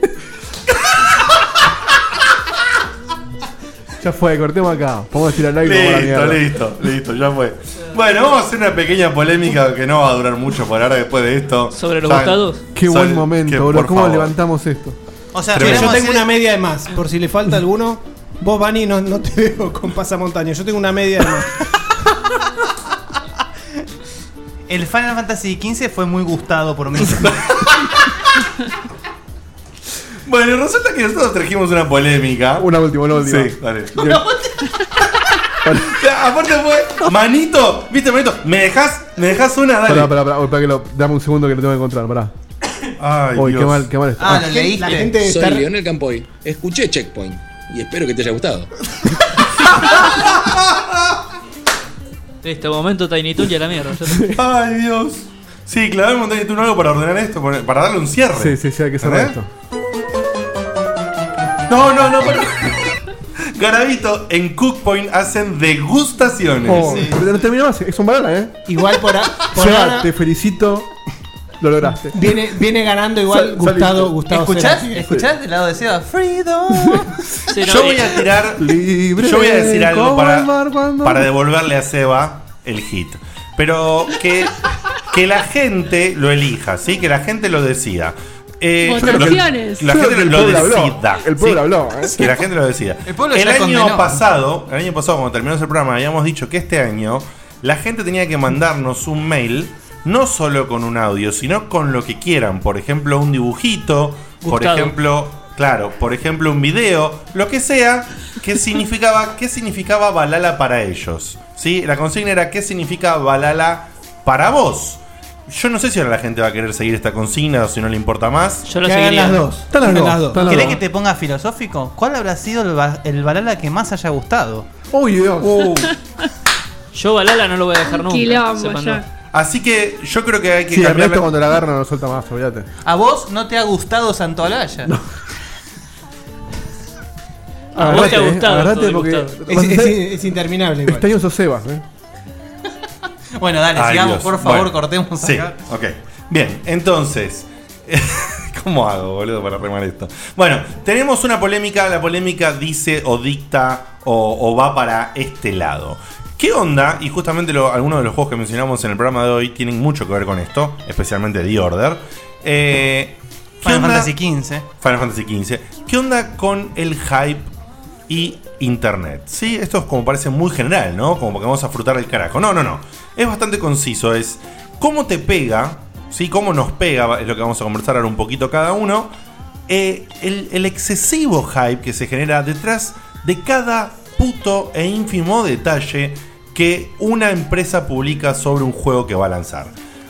ya fue, cortemos acá. Vamos a tirar like como la
Listo,
mierda.
listo, listo, ya fue. Bueno, vamos a hacer una pequeña polémica que no va a durar mucho por ahora después de esto.
¿Sobre
Saben-
Qué
saben
buen
que,
momento, boludo.
por
¿Cómo
favor.
levantamos esto?
O
sea,
Tremendo.
yo tengo una media de más. Por si le falta alguno, vos, Vani, no, no te veo con pasamontañas. Yo tengo una media de más.
El Final Fantasy XV fue muy gustado por mí.
Bueno, resulta que nosotros trajimos una polémica.
Una última, una última.
Sí, dale. Aparte fue, manito, viste, manito, me dejas, me dejas una, dale.
Pará, pará, pará. Uy, pará que lo- dame un segundo que lo tengo que encontrar, pará.
Ay,
Uy, qué
Dios.
mal, qué mal está.
La gente- La gente Soy Leonel Campoy. Escuché Checkpoint y espero que te haya
*laughs*
gustado.
En este momento Tiny Toon ya la mierda. ya está.
Ay, Dios. Sí, clavé un montón de turno algo para ordenar esto, para- para darle un cierre.
Sí, sí, sí, hay que cerrar
¿Eh?
esto.
No, no, no, pero. Garabito, en Cookpoint hacen degustaciones.
Oh, pero no termina más, es un banana, ¿eh?
Igual por,
*laughs*
a- por
Seba,
ahora
te felicito. Lo lograste.
viene, viene ganando igual
Sal-
Gustavo,
saliste.
Gustavo
¿Escuchás?
Cerati.
¿Escuchás del lado de Seba? Freedom.
Yo voy a tirar. yo voy a decir algo
como
para,
el mar cuando-
para devolverle a Seba el hit. Pero que, que la gente lo elija, ¿sí? Que la gente lo decida. Eh, yo creo que-
Votaciones.
La
Yo creo
gente
que el
lo
pueblo habló.
decida.
El pueblo habló, ¿eh?
Que la gente lo decida.
El
El,
pueblo ya
año
condenó.
pasado, el año pasado, cuando terminamos el programa, habíamos dicho que este año la gente tenía que mandarnos un mail, no solo con un audio, sino con lo que quieran. Por ejemplo, un dibujito, por
Gustavo.
ejemplo, claro, por ejemplo, un video, lo que sea, que significaba, *laughs* qué significaba Balala para ellos. ¿Sí? La consigna era qué significa Balala para vos. Yo no sé si ahora la gente va a querer seguir esta consigna o si no le importa más.
Yo la Que hagan seguiría. las dos.
Están las
Están
dos.
las dos.
están las
¿Querés
dos.
que te ponga filosófico? ¿Cuál habrá sido el, ba- el balala que más haya gustado?
Uy, Dios.
Yo Balala no lo voy a dejar nunca.
Quilombo,
sepan,
ya.
no.
Así que yo creo que hay que
Sí, el
cambiar
resto
la-
cuando la agarra no lo suelta más, olvídate.
¿A vos no te ha gustado Santolaya?
Ah,
A vos te ha gustado, agarrate todo porque- gustado.
eh, Es, es- es interminable igual.
Este año sos Sebas, ¿eh?
Bueno, dale,
Ay,
sigamos,
Dios.
por favor,
Bueno,
cortemos
Sí,
acá.
ok. Bien, entonces. *laughs* ¿Cómo hago, boludo, para remar esto? Bueno, tenemos una polémica. La polémica dice o dicta o, o va para este lado. ¿Qué onda? Y justamente lo- algunos de los juegos que mencionamos en el programa de hoy tienen mucho que ver con esto, especialmente The Order. Eh, ¿Qué
Final
onda-
Fantasy XV.
Final Fantasy XV. ¿Qué onda con el hype y internet? Sí, esto es como parece muy general, ¿no? Como que vamos a frutar el carajo. No, no, no. Es bastante conciso. Es cómo te pega, ¿sí? Cómo nos pega, es lo que vamos a conversar ahora un poquito cada uno. eh, el, el excesivo hype que se genera detrás de cada puto e ínfimo detalle que una empresa publica sobre un juego que va a lanzar.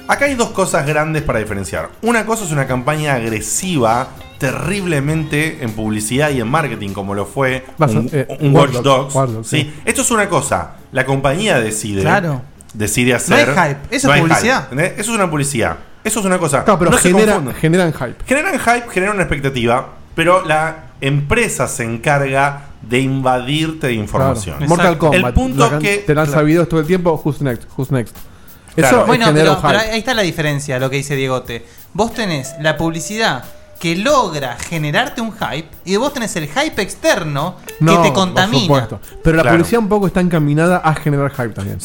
Acá hay dos cosas grandes para diferenciar. Una cosa es una campaña agresiva, terriblemente en publicidad y en marketing, como lo fue
Basa-
un,
eh,
un Watch
Watch
Dogs.
Dogs, Watch Dogs,
¿sí?
sí.
Esto es una cosa. La compañía decide.
Claro.
Decide
No hay
hacer.
hype, eso es
hay
publicidad.
hype, ¿entendés? eso es una publicidad. Eso es una cosa.
No, pero
No se
genera,
confundan.
generan hype.
Generan hype, generan una expectativa, pero la empresa se encarga de invadirte de información.
Claro. Mortal Kombat.
El punto
la-
que.
te lanza
Claro.
videos todo el tiempo. Who's next? Who's next? Eso es
bueno, pero,
genera hype.
pero ahí está la diferencia, lo que dice Diegote. Vos tenés la publicidad que logra generarte un hype y vos tenés el hype externo que te
por
contamina.
supuesto. Pero la
Claro.
publicidad un poco está encaminada a generar hype también.
Eh,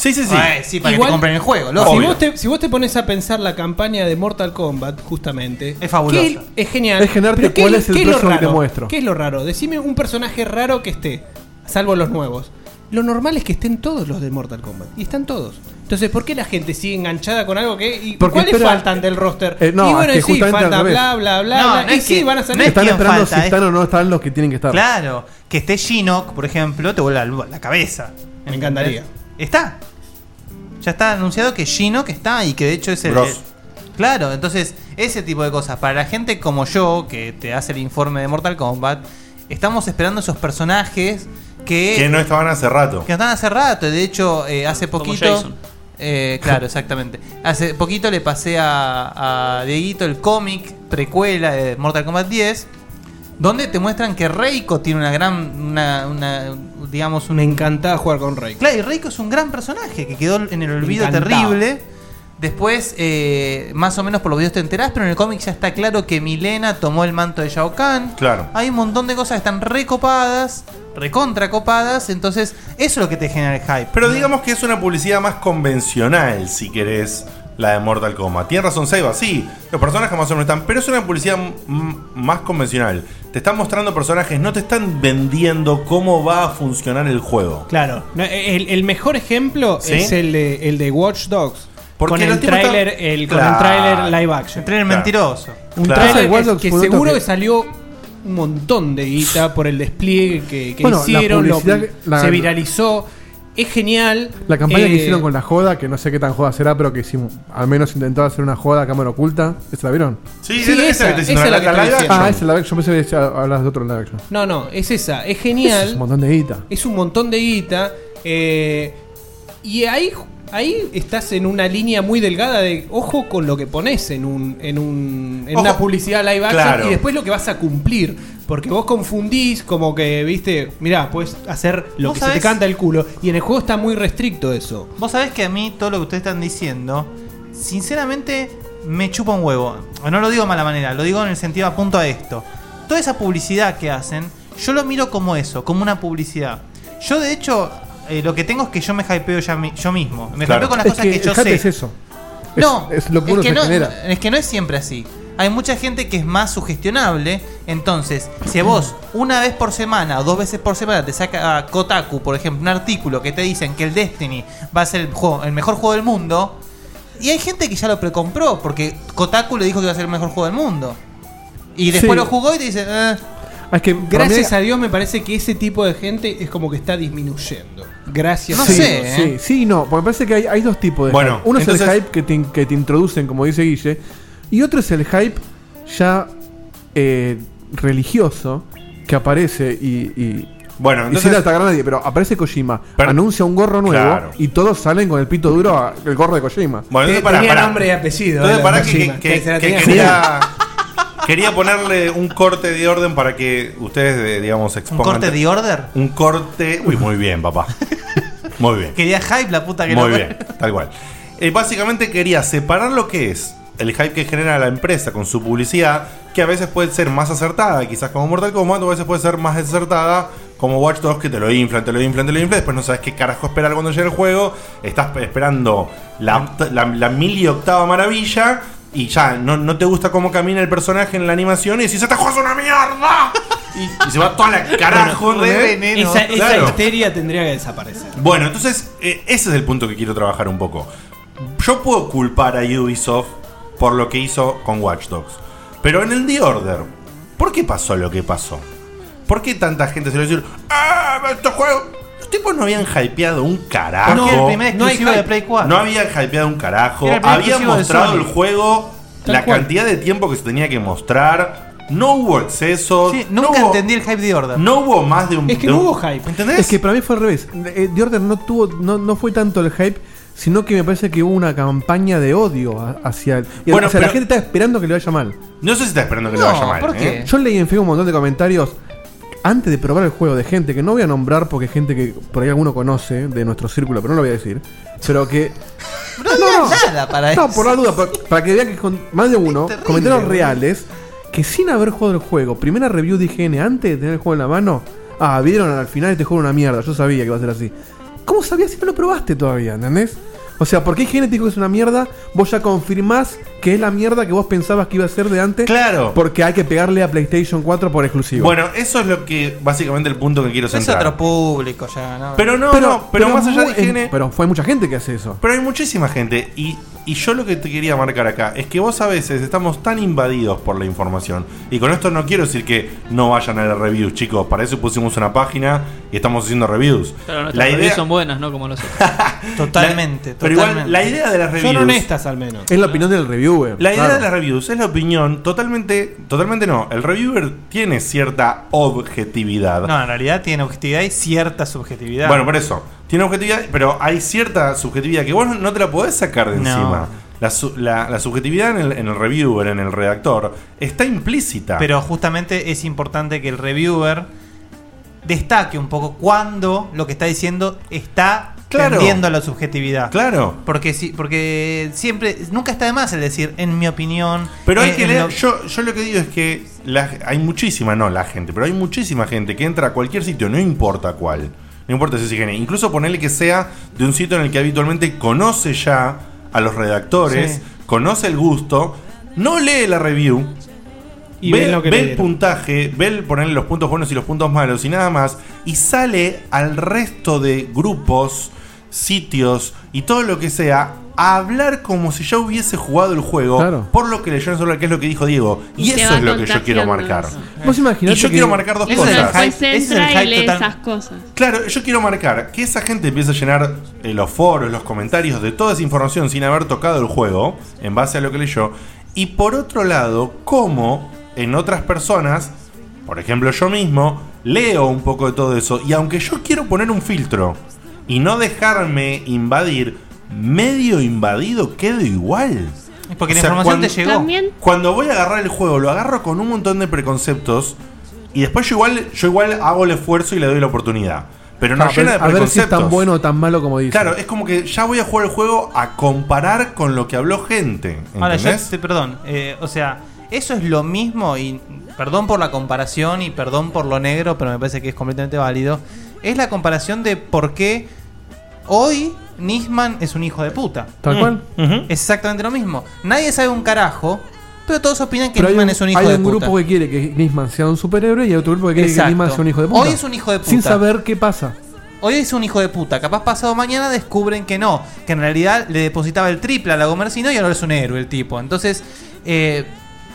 sí, para que te compren el juego,
si,
lógico.
vos te, si vos te pones a pensar la campaña de Mortal Kombat, justamente. Es
fabulosa.
Es genial.
Es generarte
Pero ¿qué
cuál es el
qué lo
próximo que te
raro?
muestro.
¿Qué es lo raro? Decime un personaje raro que esté, salvo los nuevos. Lo normal es que estén todos los de Mortal Kombat. Y están todos. Entonces, ¿por qué la gente sigue enganchada con algo que.? Y
Porque
¿Cuáles
espera-
faltan del roster?
Eh, no,
y
es que
sí,
justamente
falta
al revés.
bla, bla, bla.
No,
bla,
no
y
es
sí,
que-
van a salir.
no es
están
quién
esperando
falta,
si
eh.
están o no están los que tienen que estar.
Claro, que esté Shinnok, por ejemplo, te vuelve la, la cabeza. Me
encantaría.
Está. Ya está anunciado que Shinnok está y que de hecho es el.
Gross.
Claro, entonces ese tipo de cosas. Para la gente como yo, que te hace el informe de Mortal Kombat, estamos esperando esos personajes que.
Que no estaban hace rato.
Que no están hace rato. De hecho, eh, hace poquito.
Jason.
eh, claro,
*laughs*
exactamente. Hace poquito le pasé a, a Dieguito el cómic precuela de Mortal Kombat 10 donde te muestran que Reiko tiene una gran, una, una- digamos, un...
Me encantaba jugar con Reiko.
Claro, y Reiko es un gran personaje que quedó en el olvido
encantaba.
terrible. Después, eh, más o menos por los videos te enterás, pero en el cómic ya está claro que Milena tomó el manto de Shao Kahn.
Claro.
Hay un montón de cosas que están recopadas, recontracopadas, entonces eso es lo que te genera el hype.
Pero digamos que es una publicidad más convencional, si querés, la de Mortal Kombat. Tiene razón Seba, sí, los personajes más o menos están, pero es una publicidad mm, más convencional. Te están mostrando personajes, no te están vendiendo cómo va a funcionar el juego.
Claro. No, e, el, el mejor ejemplo
¿Sí?
es el de, el de Watch Dogs.
Porque
con
los
el
tipos
tráiler
están-
el, con
Claro.
el tráiler live action.
Un tráiler
Claro.
mentiroso.
Un
Claro.
tráiler
Pasa Watch
que-
Dogs
que,
con otro
seguro
que-
que salió un montón de guita por el despliegue que, que
Bueno, la
hicieron, lo-
publicidad- la-
se viralizó. Es genial.
La campaña
Eh,
que hicieron con la joda, que no sé qué tan joda será, pero que hicimos, al menos intentaba hacer una joda a cámara oculta. ¿Esa la vieron?
Sí,
Sí, esa-
que te diciendo,
esa es la que estoy diciendo.
Ah, esa es la action. Yo pensé que hablas de otro live action.
No, no, es esa. Es
Es un
genial.
montón de guita.
Es un montón de guita. eh, y ahí, ahí estás en una línea muy delgada de ojo con lo que pones en, un, en, un, en
Ojo.
una publicidad live action
Claro.
y después lo que vas a cumplir. Porque vos confundís como que, viste, mirá, puedes hacer lo
¿Vos
que se
sabés?
te canta el culo. Y en el juego está muy restricto eso.
Vos sabés que a mí todo lo que ustedes están diciendo, sinceramente me chupa un huevo. O no lo digo de mala manera, lo digo en el sentido apunto a esto. Toda esa publicidad que hacen, yo lo miro como eso, como una publicidad. Yo de hecho, eh, lo que tengo es que yo me hypeo ya mi- yo mismo. Me
Claro.
hypeo con las
Es
cosas
que
que, yo
el hype
sé.
es eso. Es-
No,
es lo que uno
que
se
no,
genera.
es que no es siempre así. Hay mucha gente que es más sugestionable. Entonces, si a vos una vez por semana o dos veces por semana te saca a Kotaku, por ejemplo, un artículo que te dicen que el Destiny va a ser el, juego- el mejor juego del mundo, y hay gente que ya lo precompró porque Kotaku le dijo que iba a ser el mejor juego del mundo. Y después
Sí.
lo jugó y te dice, eh,
Ah, Es que
Gracias
para
a Dios me parece que ese tipo de gente es como que está disminuyendo. Gracias a
sí,
Dios.
¿eh?
Sí, sí, no. Porque me parece que hay, hay dos tipos de
Bueno,
hype. Uno es
entonces-
el hype que te, in- que te introducen, como dice Guille. Y otro es el hype ya eh, religioso que aparece y. y
Bueno,
y sin
entonces-
atacar a nadie, pero aparece Kojima, anuncia un gorro nuevo
Claro.
y todos salen con el pito duro, a- el gorro de Kojima.
Bueno,
Eh,
entonces pará, pará. Entonces
eh,
pará
la
que,
Kojima.
que-
se la
que
tenía
quería, quería ponerle un corte de orden para que ustedes, eh, digamos, expongan.
corte de order?
Un corte... Uy, muy
*laughs*
bien, papá. Muy bien.
quería hype la puta que
Muy
lo-
bien, tal cual. Eh, básicamente quería separar lo que es el hype que genera la empresa con su publicidad, que a veces puede ser más acertada, quizás como Mortal Kombat, o a veces puede ser más desacertada como Watch Dogs, que te lo inflan, te lo inflan, te lo inflan, después no sabes qué carajo esperar cuando llegue el juego, estás pe- esperando la, oct- la, la mil y octava maravilla. y ya, no, no te gusta cómo camina el personaje en la animación y decís, ¡este juego es una mierda! Y, y se va toda la carajo. ¿entendés?
Esa, esa
Claro.
histeria tendría que desaparecer.
Bueno, entonces eh, ese es el punto que quiero trabajar un poco. Yo puedo culpar a Ubisoft por lo que hizo con Watch Dogs. Pero en el The Order, ¿por qué pasó lo que pasó? ¿Por qué tanta gente se lo decir ¡Ah, estos juegos! Los tipos no habían hypeado un carajo.
Porque era el primer exclusivo de
hype.
Play 4.
No habían hypeado un carajo.
Era el primer
Habían
exclusivo de
mostrado
Sony.
el juego
Tal
la
cual.
cantidad de tiempo que se tenía que mostrar. No hubo excesos.
nunca
no hubo,
entendí el hype de Order.
No hubo más de un. de un- ¿Entendés?
Es que para mí fue al revés. Eh, The Order no tuvo, no, no fue tanto el hype, sino que me parece que hubo una campaña de odio a- hacia el. y
Bueno,
o sea, la
pero-
gente está esperando que le vaya mal.
No sé si está esperando que le vaya mal. ¿eh?
Yo leí en Facebook un montón de comentarios antes de probar el juego de gente que no voy a nombrar porque es gente que por ahí alguno conoce de nuestro círculo, pero no lo voy a decir. Pero que.
No, no, nada para
No,
eso.
por la duda, pa- para, que vean que con más de uno, comentarios
boludo.
reales, que sin haber jugado el juego, primera review de IGN antes de tener el juego en la mano, ah, vieron al final este juego era una mierda, yo sabía que iba a ser así. ¿Cómo sabías si no lo probaste todavía, entendés? O sea, porque IGN te dijo que es una mierda, vos ya confirmás que es la mierda que vos pensabas que iba a ser de antes.
Claro.
Porque hay que pegarle a PlayStation 4 por exclusivo.
Bueno, eso es lo que básicamente el punto que quiero
Es
centrar.
otro
público ya, ¿no?
Pero no, no, pero más allá de
muy-
higiene-
Pero fue mucha gente que hace eso.
Pero hay muchísima gente y, y yo lo que te quería marcar acá es que vos a veces estamos tan invadidos por la información y con esto no quiero decir que no vayan a las reviews, chicos, para eso pusimos una página y estamos haciendo reviews.
Claro, nuestras
la
reviews
idea
son buenas, ¿no? Como los otros.
Totalmente,
pero igual la idea de las reviews
al menos.
Es la opinión del reviewer.
La idea
claro.
de las reviews es la opinión, totalmente, totalmente no. El reviewer tiene cierta objetividad.
No, en realidad tiene objetividad y cierta subjetividad.
Bueno, por eso. Tiene objetividad, pero hay cierta subjetividad que vos no te la podés sacar de
No.
encima. La, su- la- la subjetividad en el, en el reviewer, en el redactor, está implícita.
Pero justamente es importante que el reviewer destaque un poco cuando lo que está diciendo está
Claro.
tendiendo a la subjetividad.
Claro.
Porque sí, porque siempre, nunca está de más el decir, en mi opinión.
Pero hay
eh,
que
en
leer.
lo-
Yo, yo lo que digo es que la- hay muchísima, no la gente, pero hay muchísima gente que entra a cualquier sitio, no importa cuál. No importa si es IGN. Incluso ponerle que sea de un sitio en el que habitualmente conoce ya a los redactores,
Sí.
conoce el gusto, no lee la review.
Y
ve,
ven lo que
ve
le
el
dieron.
puntaje, ve el ponerle los puntos buenos y los puntos malos y nada más. Y sale al resto de grupos, sitios y todo lo que sea a hablar como si ya hubiese jugado el juego por lo que leyó en celular, que es lo que dijo Diego.
Y
Y,
te
eso
va
es lo que yo quiero marcar.
Vos
Y
imaginate
yo
que-
quiero marcar dos
Eso es
cosas.
Después entra y lee esas cosas.
Claro, yo quiero marcar que esa gente empieza a llenar eh, los foros, los comentarios de toda esa información sin haber tocado el juego, en base a lo que leyó. Y por otro lado, cómo en otras personas, por ejemplo yo mismo, leo un poco de todo eso. Y aunque yo quiero poner un filtro y no dejarme invadir, medio invadido quedo igual.
porque la información te llegó.
También-
Cuando voy a agarrar el juego, lo agarro con un montón de preconceptos. Y después yo igual, yo igual hago el esfuerzo y le doy la oportunidad. Pero no
Ah,
llena de
pero a ver si es
preconceptos.
tan bueno o tan malo como dice.
Claro, es como que ya voy a jugar el juego a comparar con lo que habló gente.
Ahora, yo
¿Entendés?
te- perdón, eh, o sea, eso es lo mismo y perdón por la comparación y perdón por lo negro, pero me parece que es completamente válido. Es la comparación de por qué hoy Nisman es un hijo de puta.
Tal cual.
Exactamente lo mismo. Nadie sabe un carajo, pero todos opinan que
Pero hay
Nisman
un,
es un hijo
hay
de
un
puta.
grupo que quiere que Nisman sea un superhéroe y hay otro grupo que quiere
Exacto.
que Nisman sea un hijo de puta.
Hoy es un hijo de puta.
Sin saber qué pasa.
Hoy es un hijo de puta. Capaz pasado mañana descubren que no. Que en realidad le depositaba el triple a la Gomercino y ahora es un héroe el tipo. Entonces, eh,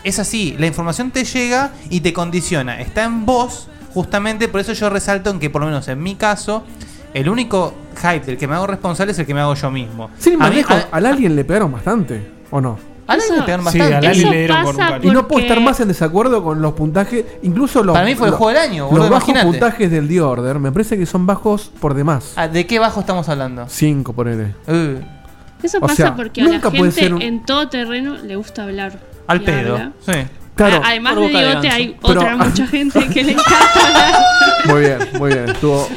es así. La información te llega y te condiciona. Está en vos, justamente. Por eso yo resalto en que, por lo menos en mi caso, el único hype del que me hago responsable es el que me hago yo mismo.
Sin ir
A
más
mí-
lejos,
a-
al alien le pegaron bastante, ¿o no?
Al alien le pegaron Sí, bastante. al alien le dieron Eso con un pasa palo.
Y no puedo
porque-
estar más en desacuerdo con los puntajes. Incluso los.
Para mí fue el
los-
juego del año, boludo,
Los bajos
imagínate.
puntajes del The Order me parece que son bajos por demás.
a- ¿De qué bajo estamos hablando? Uh.
5, ponele.
Eso
O
pasa
sea,
porque a la
nunca puede
gente
ser un-
en todo terreno le gusta hablar.
Al
y
pedo.
habla.
Sí.
A- Además de
Por boca de
Diegote
ganso.
hay
Pero-
otra
*laughs*
mucha gente que le encanta hablar.
Muy bien, muy bien. Estuvo.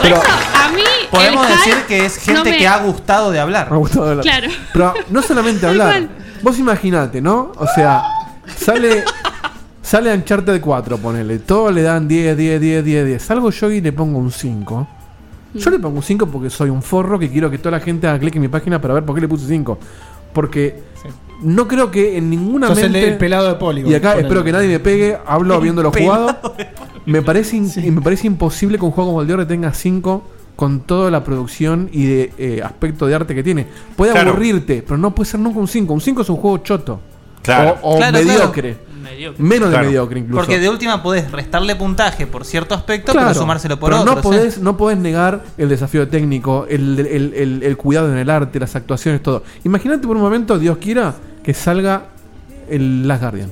Por eso, a mí
podemos
el
decir
hype
que es
no
gente
me-
que
ha gustado de hablar.
Me ha gustado hablar.
Claro.
Pero no solamente hablar. Vos imaginate, ¿no? O sea, sale. Sale Uncharted 4, ponele. Todos le dan 10, 10, 10, 10, 10. Salgo yo y le pongo un 5. Yo le pongo un 5 porque soy un forro que quiero que toda la gente haga clic en mi página para ver por qué le puse 5. Porque no creo que en ninguna
Sos el-
mente.
el pelado de Polygon,
Y acá
ponele.
espero que nadie me pegue. Hablo
El
habiéndolo
pelado
jugado. Me parece, in- y me parece imposible que un juego como el de Order tenga 5 con toda la producción y de eh, aspecto de arte que tiene. Puede
Claro.
aburrirte, pero no puede ser nunca un 5. Un 5 es un juego choto.
Claro.
O, o
Claro,
mediocre.
claro.
Menos
Claro.
de mediocre incluso.
Porque de última podés restarle puntaje por cierto aspecto, pero
Claro,
sumárselo por
pero
otro.
No
o sea,
podés, no podés negar el desafío técnico, el, el- el- el cuidado en el arte, las actuaciones, todo. Imagínate por un momento, Dios quiera, que salga el Last Guardian.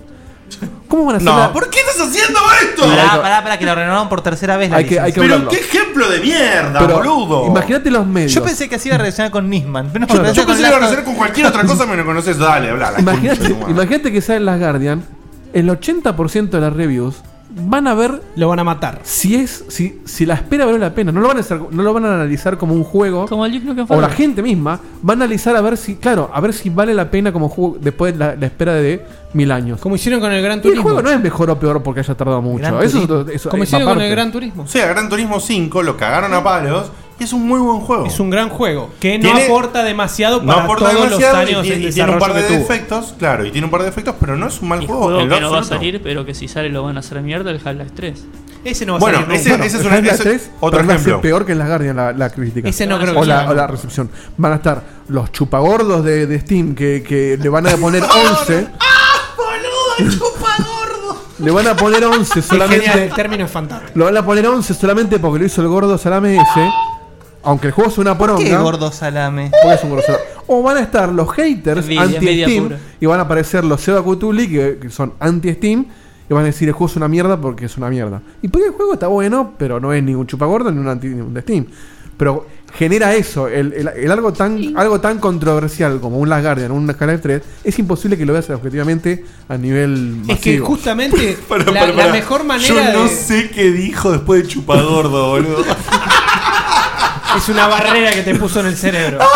¿Cómo van a hacer?
No,
la-
¿Por qué estás haciendo esto?
Pará, pará, pará, que lo renovaron por tercera vez. La
Hay que- hay que
licencia.
hablarlo. Pero qué
ejemplo de mierda,
Pero Imagínate los medios.
Yo pensé que así iba a relacionar con Nisman. pero no,
Yo,
relaciona
pensé
con
que iba a
Last-
hacer con cualquier otra cosa menos con eso. Dale, habla. la concha de
Imagínate,
tu madre.
imagínate que sale el Last Guardian, el 80% de las reviews van a ver.
Lo van a matar.
Si es, si, si la espera valió la pena. No lo van a hacer- no lo van a analizar como un juego. o la gente misma va a analizar a ver si, claro, a ver si vale la pena como juego después de la, la espera de mil años.
Como hicieron con el
Y
Gran
el
Turismo.
juego no es mejor o peor porque haya tardado mucho.
Gran
eso es
Turismo.
otro- eso
Como
es
hicieron con
aparte.
el Gran Turismo.
O sea, Gran Turismo 5 lo cagaron a palos y es un muy buen juego.
Es un gran juego que no
Tiene-
aporta demasiado
No
para
aporta
todos
demasiado
los
y,
años
tiene-
en
y tiene un par de
desarrollo que tuvo.
defectos, claro, y tiene un par de defectos, pero no es un mal juego.
juego
en
que
lo
no va a
absoluto.
salir, pero que si sale lo van a hacer mierda, el Half-Life 3.
Ese
Bueno, ese, ese es un
Half-Life
ese-
3,
otro
pero va a ser
ejemplo.
peor que en las Guardian la, la crítica.
Ese no creo que
o la,
sea.
o la recepción. Van a estar los chupagordos de, de Steam que, que le van a poner 11.
¡Ah,
Le van a poner 11
Es genial,
solamente. *laughs*
el término es fantástico.
Lo van a poner 11 solamente porque lo hizo el gordo salame ese. Aunque el juego es una poronga.
¿Qué gordo salame?
Porque es un gordo salame. O van a estar los haters
Envidia, envidia
anti-Steam
pura.
y van a aparecer los Seba Cutuli que, que son anti-Steam y van a decir el juego es una mierda porque es una mierda. Y porque el juego está bueno, pero no es ni un chupagordo ni un anti ni un de Steam. Pero genera eso, el, el- el algo tan algo tan controversial como un Last Guardian, un Half-Life 3, es imposible que lo veas objetivamente a nivel masivo.
Es
*laughs*
que justamente la,
Pará,
la
pará.
mejor manera
Yo no
de-
sé qué dijo después de chupagordo, boludo.
es una barrera que te puso en el cerebro.
*laughs*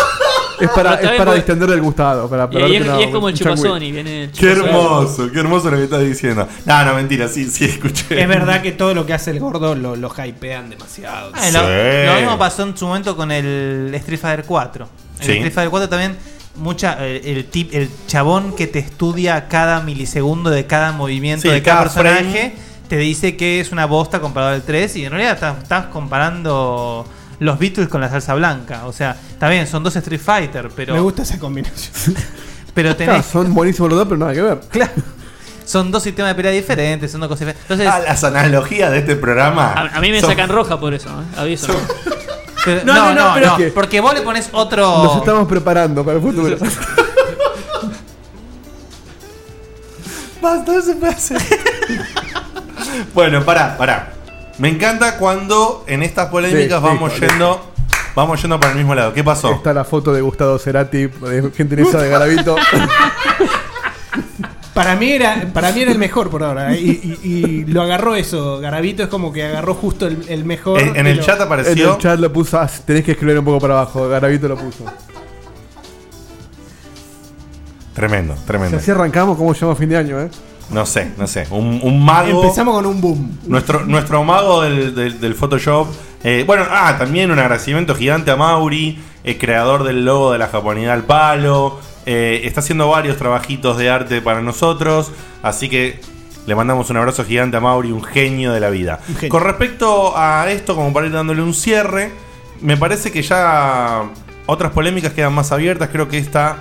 Es para,
Pero
es
está
para
bien,
distender el gustado. Para, para ver que no- John Wick.
Qué hermoso, qué hermoso lo que estás diciendo. No, no, mentira, sí, sí, escuché.
Es verdad que todo lo que hace el gordo lo, lo hypean demasiado.
Ah, lo,
Eh.
lo mismo pasó en su momento con el Street Fighter 4. El
Sí.
Street Fighter 4 también, mucha, el, el tip, el chabón que te estudia cada milisegundo de cada movimiento
Sí,
de cada,
cada frame.
personaje, te dice que es una bosta comparado al 3 y en realidad estás, estás comparando los Beatles con la salsa blanca. O sea, está bien, son dos Street Fighter, pero...
Me gusta esa combinación.
Pero tenés-
Claro, Ah, son buenísimos los dos, pero nada que ver.
Claro. *laughs* Son dos sistemas de pelea diferentes, son dos cosas diferentes. Entonces,
Ah, las analogías de este programa.
A, a mí me
son-
sacan roja por eso, ¿eh? aviso. ¿no?
Pero-
No,
no,
no,
no,
no,
no,
pero-
no, porque vos le pones otro.
Nos estamos preparando para el futuro.
*laughs*
Basta, no se puede hacer. *laughs* Bueno, pará, pará. Me encanta cuando en estas polémicas
Sí,
vamos
sí,
yendo. Vamos yendo para el mismo lado. ¿Qué pasó?
Está la foto de Gustavo Cerati, de gentileza
*laughs*
de Garavito.
Para mí era, para mí era el mejor por ahora. ¿eh? Y, y- y lo agarró eso. Garabito es como que agarró justo el, el mejor. y lo-
En el chat lo puso. ah, tenés que escribir un poco para abajo. Garavito lo puso.
Tremendo,
Si
tremendo.
así arrancamos, ¿cómo llamamos fin de año, eh?
No sé, no sé. Un, un mago.
Empezamos con un boom.
Nuestro, nuestro mago del, del- del Photoshop. Eh, bueno, ah, también un agradecimiento gigante a Mauri, el creador del logo de la japonidad al palo. Eh, está haciendo varios trabajitos de arte para nosotros. Así que le mandamos un abrazo gigante a Mauri, un genio de la vida. Con respecto a esto, como para ir dándole un cierre, me parece que ya Ah, otras polémicas quedan más abiertas. Creo que esta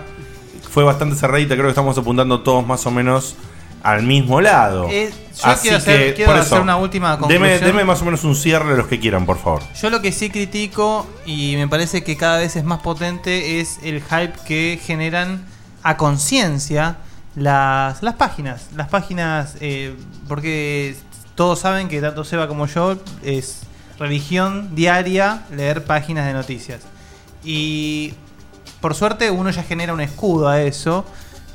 fue bastante cerradita. Creo que estamos apuntando todos más o menos al mismo lado.
Eh, yo quiero hacer- quiero hacer una última conclusión.
Deme, deme más o menos un cierre de los que quieran, por favor.
Yo lo que sí critico y me parece que cada vez es más potente es el hype que generan a conciencia las, las páginas. Las páginas, eh, porque todos saben que tanto Seba como yo es religión diaria leer páginas de noticias. Y por suerte uno ya genera un escudo a eso.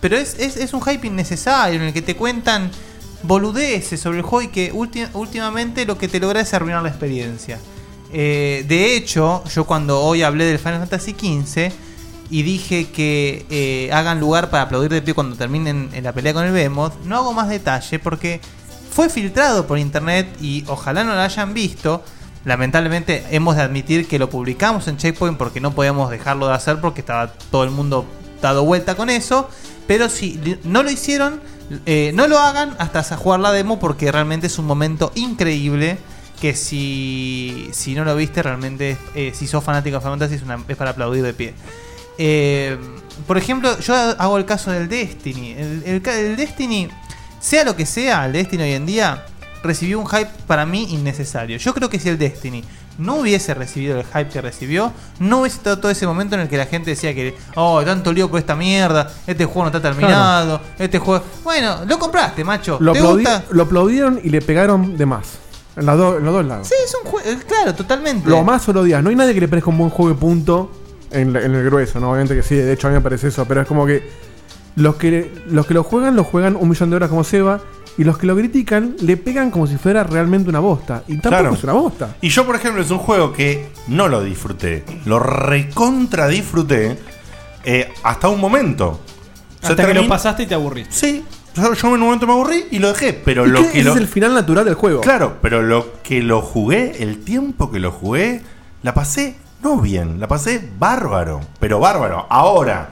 Pero es, es, es un hype innecesario en el que te cuentan boludeces sobre el juego y que ulti- últimamente lo que te logra es arruinar la experiencia. Eh, de hecho, yo cuando hoy hablé del Final Fantasy XV y dije que eh, hagan lugar para aplaudir de pie cuando terminen en la pelea con el Behemoth, no hago más detalle porque fue filtrado por internet y ojalá no lo hayan visto. Lamentablemente hemos de admitir que lo publicamos en Checkpoint porque no podíamos dejarlo de hacer porque estaba todo el mundo dado vuelta con eso. Pero si li- no lo hicieron, eh, no lo hagan hasta sa- jugar la demo porque realmente es un momento increíble. Que si, si no lo viste, realmente, eh, si sos fanático de Final Fantasy, es, una- es para aplaudir de pie. Eh, por ejemplo, yo hago el caso del Destiny. El, el ca- el Destiny, sea lo que sea, el Destiny hoy en día recibió un hype para mí innecesario. Yo creo que si el Destiny no hubiese recibido el hype que recibió, no hubiese estado todo ese momento en el que la gente decía que, oh, tanto lío por esta mierda, este juego no está terminado, este juego... Bueno, lo compraste, macho.
Lo,
¿Te
aplaudi-
gusta?
lo aplaudieron y le pegaron de más. En, las do- en los dos lados.
Sí, es un juego... Claro, totalmente.
Lo más o lo días. No hay nadie que le parezca un buen juego y punto en, la- en el grueso, ¿no? Obviamente que sí, de hecho a mí me parece eso, pero es como que los que, los que lo juegan, lo juegan un millón de horas como Seba, y los que lo critican, le pegan como si fuera realmente una bosta. Y tampoco
Claro.
es una bosta.
Y yo, por ejemplo, es un juego que no lo disfruté. Lo recontra disfruté eh, hasta un momento. Se
Hasta que
termin-
lo pasaste y te aburriste.
Sí. Yo, yo en un momento me aburrí y lo dejé, pero
¿Y
lo
qué?
que
Ese
lo...
es el final natural del juego.
Claro, pero lo que lo jugué, el tiempo que lo jugué, la pasé no bien, la pasé bárbaro, pero bárbaro. Ahora,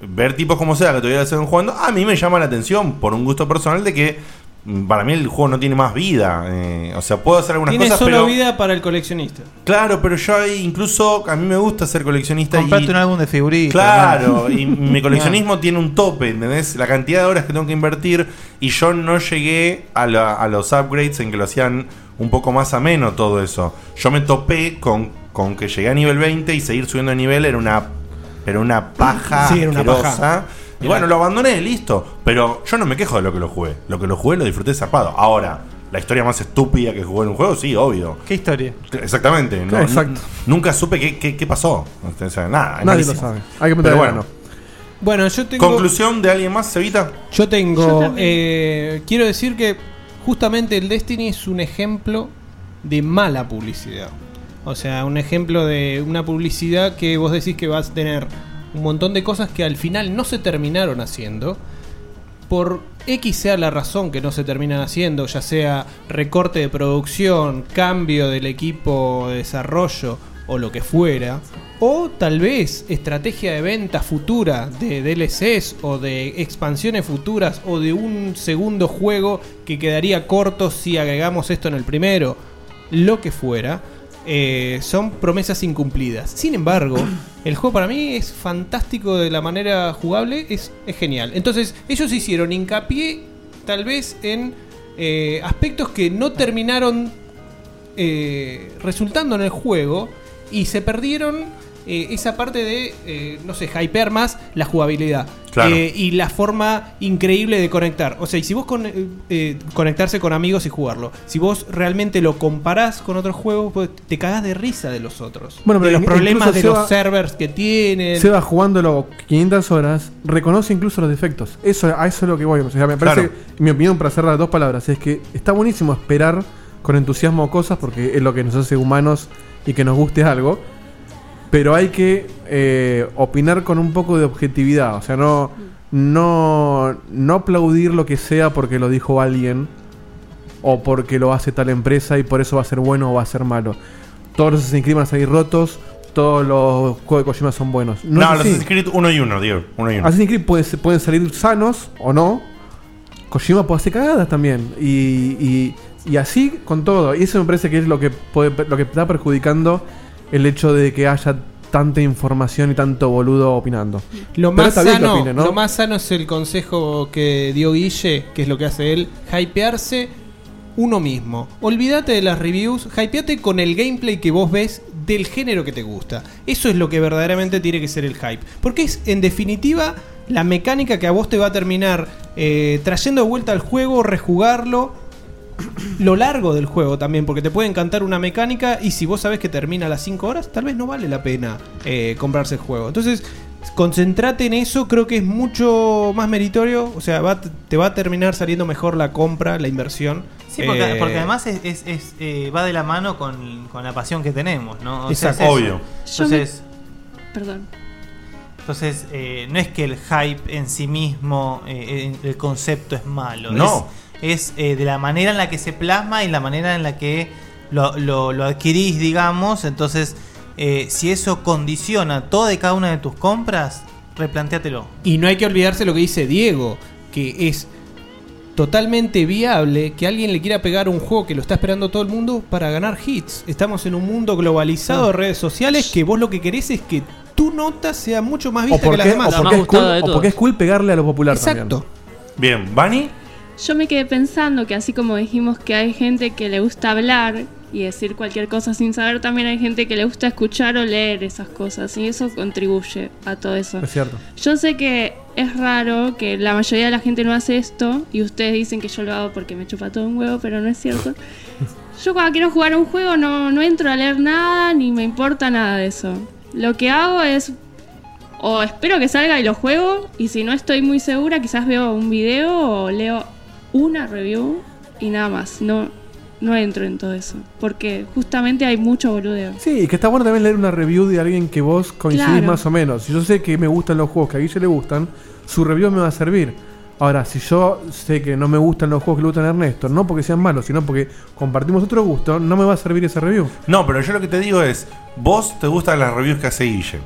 ver tipos como sea que todavía lo siguen jugando, a mí me llama la atención por un gusto personal de que mm, para mí el juego no tiene más vida. eh, o sea, puedo hacer algunas
Tiene
cosas,
solo
pero...
vida para el coleccionista.
Claro, pero yo ahí incluso a mí me gusta ser coleccionista.
Comprate
y,
un álbum
de figuritas.
Claro,
hermano. *laughs*
y
*laughs*
mi coleccionismo tiene un tope, ¿entendés? La cantidad de horas que tengo que invertir y yo no llegué a, la- a los upgrades en que lo hacían un poco más ameno todo eso. Yo me topé con, con que llegué a nivel 20 y seguir subiendo de nivel era una, era una paja.
Sí, era una
asquerosa.
paja.
Y bueno, lo abandoné, listo. Pero yo no me quejo de lo que lo jugué. Lo que lo jugué lo disfruté zarpado. Ahora, la historia más estúpida que jugué en un juego, sí, obvio.
¿Qué historia?
Exactamente. no-
Exacto.
Nunca supe qué, qué- qué pasó. O sea, nada. es
Nadie lo
malísimo.
sabe. Hay
Pero
que meterle
bueno,
mano.
Bueno, yo tengo.
¿Conclusión de alguien más, Cevita?
Yo
Yo
tengo.
también.
eh, quiero decir que justamente el Destiny es un ejemplo de mala publicidad. O sea, un ejemplo de una publicidad que vos decís que vas a tener un montón de cosas que al final no se terminaron haciendo. Por X sea la razón que no se terminan haciendo, ya sea recorte de producción, cambio del equipo de desarrollo o lo que fuera. O tal vez estrategia de venta futura de DLCs o de expansiones futuras o de un segundo juego que quedaría corto si agregamos esto en el primero. Lo que fuera. eh, son promesas incumplidas. Sin embargo, el juego para mí es fantástico de la manera jugable, es, es genial. Entonces, ellos hicieron hincapié tal vez en eh, aspectos que no terminaron eh, resultando en el juego y se perdieron eh, esa parte de, eh, no sé, hypear más la jugabilidad
Claro.
Eh, y la forma increíble de conectar. O sea, y si vos con- eh, eh, conectarse con amigos y jugarlo, si vos realmente lo comparás con otros juegos, pues, te cagás de risa de los otros.
Bueno,
de
pero
los
in-
problemas
incluso
de
Seba-
los servers que tienen.
Seba jugándolo 500 horas, reconoce incluso los defectos. Eso, a eso es lo que voy. O sea, me parece, mi opinión, para cerrar las dos palabras, es que está buenísimo esperar con entusiasmo cosas porque es lo que nos hace humanos y que nos guste algo. Pero hay que eh, opinar con un poco de objetividad. O sea, no, no, no aplaudir lo que sea porque lo dijo alguien o porque lo hace tal empresa y por eso va a ser bueno o va a ser malo. Todos los Assassin's Creed van a salir rotos, todos los juegos de Kojima son buenos.
No,
No, es
los
así.
Assassin's Creed uno y uno, Diego. Uno y uno.
Assassin's Creed puede ser- pueden salir sanos o no. Kojima puede hacer cagadas también. Y, y- y así con todo. Y eso me parece que es lo que, puede- lo que está perjudicando el hecho de que haya tanta información y tanto boludo opinando.
Lo
Pero
más,
está bien que
sano,
opinen, ¿no?
lo más sano es el consejo que dio Guille, que es lo que hace él, hypearse uno mismo. Olvídate de las reviews, hypeate con el gameplay que vos ves del género que te gusta. Eso es lo que verdaderamente tiene que ser el hype. Porque es, en definitiva, la mecánica que a vos te va a terminar eh, trayendo de vuelta al juego, rejugarlo, lo largo del juego también, porque te puede encantar una mecánica y si vos sabés que termina a las 5 horas, tal vez no vale la pena eh, comprarse el juego. Entonces, concentrate en eso, creo que es mucho más meritorio, o sea, va- te va a terminar saliendo mejor la compra, la inversión.
Sí, porque,
Eh,
porque además es, es- es, eh, va de la mano con, con la pasión que tenemos, ¿no?
Exacto.
es eso.
Obvio.
Yo me-
Entonces,
Perdón.
entonces eh, no es que el hype en sí mismo, eh, eh, el concepto es malo.
No.
Es, es, eh, de la manera en la que se plasma y la manera en la que lo, lo- lo adquirís, digamos. Entonces, eh, si eso condiciona toda y cada una de tus compras, replantéatelo.
Y no hay que olvidarse lo que dice Diego, que es totalmente viable que alguien le quiera pegar un juego que lo está esperando todo el mundo para ganar hits. Estamos en un mundo globalizado de redes sociales que vos lo que querés es que tu nota sea mucho más
O
vista que las
porque,
demás.
o porque es cool, o porque es cool pegarle a lo popular
Exacto.
también. Bien, Bani.
Yo me quedé pensando que así como dijimos que hay gente que le gusta hablar y decir cualquier cosa sin saber, también hay gente que le gusta escuchar o leer esas cosas y eso contribuye a todo eso.
Es cierto.
Yo sé que es raro que la mayoría de la gente no hace esto y ustedes dicen que yo lo hago porque me chupa todo un huevo, pero no es
*laughs*
cierto. Yo cuando quiero jugar un juego no, no entro a leer nada ni me importa nada de eso. Lo que hago es o espero que salga y lo juego y si no estoy muy segura quizás veo un video o leo una review y nada más. No, no entro en todo eso porque justamente hay mucho boludeo.
Sí, y que está bueno también leer una review de alguien que vos coincidís
Claro.
más o menos. Si yo sé que me gustan los juegos que a Guille le gustan, su review me va a servir. Ahora, si yo sé que no me gustan los juegos que le gustan a Ernesto, no porque sean malos, sino porque compartimos otro gusto, no me va a servir esa review.
No, pero yo lo que te digo es, vos te gustan las reviews que hace Guille.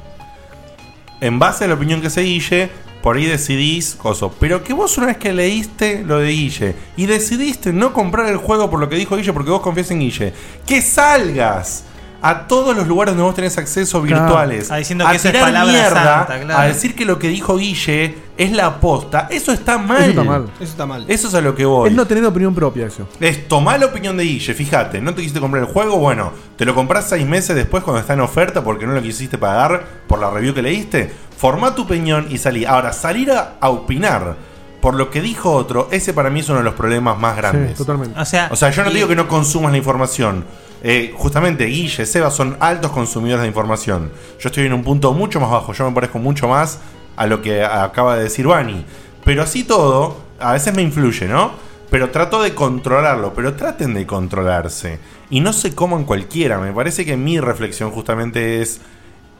En base a la opinión que hace Guille, por ahí decidís cosas. Pero que vos una vez que leíste lo de Guille y decidiste no comprar el juego por lo que dijo Guille, porque vos confías en Guille, que salgas a todos los lugares donde vos tenés acceso
Claro.
virtuales.
Está diciendo que eso es
tirar
palabra santa, claro.
A decir que lo que dijo Guille es la aposta. Eso está mal.
Eso está mal.
Eso está mal.
Eso es a lo que voy.
Es no tener opinión propia eso.
Es tomar la opinión de Guille, fíjate, no te quisiste comprar el juego, bueno, te lo compras seis meses después cuando está en oferta porque no lo quisiste pagar por la review que leíste. Formá tu opinión y salí. Ahora, salir a, a opinar por lo que dijo otro, ese para mí es uno de los problemas más grandes.
totalmente.
O sea,
O sea, yo no te
y-
digo que no consumas la información. Eh, justamente Guille, Seba son altos consumidores de información. Yo estoy en un punto mucho más bajo. Yo me parezco mucho más a lo que acaba de decir Vani. Pero así todo, a veces me influye, ¿no? Pero trato de controlarlo. Pero traten de controlarse. Y no se coman cualquiera. Me parece que mi reflexión justamente es...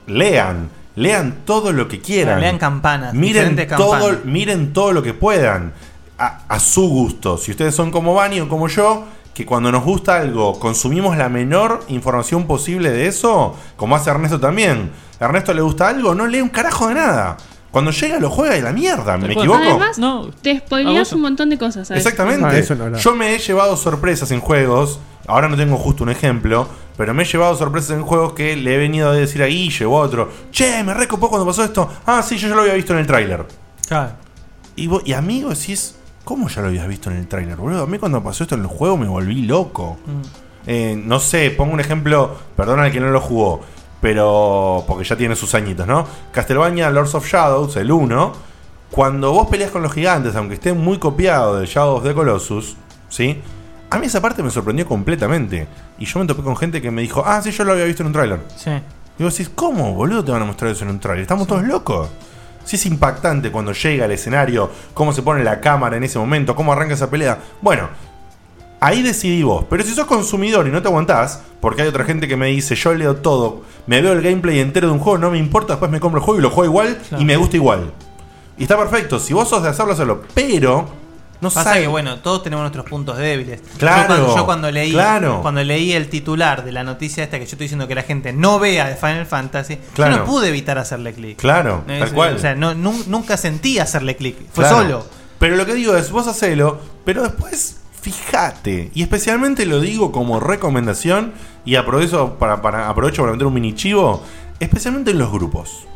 Lean. Lean todo lo que quieran.
Lean campanas,
Miren
diferentes
todo,
campanas.
miren todo lo que puedan a, a su gusto. Si ustedes son como Bani o como yo, que cuando nos gusta algo consumimos la menor información posible de eso, como hace Ernesto también. A Ernesto le gusta algo, no lee un carajo de nada. Cuando llega lo juega de la mierda, ¿me equivoco?
Además, te spoileas
abuso.
un montón de cosas. ¿sabes?
Exactamente.
Ah, eso no hablaba.
Yo me he llevado sorpresas en juegos. Ahora no tengo justo un ejemplo. Pero me he llevado sorpresas en juegos que le he venido a decir a Guille o a otro. Che, me recopó cuando pasó esto. Ah, sí, yo ya lo había visto en el tráiler. Y, vos- y amigo, decís, ¿cómo ya lo habías visto en el tráiler, boludo? A mí cuando pasó esto en el juego me volví loco. Eh, no sé, pongo un ejemplo, perdona al que no lo jugó, pero porque ya tiene sus añitos, ¿no? Castlevania Lords of Shadows, el 1, cuando vos peleas con los gigantes, aunque esté muy copiado de Shadows of the Colossus, ¿sí? A mí esa parte me sorprendió completamente. Y yo me topé con gente que me dijo, ah, sí, yo lo había visto en un tráiler.
Sí.
Y vos decís, ¿cómo, boludo, te van a mostrar eso en un tráiler? Estamos todos locos. Sí es impactante cuando llega al escenario, cómo se pone la cámara en ese momento, cómo arranca esa pelea. Bueno, ahí decidí vos. Pero si sos consumidor y no te aguantás, porque hay otra gente que me dice, yo leo todo, me veo el gameplay entero de un juego, no me importa, después me compro el juego y lo juego igual y me gusta igual. Y está perfecto, si vos sos de hacerlo, hacerlo. Pero no
Pasa
sabe-
que bueno, todos tenemos nuestros puntos débiles.
Claro,
yo cuando, yo cuando leí
claro.
cuando leí el titular de la noticia esta que yo estoy diciendo que la gente no vea de Final Fantasy, yo
Claro.
no pude evitar hacerle clic.
Claro,
Es-
tal cual.
O sea, no, nun- nunca sentí hacerle clic. Fue
Claro.
solo.
Pero lo que digo es, vos hacelo, pero después fíjate. Y especialmente lo digo como recomendación y aprovecho para, para- aprovecho para meter un mini chivo, especialmente en los grupos.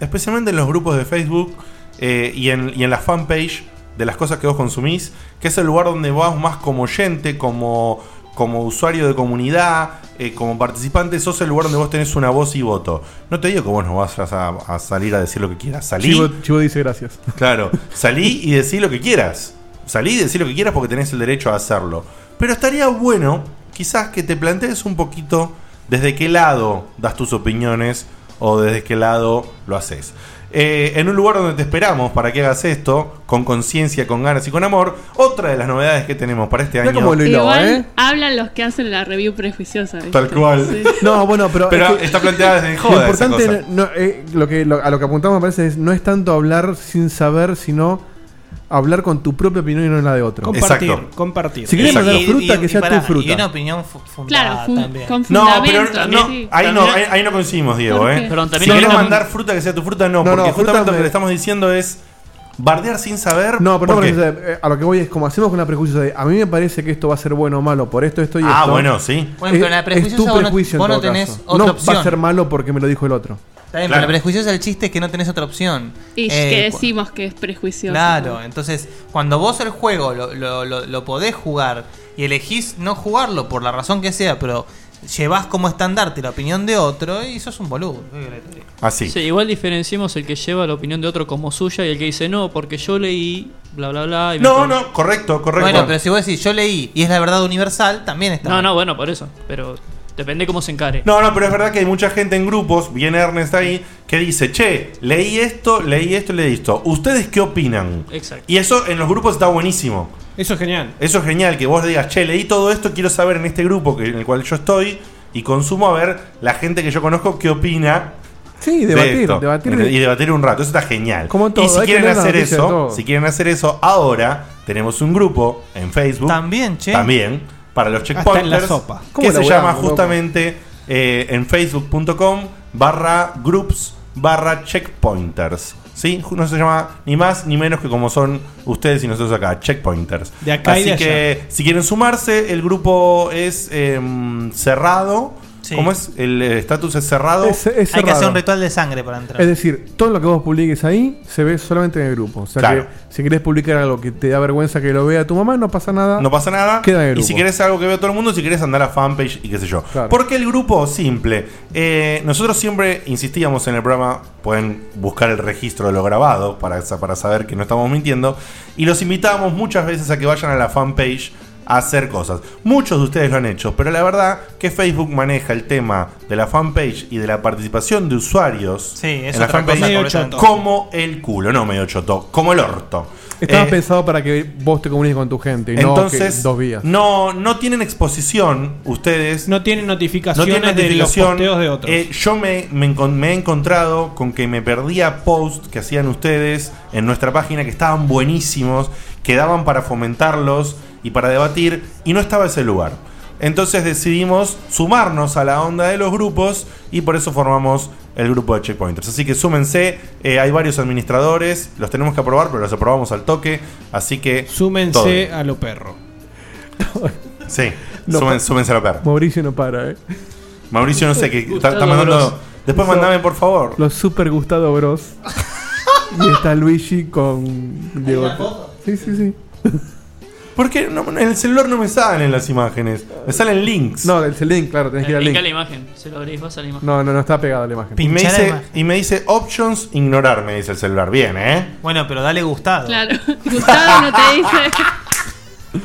Especialmente en los grupos de Facebook eh, y, en, y en la fanpage de las cosas que vos consumís, que es el lugar donde vas más como oyente, como, como usuario de comunidad, eh, como participante, sos el lugar donde vos tenés una voz y voto. No te digo que vos no vas a, a salir a decir lo que quieras, salí.
Chivo, Chivo dice gracias.
Claro, salí y decí lo que quieras. Salí y decí lo que quieras porque tenés el derecho a hacerlo. Pero estaría bueno, quizás, que te plantees un poquito desde qué lado das tus opiniones o desde qué lado lo haces. Eh, en un lugar donde te esperamos para que hagas esto, con conciencia, con ganas y con amor, otra de las novedades que tenemos para este año.
Igual
¿eh?
hablan los que hacen la review prejuiciosa. ¿viste?
Tal cual.
Sí.
No, bueno, pero.
Pero
es que-
está planteada desde joda
Lo
esa
importante,
cosa.
no, eh, lo que, lo- a lo que apuntamos me parece es no es tanto hablar sin saber, sino hablar con tu propia opinión y no la de otro.
Compartir, Exacto. compartir.
Si quieres
Exacto.
mandar
Y-
fruta,
y-
que
y
sea
pará,
tu fruta.
Y una opinión fu- fundada
Claro, fun-
también.
con
No,
fundamento.
pero no,
sí.
ahí, no,
También-
ahí, ahí no coincidimos, Diego.
¿Por
¿eh?
qué? Perdón, también
si
hay
querés
una-
mandar fruta que sea tu fruta, no.
No, no,
porque justamente
fruta
lo que
me-
le estamos diciendo es bardear sin saber.
No, pero no,
porque-
pero, eh, a lo que voy es como hacemos con la prejuicio de a mí me parece que esto va a ser bueno o malo por esto, esto y
Ah,
esto. eh,
bueno, sí.
Bueno, pero
Es-
la
es
prejuiciosa
tu
vos no-
prejuicio en
vos no
todo
tenés
caso.
otra
no, va
opción.
a ser malo porque me lo dijo el otro.
Está bien,
Claro.
pero prejuicioso el chiste es que no tenés otra opción.
Y
Eh,
que
cu-
decimos que es prejuicioso.
Claro, entonces cuando vos el juego lo, lo- lo- lo podés jugar y elegís no jugarlo por la razón que sea, pero llevas como estandarte la opinión de otro y sos un boludo.
Así.
Sí, igual diferenciemos el que lleva la opinión de otro como suya y el que dice no, porque yo leí, bla, bla, bla. y me
No,
pon-".
no, correcto, correcto.
Bueno, pero si vos decís yo leí y es la verdad universal, también está.
No, no, bueno, por eso. Pero depende cómo se encare.
No, no, pero es verdad que hay mucha gente en grupos, viene Ernest ahí, que dice, che, leí esto, leí esto, leí esto. ¿Ustedes qué opinan?
Eh,
Exacto.
Y eso en los grupos está buenísimo.
Eso es genial.
Eso es genial, que vos digas, che, leí todo esto, quiero saber en este grupo que, en el cual yo estoy y consumo a ver la gente que yo conozco qué opina.
Sí,
de
debatir,
esto".
debatir.
Y debatir un rato, eso está genial.
Como en todo,
y si
hay que
quieren
leer la
hacer
noticia de
eso,
todo.
si quieren hacer eso, ahora tenemos un grupo en Facebook.
También, che.
También, para los
Hasta
checkpointers.
en la sopa.
Que
¿Cómo
se
laburamos,
llama
loco?
justamente eh, en facebook.com barra groups barra checkpointers. ¿Sí? No se llama ni más ni menos que como son ustedes y nosotros acá, checkpointers.
De acá y
Así
de allá.
que si quieren sumarse, el grupo es em, cerrado. ¿Cómo es? El eh, estatus es cerrado.
Es- es Hay que cerrado. hacer un
ritual de sangre para entrar.
Es decir, todo lo que vos publiques ahí se ve solamente en el grupo. O sea
Claro.
que si querés publicar algo que te da vergüenza que lo vea tu mamá, no pasa nada.
No pasa nada.
Ah. Queda en el
Y
grupo.
si querés algo que vea todo el mundo, si querés andar a fanpage y qué sé yo. Porque el grupo, simple. Eh, nosotros siempre insistíamos en el programa, pueden buscar el registro de lo grabado para, sa- para saber que no estamos mintiendo. Y los invitábamos muchas veces a que vayan a la fanpage a hacer cosas. Muchos de ustedes lo han hecho, pero la verdad que Facebook maneja el tema de la fanpage y de la participación de usuarios
Sí, es
en la
otra cosa
fanpage
completamente.
como el culo, no medio choto, como el orto.
Estaba
Eh,
pensado para que vos te comuniques con tu gente y no que
entonces,
dos vías.
No, no tienen exposición ustedes.
No tienen
No
notificaciones
tienen
de los posteos
notificación.
de otros.
Eh, yo me, me encon- me he encontrado con que me perdía posts que hacían ustedes en nuestra página que estaban buenísimos, que daban para fomentarlos y para debatir, y no estaba ese lugar. Entonces decidimos sumarnos a la onda de los grupos y por eso formamos el grupo de checkpointers. Así que súmense, eh, hay varios administradores, los tenemos que aprobar, pero los aprobamos al toque. Así que.
Súmense a lo perro.
todo. Sí,
No,
sumen-
pa-
súmense a la perra.
Mauricio no para, eh.
Mauricio, no sé qué. Está, está
Gustavo
mandando.
Bros.
Después mandame, por favor.
Los super Gustavo Bros. y está Luigi con Diego. Sí, sí,
Eh,
sí.
Porque no, en el celular no me salen las imágenes. Me salen links.
No, el link, claro, tenés que ir al
Link a
link.
la imagen. Se lo abrís, vas a la imagen.
No, no, no está pegado a la imagen.
Y me, dice, y me dice options ignorar, me dice el celular. Bien, ¿eh?
Bueno, pero dale gustado.
Claro. *laughs* Gustavo no te dice.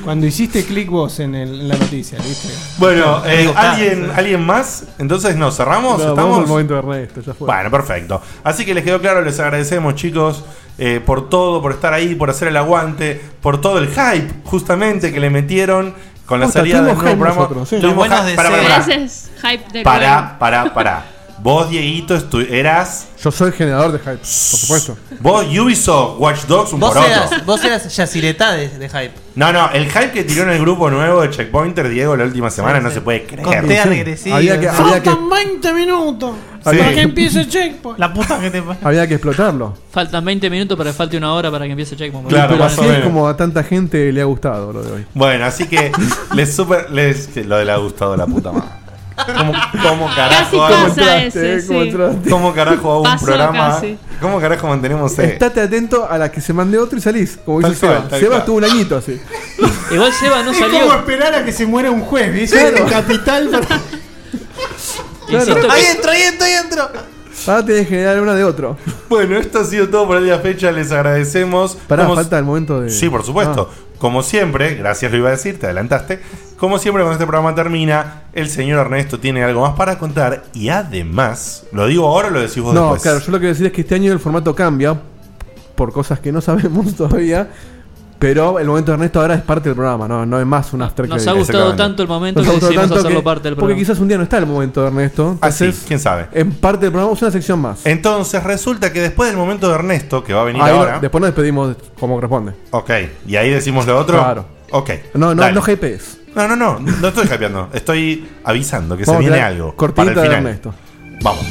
Cuando hiciste clic vos en, el- en la noticia, ¿viste?
*laughs* Bueno, eh,
Digo, está,
¿alguien, ¿alguien más? Entonces, ¿no? ¿Cerramos?
ah, No, vamos
¿Estamos?
al momento de Ernesto, ya fue.
Bueno, perfecto. Así que les quedó claro, les agradecemos, chicos, eh, por todo, por estar ahí, por hacer el aguante, por todo el hype, justamente, que le metieron con la
Posta,
salida del
tuvimos
nuevo
hype
programa.
nosotros, sí.
Tuvimos
Los buenos
hype- pará, pará,
Ese es hype
Eh,
de
Pará, pará, pará. Vos, Dieguito, estu- eras.
Yo soy generador de hype, por supuesto.
Vos, Ubisoft, Watch Dogs, un
Vos
poroto.
eras, vos eras Yaciretá de, de hype.
No, no, el hype que tiró en el grupo nuevo de Checkpointer, Diego, la última semana, no se puede creer.
Contea regresiva.
Había que- había que-
Faltan 20 minutos
Sí.
para que empiece el checkpoint.
La puta que te
Había que explotarlo.
Faltan 20 minutos para que falte una hora para que empiece Checkpoint.
Y pero
Literal.
así es como a tanta gente le ha gustado lo de hoy.
Bueno, así que les super. Les, que lo de la gustado la puta madre. ¿Cómo, cómo
Casi
carajo
pasa
hago-
ese, eh? ¿Cómo sí. entraste?
¿Cómo carajo hago un
Pasó
programa?
casi.
¿Cómo carajo mantenemos eh?
Estate atento a la que se mande otro y salís. Como
Tal
dice Seba.
cual, tal
Seba
cual.
estuvo un añito así.
Igual Seba no
Es
salió.
como esperar a que se muera un juez, ¿viste?
Claro.
En capital para-
Claro.
Ahí entro, ahí entro, ahí entro.
Ahora Ah, tenés que generar una de otro.
Bueno, esto ha sido todo por el día de fecha. Les agradecemos.
Pará,
Como-
falta el momento de. Ah.
Sí, por supuesto. Como siempre, gracias lo iba a decir, te adelantaste. Como siempre, cuando este programa termina, el señor Ernesto tiene algo más para contar. Y además, lo digo ahora o lo decís vos
No,
después.
claro, yo lo que quiero decir es que este año el formato cambia por cosas que no sabemos *laughs* todavía. Pero el momento de Ernesto ahora es parte del programa, no, no es más un after
Nos
credit.
ha gustado
Exactamente.
tanto el momento
Nos
que
ha gustado
decidimos
tanto
hacerlo
que-
parte del
Porque
programa.
quizás un día no está el momento de Ernesto.
Así,
entonces,
Ah, quién sabe.
En parte del programa es una sección más.
Entonces resulta que después del momento de Ernesto, que va a venir
Ahí
ahora.
no- después nos despedimos como corresponde.
Ok, y ahí decimos lo otro.
Claro.
Ok.
No, no,
dale.
no GPS.
No, no, no, no estoy hypeando. Estoy avisando que
Vamos a
se viene
tirar
algo.
cortinita
para el
de
final.
Ernesto.
Vamos.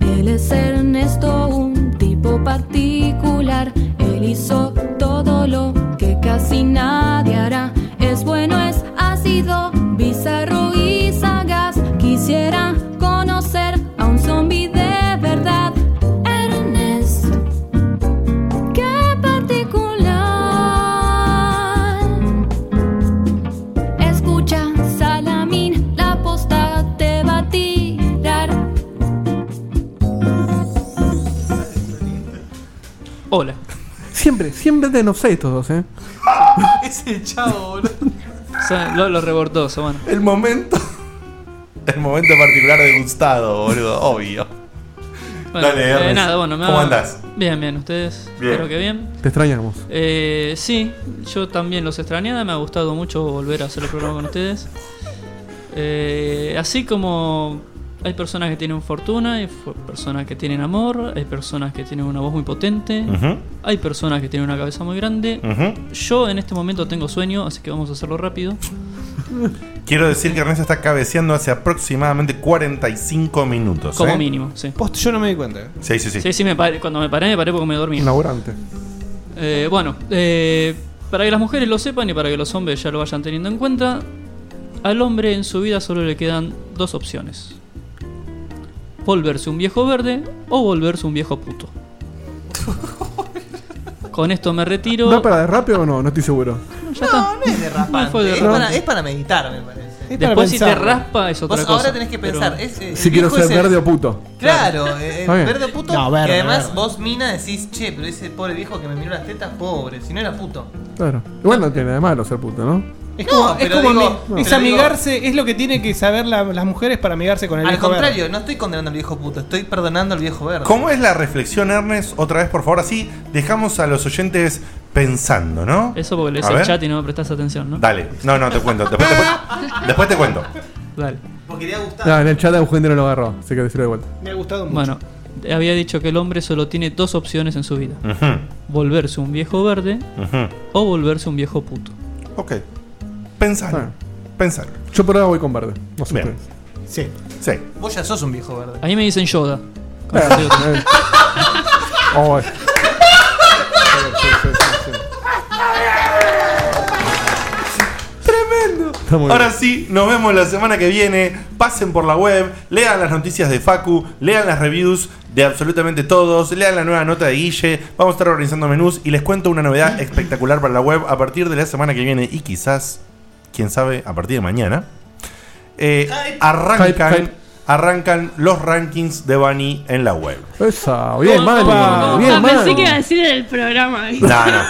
Él es Ernesto, un tipo particular. Él hizo todo lo que casi nadie hará. Es bueno, es ácido, bizarro y sagaz. Quisiera conocer a un zombie de verdad. Ernest, qué particular. Escucha, Salamín, la posta te va a tirar.
Hola.
Siempre, siempre de no sé estos dos, ¿eh?
*laughs* es el chavo, boludo. Lo, lo rebortó, Sobano.
El momento. El momento particular de Gustavo, boludo, obvio.
Bueno,
Dale,
eh,
Ernest.
nada, bueno, me
¿Cómo
va-
andás?
Bien, bien, ustedes.
Bien.
Espero que bien.
Te extrañamos.
Eh, sí, yo también los extrañaba. Me ha gustado mucho volver a hacer el programa con ustedes. Eh, así como hay personas que tienen fortuna, hay fu- personas que tienen amor, hay personas que tienen una voz muy potente,
Ujú.
hay personas que tienen una cabeza muy grande.
Ujú.
Yo en este momento tengo sueño, así que vamos a hacerlo rápido.
Quiero decir que Ernesto está cabeceando hace aproximadamente 45 minutos.
Como
¿eh?
mínimo, sí.
Post, yo no me di cuenta. ¿eh?
Sí, sí, sí.
Sí, sí, me paré- cuando me paré, me paré porque me dormí.
Inaugurante.
Eh, bueno, eh, para que las mujeres lo sepan y para que los hombres ya lo vayan teniendo en cuenta, al hombre en su vida solo le quedan dos opciones. Volverse un viejo verde o volverse un viejo puto. Con esto me retiro.
¿Da para derrape o no? No estoy seguro.
No, no es derrapante.
No fue
es,
derrapante.
para, es para meditar, me parece.
para Después si pensar. te raspa es otra
Vos
cosa,
Ahora tenés que
pero-
pensar. es, eh,
Si
el
quiero
viejo
ser
ese-
verde o puto.
Claro, eh,
Está bien.
verde o puto.
No, verde,
que además
verde.
vos, mina, decís, che, pero ese pobre viejo que me miró las tetas, pobre. Si no era puto.
Claro. Igual no tiene nada de malo ser puto, ¿no?
Es
No,
como, es,
pero
como
digo-
ami-
no.
es
pero digo-
amigarse, es lo que tienen que saber la- las mujeres para amigarse con el
Al
hijo verde.
contrario, no estoy condenando al viejo puto, estoy perdonando al viejo verde.
¿Cómo es la reflexión, Ernest? Otra vez, por favor, así dejamos a los oyentes pensando, ¿no?
Eso porque lees
A
el
ver.
chat y no me prestás atención, ¿no?
Dale, no, no, te cuento. Después te, cu- después te cuento.
Dale.
No, en el chat Eugenio no lo agarró, así que decirlo de vuelta.
Me ha gustado
Bueno, había dicho que el hombre solo tiene dos opciones en su vida.
Ujú.
Volverse un viejo verde
Ujú.
o volverse un viejo puto.
Ok. Pensar. Pensar.
Yo por ahora Ah, voy con verde. No sé
Bien.
ustedes.
Sí.
Sí.
Vos ya sos un viejo verde.
A mí me dicen Yoda.
Ah, *laughs* Oh, eh.
Tremendo.
Está muy
Ahora sí, nos vemos la semana que viene. Pasen por la web, lean las noticias de Facu, lean las reviews de absolutamente todos, lean la nueva nota de Guille. Vamos a estar organizando menús y les cuento una novedad espectacular para la web a partir de la semana que viene y quizás, quién sabe, a partir de mañana. eh, arrancan,
Hype, hype.
arrancan los rankings de Bunny en la web.
Esa, bien,
Opa.
Manu.
Ah,
Bien, Manu.
pensé que iba a decir el programa. ¿viste?
No, no.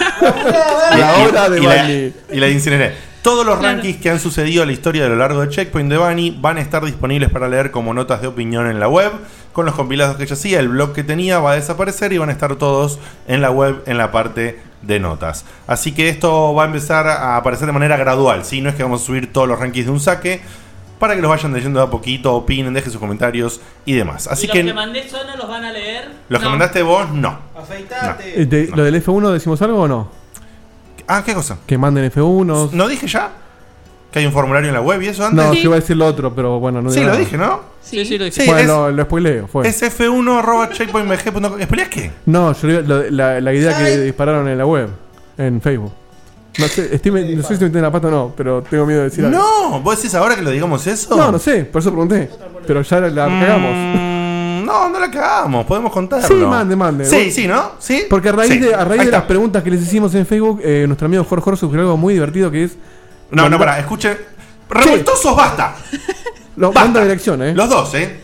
La
Y-
hora de
y la-
Bunny.
Y la incineré. Todos los
Claro.
rankings que han sucedido a la historia a lo largo de Checkpoint de Bunny van a estar disponibles para leer como notas de opinión en la web. Con los compilados que yo hacía, el blog que tenía va a desaparecer y van a estar todos en la web en la parte de notas. Así que esto va a empezar a aparecer de manera gradual, ¿sí? No es que vamos a subir todos los rankings de un saque para que los vayan leyendo de a poquito, opinen, dejen sus comentarios y demás. Así que
mandé solo los van a leer.
los que mandaste vos, no.
Eh, de- ¿Lo del F1 decimos algo o no?
Ah, ¿qué cosa?
Que manden F1.
¿No dije ya? ¿Que hay un formulario en la web y eso antes?
No, yo iba a decir lo otro, pero bueno, no
Sí,
digo
lo
nada.
dije, ¿no?
Sí, sí, lo
dije. Sí,
bueno,
es-
lo, lo spoileo, fue.
Es f1.checkpointmg.com. ¿Spoileás qué?
No, yo digo lo- la, la idea que dispararon en la web, en Facebook. No sé, estoy me- no sé si me en la pata o no, pero tengo miedo de decir algo.
No, ¿vos decís ahora que lo digamos eso? Mm.
No, no sé, por eso pregunté. Pero ya la, la cagamos.
No, no la cagamos, podemos contarlo.
Sí, mande, mande.
Sí, sí, ¿no? Sí.
Porque a raíz,
Sí,
de, a raíz
ahí
de
está.
las preguntas que les hicimos en Facebook, eh, nuestro amigo Jorge Jorge sugirió algo muy divertido que es.
No, no, pará, escuchen. Revoltosos, basta.
Los manda dirección, eh.
Los dos, ¿eh?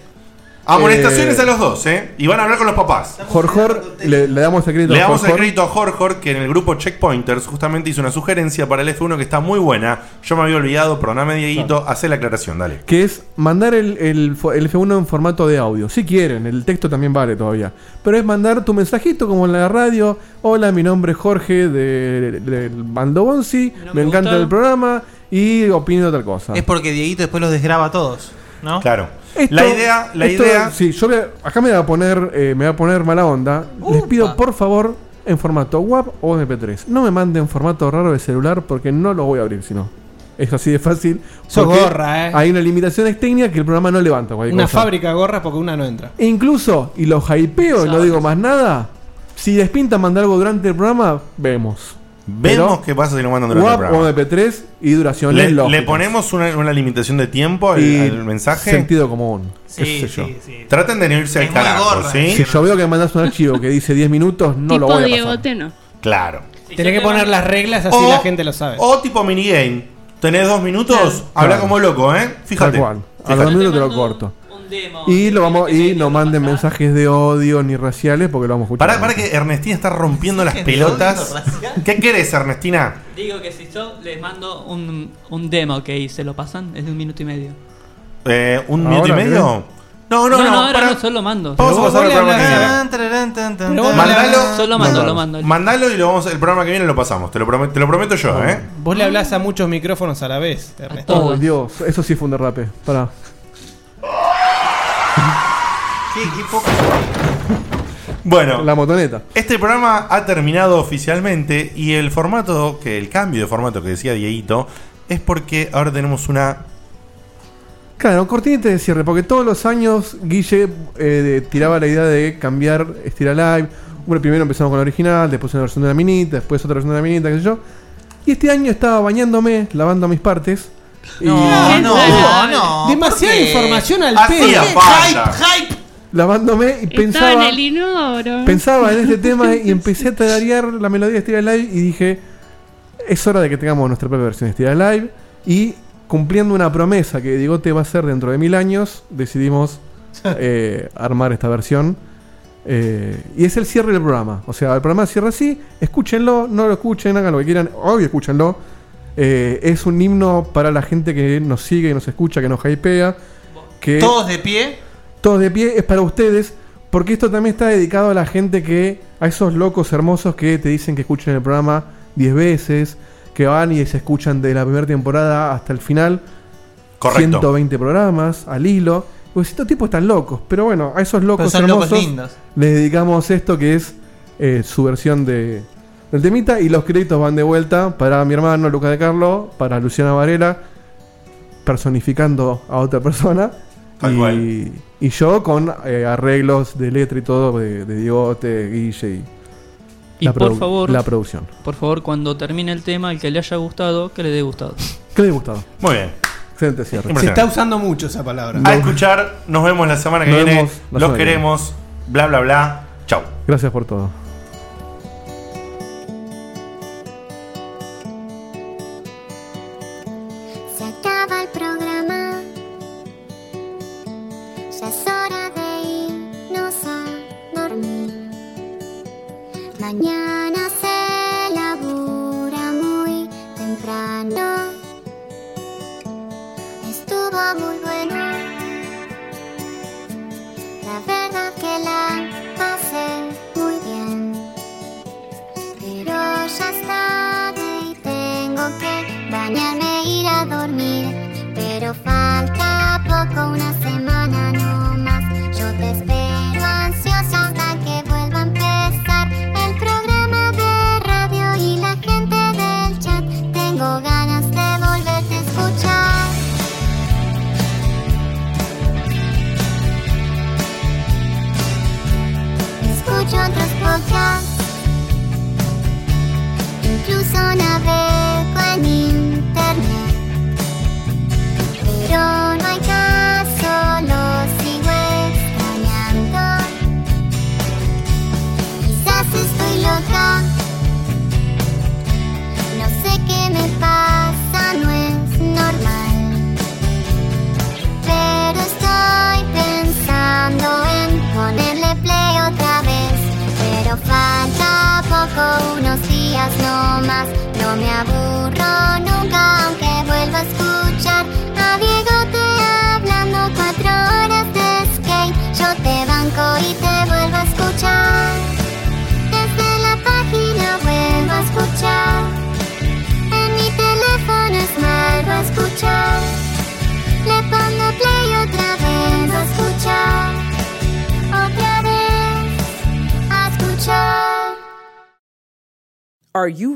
Amonestaciones
Eh,
a los dos, ¿eh? Y van a hablar con los papás.
Jorjor, le, le damos el crédito
Le
a
damos el
Jorjor.
crédito a Jorjor, que en el grupo Checkpointers justamente hizo una sugerencia para el F1 que está muy buena. Yo me había olvidado, perdoname, Dieguito, hacé la aclaración, dale.
Que es mandar el, el fo- el F1 en formato de audio. Si quieren, el texto también vale todavía. Pero es mandar tu mensajito como en la radio. Hola, mi nombre es Jorge del de, del Bando Bonzi. Me encanta
gusta.
el programa y opino tal cosa.
Es porque Dieguito después los desgraba a todos, ¿no?
Claro.
Esto- esto- Sí, yo voy a- acá me va a poner, eh, me va a poner mala onda. Les pido por favor en formato WAP o MP3. No me manden formato raro de celular porque no lo voy a abrir, si no. Es así de fácil.
Sos
porque
gorra, eh.
Hay una limitación técnica que el programa no levanta. cualquier
Una
cosa.
fábrica de gorras porque una no entra.
E incluso, y lo hypeo y no digo más nada. Si despinta mandar algo durante el programa, vemos.
Vemos qué pasa si lo mandan durante el
WAP
programa.
o MP3 y duración
Le, le ponemos una, una limitación de tiempo al,
Y
al mensaje.
sentido común.
Sí, Traten de no irse al carajo, ¿sí?
Si yo veo que mandas un archivo que dice 10 minutos, no lo
tipo
voy a pasar.
Diegote no.
Claro.
Tenés que poner las reglas así
O-
la gente lo sabe.
O tipo minigame. Tenés dos minutos, habla
Claro.
como loco, ¿eh? Fíjate.
Tal cual. A los minutos te lo corto. Y lo vamos y no manden mensajes de odio ni raciales porque lo vamos a escuchar.
Pará, pará que Ernestina está rompiendo las pelotas. ¿Qué querés, Ernestina?
Digo que si yo les mando un, un demo que hice, lo pasan, es de un minuto y medio.
Eh, ¿Un minuto y
Ahora,
medio?
¿qué?
No, no, no.
ahora
pará.
no, solo mando.
Vamos a pasar al programa que viene. Mandalo.
Solo mando, lo mando.
Mandalo y lo vamos, el programa que viene lo pasamos. Te lo, promet- te lo prometo yo, ¿eh?
Vos le hablás a muchos micrófonos a la vez. te arrestás.
Oh, Dios, eso sí fue un derrape. Pará.
Bueno.
La motoneta.
Este programa ha terminado oficialmente y el formato, que el cambio de formato que decía Dieguito, es porque ahora tenemos una.
Claro, cortinete de cierre, porque todos los años Guille eh, de- tiraba la idea de cambiar Estira Live. Bueno, primero empezamos con la original, después una versión de la minita, después otra versión de la minita, qué sé yo. Y este año estaba bañándome, lavando mis partes. y- *laughs*
No, no, no, no.
Demasiada
¿por qué?
información al
Hacía
pedo.
falta.
Hype, hype.
Lavándome y
Estaba
pensaba.
en el inodoro.
Pensaba en este tema
*laughs*
y empecé a tararear la melodía de Estira Live y dije, es hora de que tengamos nuestra propia versión de Estira Live. Y cumpliendo una promesa que digo te va a hacer dentro de mil años, decidimos eh, armar esta versión. Eh, y es el cierre del programa. O sea, el programa cierra así, escúchenlo, no lo escuchen, hagan lo que quieran, obvio escúchenlo. Eh, es un himno para la gente que nos sigue, que nos escucha, que nos hypea. Que
Todos de pie.
todos de pie es para ustedes, porque esto también está dedicado a la gente que, a esos locos hermosos que te dicen que escuchen el programa 10 veces, que van y se escuchan de la primera temporada hasta el final.
Correcto.
120 programas al hilo. Y vos decís, estos tipos están locos, pero bueno, a esos locos
son locos
hermosos
lindos.
les dedicamos esto que es eh, su versión de, del temita y los créditos van de vuelta para mi hermano Luca de Carlo, para Luciana Varela, personificando a otra persona. y, y yo con eh, arreglos de letra y todo de, de Diegote, Guille y,
Y
la,
por
produ-
favor,
la producción.
Por favor, cuando termine el tema, el que le haya gustado, que le dé gustado.
¿Qué les gustado?
Muy bien.
Excelente cierre.
Se está
usando mucho esa palabra.
A escuchar, nos vemos la semana que
Nos
viene.
vemos la
Los
semana que viene.
queremos. Bla, bla, bla. Chau.
Gracias por todo.
Se acaba el programa. Ya es hora de irnos a dormir. Mañana se labura muy temprano. Estuvo muy bueno. La verdad que la pasé muy bien. Pero ya es tarde y tengo que bañarme e ir a dormir. Pero falta poco, una semana no más. Yo te espero ansiosa hasta que vuelva a empezar el programa de radio y la gente del chat. Tengo ganas de volverte a escuchar. Escucho otros podcasts. Incluso navego en internet Pero no hay caso,
Are you